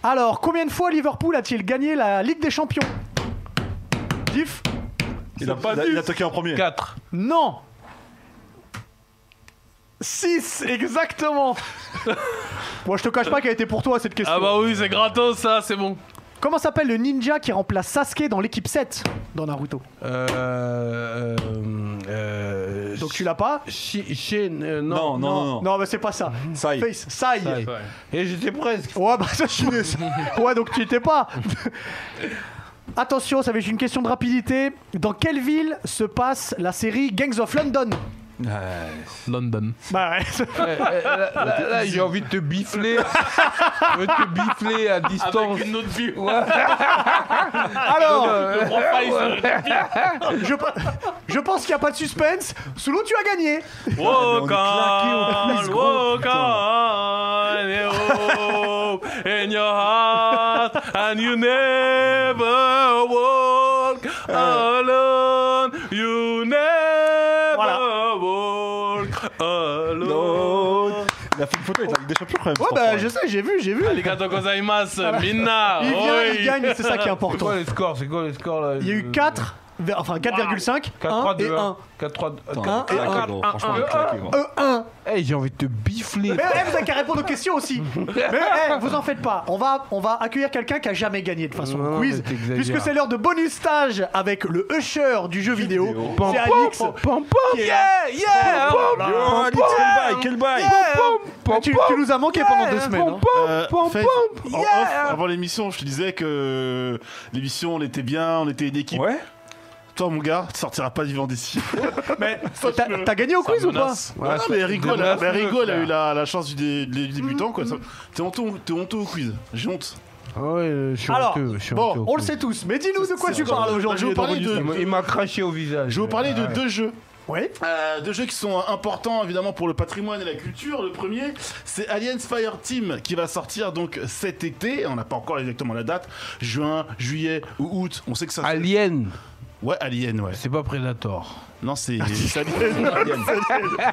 A: Alors, combien de fois Liverpool a-t-il gagné la Ligue des Champions Diff
B: Il a, il a- il a toqué en premier.
D: 4.
A: Non 6 exactement Moi je te cache pas qu'elle était pour toi cette question.
C: Ah bah oui, c'est gratos ça, c'est bon.
A: Comment s'appelle le ninja qui remplace Sasuke dans l'équipe 7 dans Naruto
D: Euh, euh,
A: Donc tu l'as pas
D: Chi- Shin, euh,
B: Non, non,
D: non.
B: non. non.
A: Non mais c'est pas ça.
B: Sai.
A: Face, Sai.
D: Sai.
C: Ouais.
D: Et j'étais presque.
A: Ouais bah ça je suis né, ça. Ouais donc tu étais pas. Attention, ça va être une question de rapidité. Dans quelle ville se passe la série Gangs of London
C: London.
A: Bah ouais.
D: Eh, eh,
C: Euh,
D: là, là, là, j'ai envie de te biffler. je veux te biffler à distance.
C: Avec une autre vue.
A: Alors,
C: Le profile sur le-
A: je, je pense qu'il n'y a pas de suspense. Solo, tu as gagné.
C: Walk
B: on est claqué au
C: on,
B: quiz, gros,
C: walk
B: putain.
C: on, et hope in your heart, and you never walk alone, you never
A: Voilà.
C: walk alone.
B: Non. Il a fait une photo avec la Ligue des Champions quand même.
A: Ouais,
B: cet
A: bah
B: enfoiré.
A: je sais, j'ai vu, j'ai vu.
C: Arigato gozaimasu, minna.
A: Il vient,
C: oi.
A: il gagne, c'est ça qui est
D: C'est
A: important.
D: quoi le score C'est quoi le score là
A: Il y a eu 4, enfin 4,5, 1 et 1.
D: 4-3, 1.
B: Putain,
A: Un et
B: claqué,
A: un.
B: gros. Franchement, il a claqué, gros.
A: Euh, 1.
D: Eh, j'ai envie de te biffler.
A: Mais eh, vous avez qu'à répondre aux questions aussi. Mais eh, vous en faites pas. On va, on va accueillir quelqu'un qui a jamais gagné de façon
D: Non, non,
A: quiz.
D: mais t'exagères.
A: Puisque c'est l'heure de bonus stage avec le usher du jeu vidéo.
D: Pam,
A: C'est
D: pam,
A: Alix.
D: pam, pam,
A: Yeah, yeah.
B: Oh, Alex, quel bail, quel bail
D: pam,
A: Tu,
D: pam,
A: tu nous as manqué pendant deux semaines. hein.
E: Euh,
D: pom,
E: Faith,
D: pom,
E: en
D: yeah.
E: off, avant l'émission, je te disais que l'émission, on était bien, on était une équipe.
B: Ouais
E: Toi, mon gars, tu sortiras pas vivant d'ici.
A: Mais t'as t'as gagné au quiz ou pas
E: Ouais, non, mais Rigo, elle a, mais Rigo, elle a eu la, la chance du, dé- du débutant, quoi. Ça- T'es honteux, t'es honteux au quiz. J'ai honte.
D: Ah ouais, je suis
A: Alors,
D: honteux, je suis
E: bon,
D: honteux au
A: On le
D: coup.
A: sait tous. Mais dis-nous de quoi tu
E: C'est-
A: parles aujourd'hui.
E: Je vais vous parler
A: dans
E: de-
A: bonus
D: Il m'a- Il m'a craché au visage.
E: Je vais vous parler de
D: Ah ouais.
E: deux jeux.
A: stage. Ouais.
E: Euh, deux jeux qui sont importants évidemment pour le patrimoine et la culture. Le premier, c'est Aliens Fire Team qui va sortir donc cet été. On n'a pas encore exactement la date. Juin, juillet ou août. On sait que ça.
D: Alien,
E: ouais, Alien, ouais.
D: c'est pas Predator. Ah,
E: Non, c'est. c'est Alien.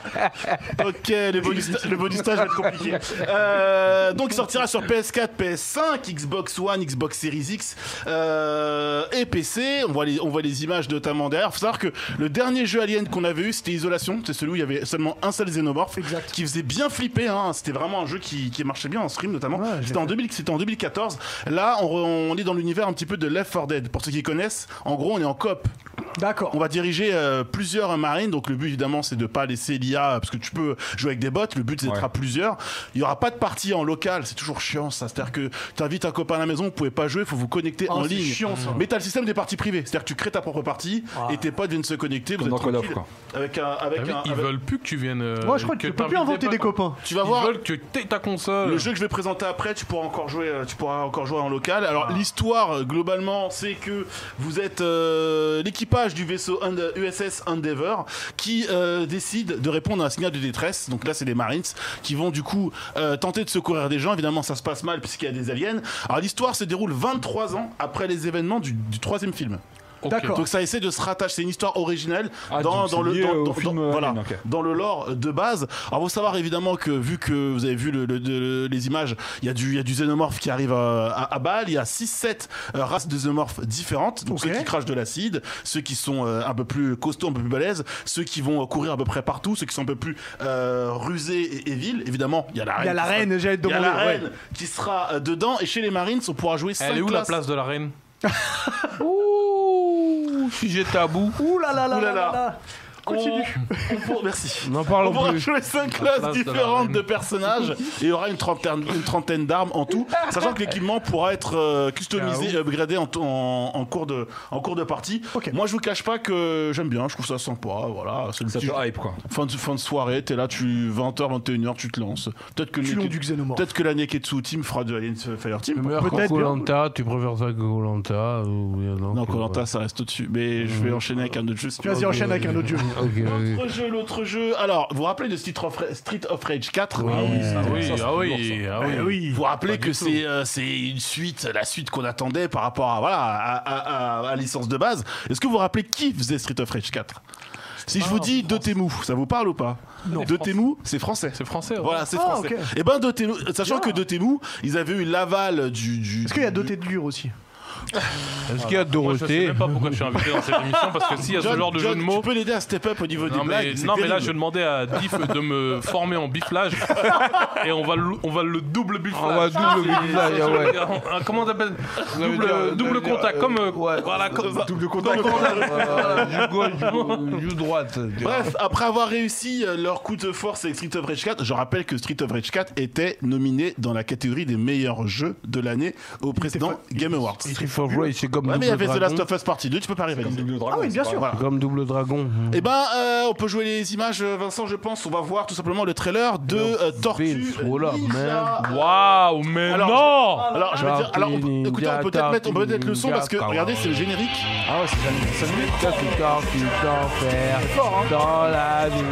E: ok, le bonus, le bonus stage va être compliqué. Euh, donc, il sortira sur PS4, PS5, Xbox One, Xbox Series X euh, et PC. On voit, les, on voit les images notamment derrière. Faut savoir que le dernier jeu Alien qu'on avait eu, c'était Isolation. C'est celui où il y avait seulement un seul xénomorphe qui faisait bien flipper. hein. C'était vraiment un jeu qui, qui marchait bien en stream, notamment. c'était en, 2000 c'était en 2014. Là, on, re- on est dans l'univers un petit peu de Left 4 Dead. Pour ceux qui connaissent, en gros, on est en coop.
A: D'accord.
E: On va diriger euh, plusieurs marines, donc le but évidemment c'est de pas laisser l'IA parce que tu peux jouer avec des bots. Le but c'est d'être
B: Ouais.
E: à plusieurs. Il y aura pas de partie en local, c'est toujours chiant ça. C'est-à-dire que t'invites un copain à la maison, vous pouvez pas jouer, faut vous connecter
A: Oh,
E: en
A: c'est
E: ligne.
A: chiant, ça.
E: Mais t'as le système des parties privées, c'est-à-dire que tu crées ta propre partie et tes potes viennent se connecter. Vous
B: Comme
E: êtes
B: dans Call of,
E: tranquille.
B: quoi.
E: Avec un, avec
C: T'as vu,
E: un-
C: Ah Ils
E: avec-
C: veulent plus que tu viennes. euh,
A: Moi, je crois que tu peux plus
C: t'invites
A: inventer des
C: potes.
A: copains.
E: Tu vas
C: Ils
E: voir.
C: veulent que t'aies ta console.
E: Le jeu que je vais présenter après, tu pourras encore jouer, euh, tu pourras encore jouer en local. Alors l'histoire euh, globalement, c'est que vous êtes euh, l'équipage du vaisseau Ende- USS Endeavour qui euh, décide de répondre à un signal de détresse. Donc là, c'est les Marines qui vont du coup euh, tenter de secourir des gens. Évidemment, ça se passe mal puisqu'il y a des aliens. Alors l'histoire se déroule 23 ans après les événements du, du troisième film.
C: Ok.
A: D'accord.
E: Donc ça essaie de se rattacher. C'est une histoire originelle
B: Ah, donc
E: dans, dans
B: c'est
E: le
B: lié
E: dans,
B: au
E: dans-
B: film,
E: dans-
B: euh,
E: voilà,
B: Alien, ok.
E: dans le lore de base. Alors faut savoir évidemment que euh, vu que vous avez vu le- le- le- les images, il y a du il y a du xénomorphe qui arrive à, à, à Bâle. Il y a 6-7 euh, races de xénomorphes différentes. Donc
A: Ok.
E: ceux qui crachent de l'acide, ceux qui sont euh, un peu plus costauds, un peu plus balèzes, ceux qui vont euh, courir à peu près partout, ceux qui sont un peu plus euh, rusés et, et vils. Évidemment, il y a la reine.
A: Il y a la
E: qui sera-
A: reine, j'allais te
E: Il y a
A: demander.
E: la
A: ouais.
E: reine qui sera euh, dedans. Et chez les Marines, on pourra jouer 5
C: Elle est où la place de la reine
D: Ouh, sujet tabou.
A: Ouh là là là
E: Ouh là
A: là là.
E: là.
A: là. Continue.
E: On pour- Merci.
D: N'en
E: On
D: parlons
E: pourra
D: plus.
E: jouer 5
C: place
E: classes
C: de la
E: différentes
C: reine.
E: de personnages et il y aura une trentaine, une trentaine d'armes en tout, sachant que l'équipement pourra être euh, customisé et upgradé en, en- en cours de, en cours de partie.
A: Ok.
E: Moi, je vous cache pas que j'aime bien, je trouve ça sympa. Voilà, c'est le
B: Ça
E: petit jeu.
B: te hype, quoi.
E: fin, de, fin de soirée, t'es là, tu 20h, 21h, tu te lances. Peut-être que,
A: Tu
E: Neke-
A: l'ont du xénomorphe.
E: peut-être que la Neketsu Team fera de Alien Fire Team.
D: Le meilleur
A: Peut-être
D: Koh Lanta, tu préfères ça que Koh Lanta ou non,
E: Non,
D: que-
E: Colanta, ça reste au-dessus. Mais je vais enchaîner avec un autre jeu. si tu veux.
A: Vas-y, enchaîne avec un autre jeu.
D: Ok, ok.
E: L'autre jeu, l'autre jeu. Alors, vous vous rappelez de Street of, Ra- Street of Rage 4
D: Ah oui,
C: Ah oui,
B: Ça, c'est
C: ah
B: lourd,
C: oui, ah oui.
E: Vous vous
C: Pas
E: rappelez
C: du
E: que
C: tout.
E: c'est euh, c'est une suite, la suite qu'on attendait par rapport à voilà à, à- à- à la licence de base. Est-ce que vous vous rappelez qui faisait Street of Rage 4
J: Si je vous dis De Temu, ça vous parle ou pas
C: Non.
J: De Temu, c'est français.
C: C'est français. hein. ouais.
J: Voilà, c'est
A: Ah,
J: français.
A: ok.
J: Et ben, De Temu, sachant que De Temu, ils avaient eu l'aval du. du
A: Est-ce qu'il y a doté de l'ur aussi
D: Est-ce qu'il y a
C: Moi, je sais
D: Dorothée
C: même pas pourquoi je suis invité dans cette émission parce que s'il y a ce
J: John-
C: genre de
J: John,
C: jeu de mots.
J: Tu peux l'aider à step up au niveau des
C: Non, mais,
J: blagues. c'est
C: non, mais là
J: terrible.
C: je demandais à Diff de me former en biflage et on va le, on va le double
J: Ah
D: On va
C: biflage. Ah,
D: double biflage,
C: C'est-
D: ouais.
C: Un- un- Comment t'appelles
D: Ça veut
C: Double,
D: dire- ça
C: double
D: veut dire,
C: contact,
D: euh,
C: comme, euh,
D: ouais.
C: voilà, comme-
J: Double contact.
D: Voilà, du gauche, du, du droite. tu vois.
J: Bref, après avoir réussi euh, leur coup de force avec Street of Rage 4, je rappelle que Street of Rage 4 était nominé dans la catégorie des meilleurs jeux de l'année au précédent Game Awards.
D: Street of Rage, c'est comme
J: Ouais, mais il y
D: Double
J: avait The Last
D: Dragon.
J: of Us Partie 2, tu peux pas rivaliser.
A: Ah oui, bien sûr.
J: Voilà.
D: Comme Double Dragon.
J: Eh ben, euh, on peut jouer les images, euh, Vincent, je pense. On va voir tout simplement le trailer de euh, Tortue.
D: Vince, voilà,
J: Ninja.
D: man.
C: Waouh, mais
J: Alors,
C: non
J: Alors, je vais dire, alors, on peut-
D: Ninja,
J: écoutez, on peut peut-être
D: Tortue
J: mettre, on peut mettre le son
D: Ninja,
J: parce que,
D: Tortue.
J: regardez, c'est le générique.
D: Ah ouais, c'est ça. Ça tu t'en, tu t'en perds
J: hein.
D: dans la vie.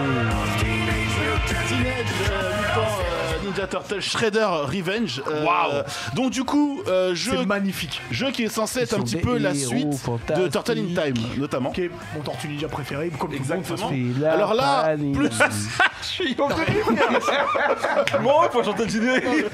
J: Teenage euh, Mutant, euh, Ninja Turtle Shredder Revenge. Euh, Donc, du coup, euh, jeu,
A: C'est magnifique.
J: jeu qui est censé être
D: Ils
J: un
D: sont
J: petit
D: des
J: peu la
D: héros
J: suite de
D: fantastiques.
J: Turtle in Time, notamment.
A: Qui est mon tortue ninja préféré, comme
J: Exactement.
A: tout
D: C'est la
J: Alors là,
D: panine.
J: plus.
I: Bon, il faut chanter le générique.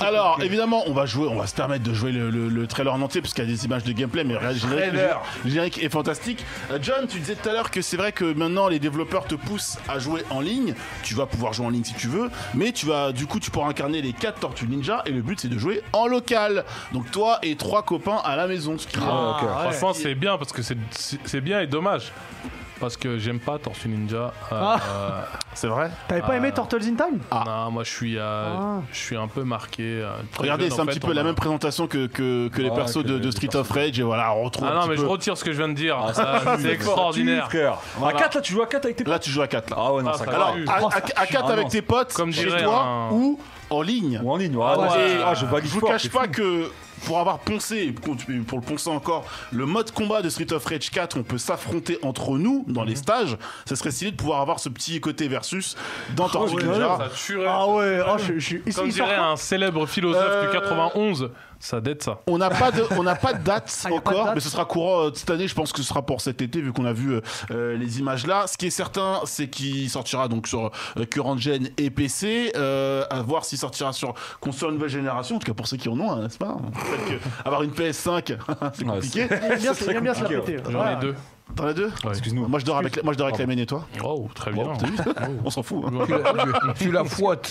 J: Alors, évidemment, on va jouer, on va se permettre de jouer le, le- le trailer en entier parce qu'il y a des images de gameplay, mais regarde, le générique, le
D: Trailer.
J: gé- le générique est fantastique. Euh, John, tu disais tout à l'heure que c'est vrai que maintenant les développeurs te poussent à jouer en ligne. Tu vas pouvoir jouer en ligne si tu veux, mais tu vas, du coup, tu pourras incarner les quatre Tortues Ninja et le but c'est de jouer en local. Donc toi et trois copains à la maison. Ce qui-
A: Ah,
C: Franchement, c'est bien parce que c'est- c'est c'est bien et dommage. Parce que j'aime pas Tortue Ninja. euh,
J: Ah. C'est vrai.
A: T'avais pas aimé Turtles in Time
J: Ah.
C: Non, moi je suis, euh,
A: Ah.
C: je suis un peu marqué. euh, très
J: Regardez,
C: jeune,
J: c'est
C: en
J: un
C: fait,
J: petit
C: on
J: peu la
C: a-
J: même présentation que, que, que les
I: Ah,
J: persos
I: que
J: de, de
I: les
J: Street of Rage et voilà, on retrouve.
C: Ah
J: un
C: non,
J: petit
C: mais je
J: peu-
C: retire ce que je viens de dire. Ah, c'est extraordinaire.
I: frère.
J: Voilà.
I: À 4, là, tu joues à 4 avec tes
J: Là, tu joues à 4 là.
I: Ah ouais, non,
C: Ah,
I: ça
C: ça
J: Alors,
I: Alors,
C: eu.
J: à, à- à quatre
I: Ah,
J: avec
I: non.
J: tes potes,
C: Comme
J: chez
C: dirait
J: toi
C: un-
J: ou en ligne.
I: Ou en ligne. Ah,
C: Ouais.
I: ouais, c'est-
C: Et-
I: ah, je valide
J: Je vous
I: fort,
J: cache
I: c'est
J: pas
I: fou.
J: que pour avoir poncé, pour le poncer encore, le mode combat de Street of Rage 4, on peut s'affronter entre nous dans les stages. Ça serait stylé de pouvoir avoir ce petit côté versus dans Tortue Ninja.
C: Ça tuerait.
A: Ah ouais, oh, je, je, il-
C: Comme
A: il sort
C: dirait
A: quand
C: un célèbre philosophe
J: Euh,
C: du 91, ça dette ça.
J: On n'a pas de, on n'a pas de date
A: Ah, y a pas de
J: encore,
A: date.
J: mais ce sera courant euh, cette année. Je pense que ce sera pour cet été vu qu'on a vu euh, euh, les images là. Ce qui est certain, c'est qu'il sortira donc sur euh, current gen et PC. euh, à voir s'il sortira sur console nouvelle génération. En tout cas pour ceux qui en ont, hein, n'est-ce pas Peut-être que avoir une PS5, c'est compliqué.
A: Il aime bien, il aime bien se la
I: compliqué,
A: péter.
C: J'en ai
A: Voilà.
C: deux.
J: T'en as deux
C: Ouais.
I: Excuse-nous.
J: Moi je dors avec, la- moi je dors avec la mienne et toi.
C: Oh, très bien.
J: Bon, t'as vu On s'en fout. hein.
D: Tu la- Tu la fouettes.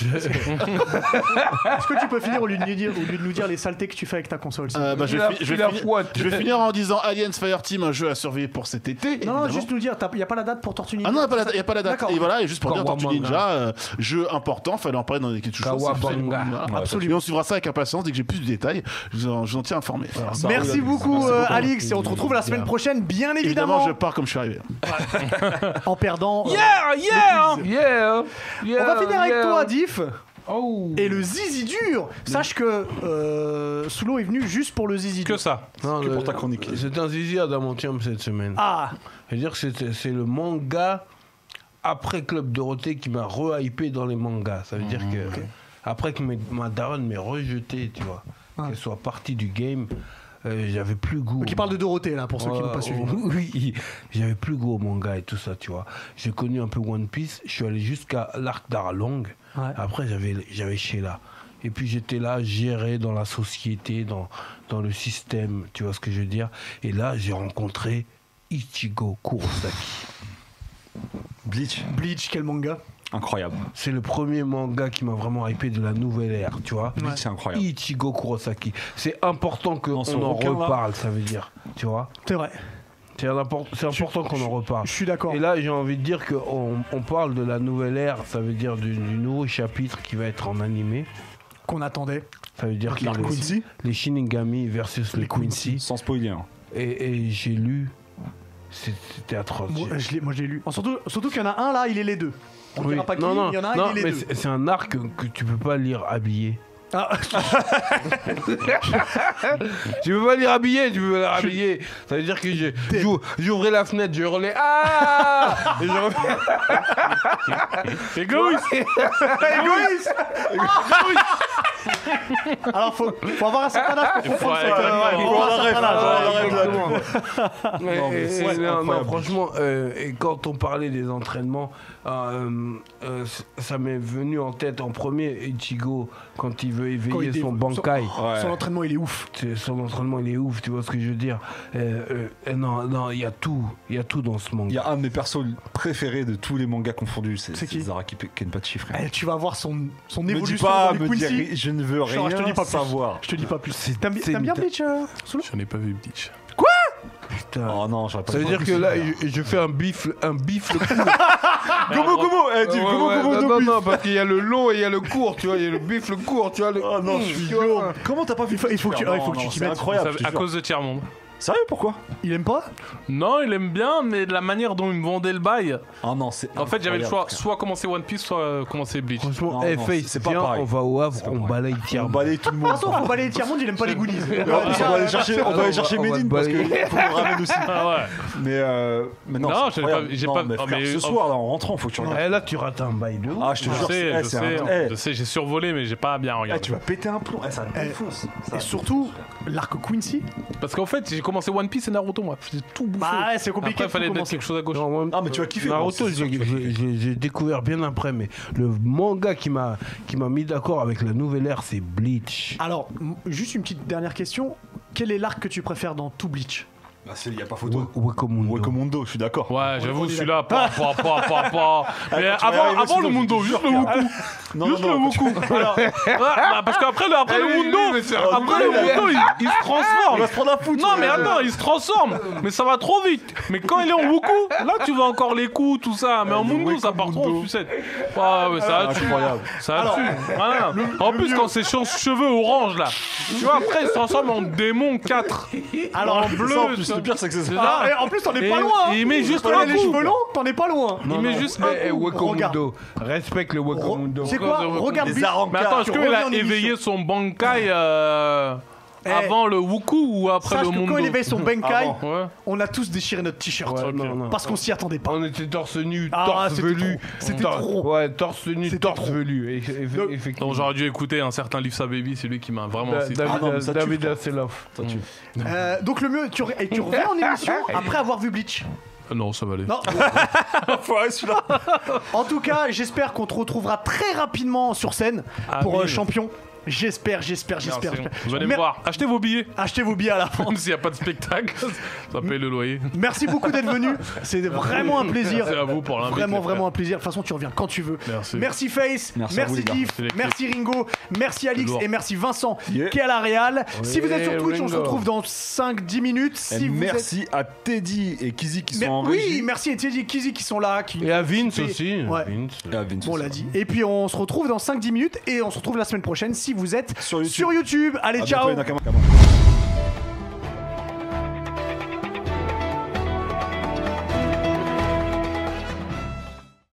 A: Est-ce que tu peux finir au lieu de nous dire, au lieu de nous dire les saletés que tu fais avec ta console s'il te
J: Euh, bah, je,
D: Tu
J: vais
D: la-
J: fi- je
D: tu
J: vais
D: la
J: finir-
D: fouettes.
J: je vais finir en disant Aliens Fireteam, un jeu à surveiller pour cet été.
A: plaît Non, non,
J: évidemment.
A: juste nous dire, il n'y a pas la date pour Tortue Ninja
J: Ah non, il n'y a, pas la date.
A: D'accord.
J: Et voilà, et juste pour dire, Tortue
D: Kawabanga.
J: Ninja, euh, jeu important, fallait en parler dans les quelque chose. c'est absolument-
D: Kawabanga.
J: voilà. Absolument. Et on suivra ça avec impatience. Dès que j'ai plus de détails, je vous en, je vous en tiens informé. Voilà.
A: Merci beaucoup, euh, Alix, et on te retrouve la
D: Bien.
A: semaine prochaine, bien
J: Évidemment,
A: évidemment,
J: je pars comme je suis arrivé.
A: en perdant. euh,
D: Yeah, yeah,
C: hein.
D: yeah,
A: On
D: yeah,
A: va finir avec
D: yeah.
A: toi, Diff,
D: Oh.
A: et le zizi dur. Sache que euh, Soulo est venu juste pour le zizi
C: Que
A: dur.
C: ça.
D: Non,
I: que
D: le-
I: pour ta chronique.
D: C'est un zizi à Damantium cette semaine.
A: Ah,
D: C'est-à-dire que c'est- c'est le manga après Club Dorothée qui m'a re-hypé dans les mangas. Ça veut
I: Mhm.
D: dire que après que mes- ma daronne m'ait rejeté, tu vois,
J: Ah.
D: qu'elle soit partie du game, euh, j'avais plus goût.
A: qui
D: au
A: parle de Dorothée là, pour ceux qui n'ont
D: Ouais,
A: pas suivi.
D: oh, Oui, j'avais plus gros manga et tout ça, tu vois. J'ai connu un peu One Piece, je suis allé jusqu'à l'arc d'Aralong.
A: Ouais.
D: Après, j'avais j'avais Sheila. Et puis j'étais là, géré dans la société, dans, dans le système, tu vois ce que je veux dire. Et là, j'ai rencontré Ichigo Kurosaki.
I: Bleach.
A: Bleach, quel manga
I: Incroyable.
D: C'est le premier manga qui m'a vraiment hypé de la nouvelle ère, tu vois.
I: Bleach, c'est incroyable.
D: Ichigo Kurosaki. C'est important qu'on
I: Dans son
D: en
I: bouquin, là.
D: reparle, ça veut dire, tu vois.
A: C'est vrai,
D: C'est impor- c'est important qu'on en reparle.
A: je suis d'accord.
D: Et là, j'ai envie de dire qu'on on parle de la nouvelle ère, ça veut dire du, du nouveau chapitre qui va être en animé.
A: Qu'on attendait.
D: Ça veut dire que
A: Dark
D: les,
A: Quincy
D: les Shinigami versus les, Quincy.
I: Sans spoiler. hein.
D: Et, et j'ai lu, c'est- c'était atroce.
A: Moi
D: J'ai-
A: je l'ai- moi, je l'ai lu. Oh, surtout surtout qu'il y en a un là, il est les deux. On
D: Oui.
A: dira pas qui,
D: non, non,
A: il y en a un,
D: non,
A: il est les
D: mais
A: deux. Ah.
D: c'est c'est un arc que tu peux pas lire habillé. Je peux pas les rhabiller, je peux pas les rhabiller. Ça veut dire que je- j'ou- j'ouvrais la fenêtre, je relais. Ah Et je reviens.
C: Égoïste
A: Égoïste Alors, faut, faut avoir un certain âge pour comprendre
C: Ouais,
A: ça.
C: exactement.
A: Ouais, faut avoir un certain âge.
D: Ouais, exactement. Mais-
B: Non, mais
D: et-
B: c'est
D: et- euh, non, non,
B: incroyable.
D: franchement, euh, et quand on parlait des entraînements, euh, euh, c- ça m'est venu en tête en premier Ichigo quand il veut
A: Quand il
D: éveiller
A: dé-
D: son Oh. bankai.
A: Son, son entraînement, il est ouf.
D: C'est- Son entraînement, il est ouf, tu vois ce que je veux dire. Euh, euh, euh, non, non, il y a tout, il y a tout dans ce
B: Il
D: manga.
B: y a un de mes persos préférés de tous les mangas confondus, c'est
A: C'est qui
B: c'est Zaraki Pe- Kenpachi, frère.
A: Eh, tu vas voir son, son
B: Me dis
A: évolution.
B: pas,
A: dans les
B: me dis
A: Quincy.
B: ri- je ne veux
A: Je te-
B: rien
A: je te dis pas plus.
B: savoir.
A: Je te dis pas plus. T'aimes bi-
D: c'est
A: t'aimes bien
D: une-
A: Bleach euh, Soulou
C: J'en ai pas vu Bleach.
D: Putain.
B: Oh non, j'aurais pas
D: Ça veut
B: dû.
D: dire que là, je, je fais un bifle, un bifle. court.
B: Gomo Gomo eh, dis,
D: Ouais,
B: Gomo
D: ouais,
B: Gomo no
D: non, non,
B: beef.
D: non, parce qu'il y a le long et il y a le court, tu vois, il y a le bifle court, tu vois. Le...
B: Oh non,
A: Mmh,
B: je suis
D: Tu vois,
B: lourd. Comment t'as pas vu
A: Il faut- il faut que tu-
B: Non,
A: ouais, il faut que
B: non,
A: tu t'y
B: c'est
A: mettes.
B: incroyable,
C: Ça-
B: je te
C: à
B: jure.
C: cause de Tiers-Monde.
B: Sérieux, pourquoi
A: Il aime pas
C: Non, il aime bien, mais de la manière dont il me vendait le bail.
B: Ah non, c'est
C: En fait, j'avais
B: incroyable,
C: le
B: Oh,
C: choix
B: frère.
C: soit commencer One Piece, soit euh, commencer Bleach.
D: Franchement,
B: Non,
D: eh,
B: non,
D: Faith,
B: c'est- c'est pas
D: viens,
B: pareil.
D: on va au Havre,
B: pas
D: on
B: pareil.
D: balaye
B: On
D: tiers
B: balaye tout le
A: De
B: monde.
A: toute façon, faut balayer le tiers-monde, il aime pas les goodies.
B: Et en plus, on va aller chercher, on va aller
D: on
B: chercher
D: va- on va
B: Méline
D: te
B: parce qu'il
D: balayer.
B: faut qu'on ramène aussi.
C: Ah ouais.
B: Mais euh, mais non,
C: Non,
B: c'est
C: j'avais pas-
B: incroyable.
C: j'ai
B: Non,
C: pas-
B: mais
C: oh,
B: frère,
C: mais-
B: ce soir là, en rentrant, faut que tu regardes.
D: Eh, là, tu rates un bail de ouf.
B: Ah, je te
C: Je
B: jure,
C: sais,
B: c'est- eh,
C: je
B: c'est
C: sais,
B: un- eh,
C: je sais, j'ai survolé, mais j'ai pas bien
B: eh,
C: regardé.
B: tu vas péter un plomb, Eh, ça te
A: Eh,
B: défonce. Ça-
A: Et surtout, l'arc Quincy.
C: Parce qu'en fait, j'ai commencé One Piece et Naruto, moi. J'ai tout bouffé.
A: Bah ouais, c'est compliqué
C: Après,
A: de
C: il fallait
A: tout
C: mettre quelque chose à gauche.
D: Non, moi-
B: Ah, mais tu vas kiffer, gros,
D: Naruto,
B: c'est sûr
D: j'ai-
B: que tu vas
D: j'ai j'ai- j'ai découvert bien après, mais le manga qui m'a qui m'a mis d'accord avec la nouvelle ère, c'est Bleach.
A: Alors, m- juste une petite dernière question. Quel est l'arc que tu préfères dans tout Bleach
B: Bah, c'est- y a pas
D: Wa-
B: photo.
D: Wakamundo.
B: Recommando, je suis d'accord.
C: Ouais, j'avoue, celui-là, pas, pas, pas, pas, pas.
B: Ah, quand
C: Mais
B: tu vas y
C: avant,
B: arriver,
C: avant le
B: sinon,
C: Mundo,
B: je te
C: juste le
B: jure,
C: Mundo.
B: frère. Non,
C: Juste le
B: non, Eh non.
C: Goku. Alors, ouais, bah, parce qu'après le, après le Mundo, après
B: Ah,
C: le Mundo, il, il se transforme. Non, mais attends, il se transforme. Mais ça va trop vite. Mais quand il est en Goku, là, tu vois encore les coups, tout ça.
B: Eh,
C: Mais en Mundo, ça part trop en sucette. Ouais, ouais, ça va
B: Incroyable.
C: Ça tue. Voilà. en plus, quand c'est che- cheveux orange, là, tu vois, après, il se transforme en démon 4.
A: Alors,
C: en bleu.
B: Ça, en plus, le pire, c'est que c'est ça.
A: Ah, et en plus, t'en es
C: Et-
A: pas loin
C: et il met
A: Vous
C: juste
A: prenez
C: un
A: les
C: coup.
A: cheveux longs, t'en es pas loin
C: il met juste un
D: Eh, eh,
C: coup.
D: Wakamundo. Respecte le Wakamundo.
A: Re- C'est quoi
C: Regarde.
A: Regarde
B: Les
A: Bleach.
B: Arankas.
C: Mais attends,
A: Tu
C: est-ce qu'il
A: reviens en
C: a
A: émission.
C: éveillé son Bankai euh,
A: Eh.
C: avant Ah le Wuku ou après
A: Sache
C: le
A: que
C: Mundo
A: quand il éveille son Benkai,
B: Avant.
C: Ouais.
A: on a tous déchiré notre t-shirt.
D: Ouais, non, non.
A: Parce qu'on s'y attendait pas.
D: On était torse nu,
A: Ah,
D: torse
A: c'était
D: velu.
A: trop. C'était
D: Tor-
A: trop.
D: Ouais, torse nu,
A: C'était
D: torse
A: trop.
D: velu. eff- eff-
A: Donc-
D: Effectivement.
C: Donc j'aurais dû écouter un certain Lifsa Baby, c'est lui qui m'a vraiment
D: Da-
C: incité.
B: Ah non, mais
D: David
B: ça tue,
D: David
B: frère.
D: Hasselhoff.
B: Ça tue.
A: Euh, donc le mieux, tu, re- et tu reviens en émission après avoir vu Bleach.
C: Ah Non, ça va aller.
A: Non. En tout cas, j'espère qu'on te retrouvera très rapidement sur scène pour euh,
C: Ah oui.
A: champion. J'espère, j'espère, j'espère.
C: Merci. hein.
A: j'espère.
C: Vous allez me
A: Mer-
C: voir. Achetez vos billets.
A: Achetez vos billets à la fin.
C: Même s'il n'y a pas de spectacle, ça paye le loyer.
A: Merci beaucoup d'être venu. C'est vraiment un plaisir.
C: Merci à vous pour l'invite,
A: Vraiment,
C: les frères.
A: vraiment un plaisir. De toute façon, tu reviens quand tu veux.
C: Merci.
A: Face.
B: Merci
A: Merci,
B: à vous, les gars.
A: Gif.
C: C'est les
A: Merci Ringo. Merci Alix.
C: lourd.
A: Et merci Vincent
B: Yeah.
A: qui est à la Real. Si vous êtes sur
D: Yeah,
A: Twitch, on
D: Ringo.
A: se retrouve dans 5-10 minutes.
B: Eh,
A: Si vous êtes-
B: merci à Teddy et Kizzy qui
A: Mais-
B: sont en
A: oui,
B: régie.
A: merci et Teddy Kizzy qui sont là. Qui...
D: Et à Vince aussi.
A: Ouais.
D: Vince.
B: Et à Vince
A: Bon, on
B: aussi.
A: l'a dit. Et puis on se retrouve dans 5-10 minutes et on se retrouve la semaine prochaine si vous êtes
B: Sur YouTube.
A: Allez,
B: À bientôt,
A: ciao
B: les Nakamas.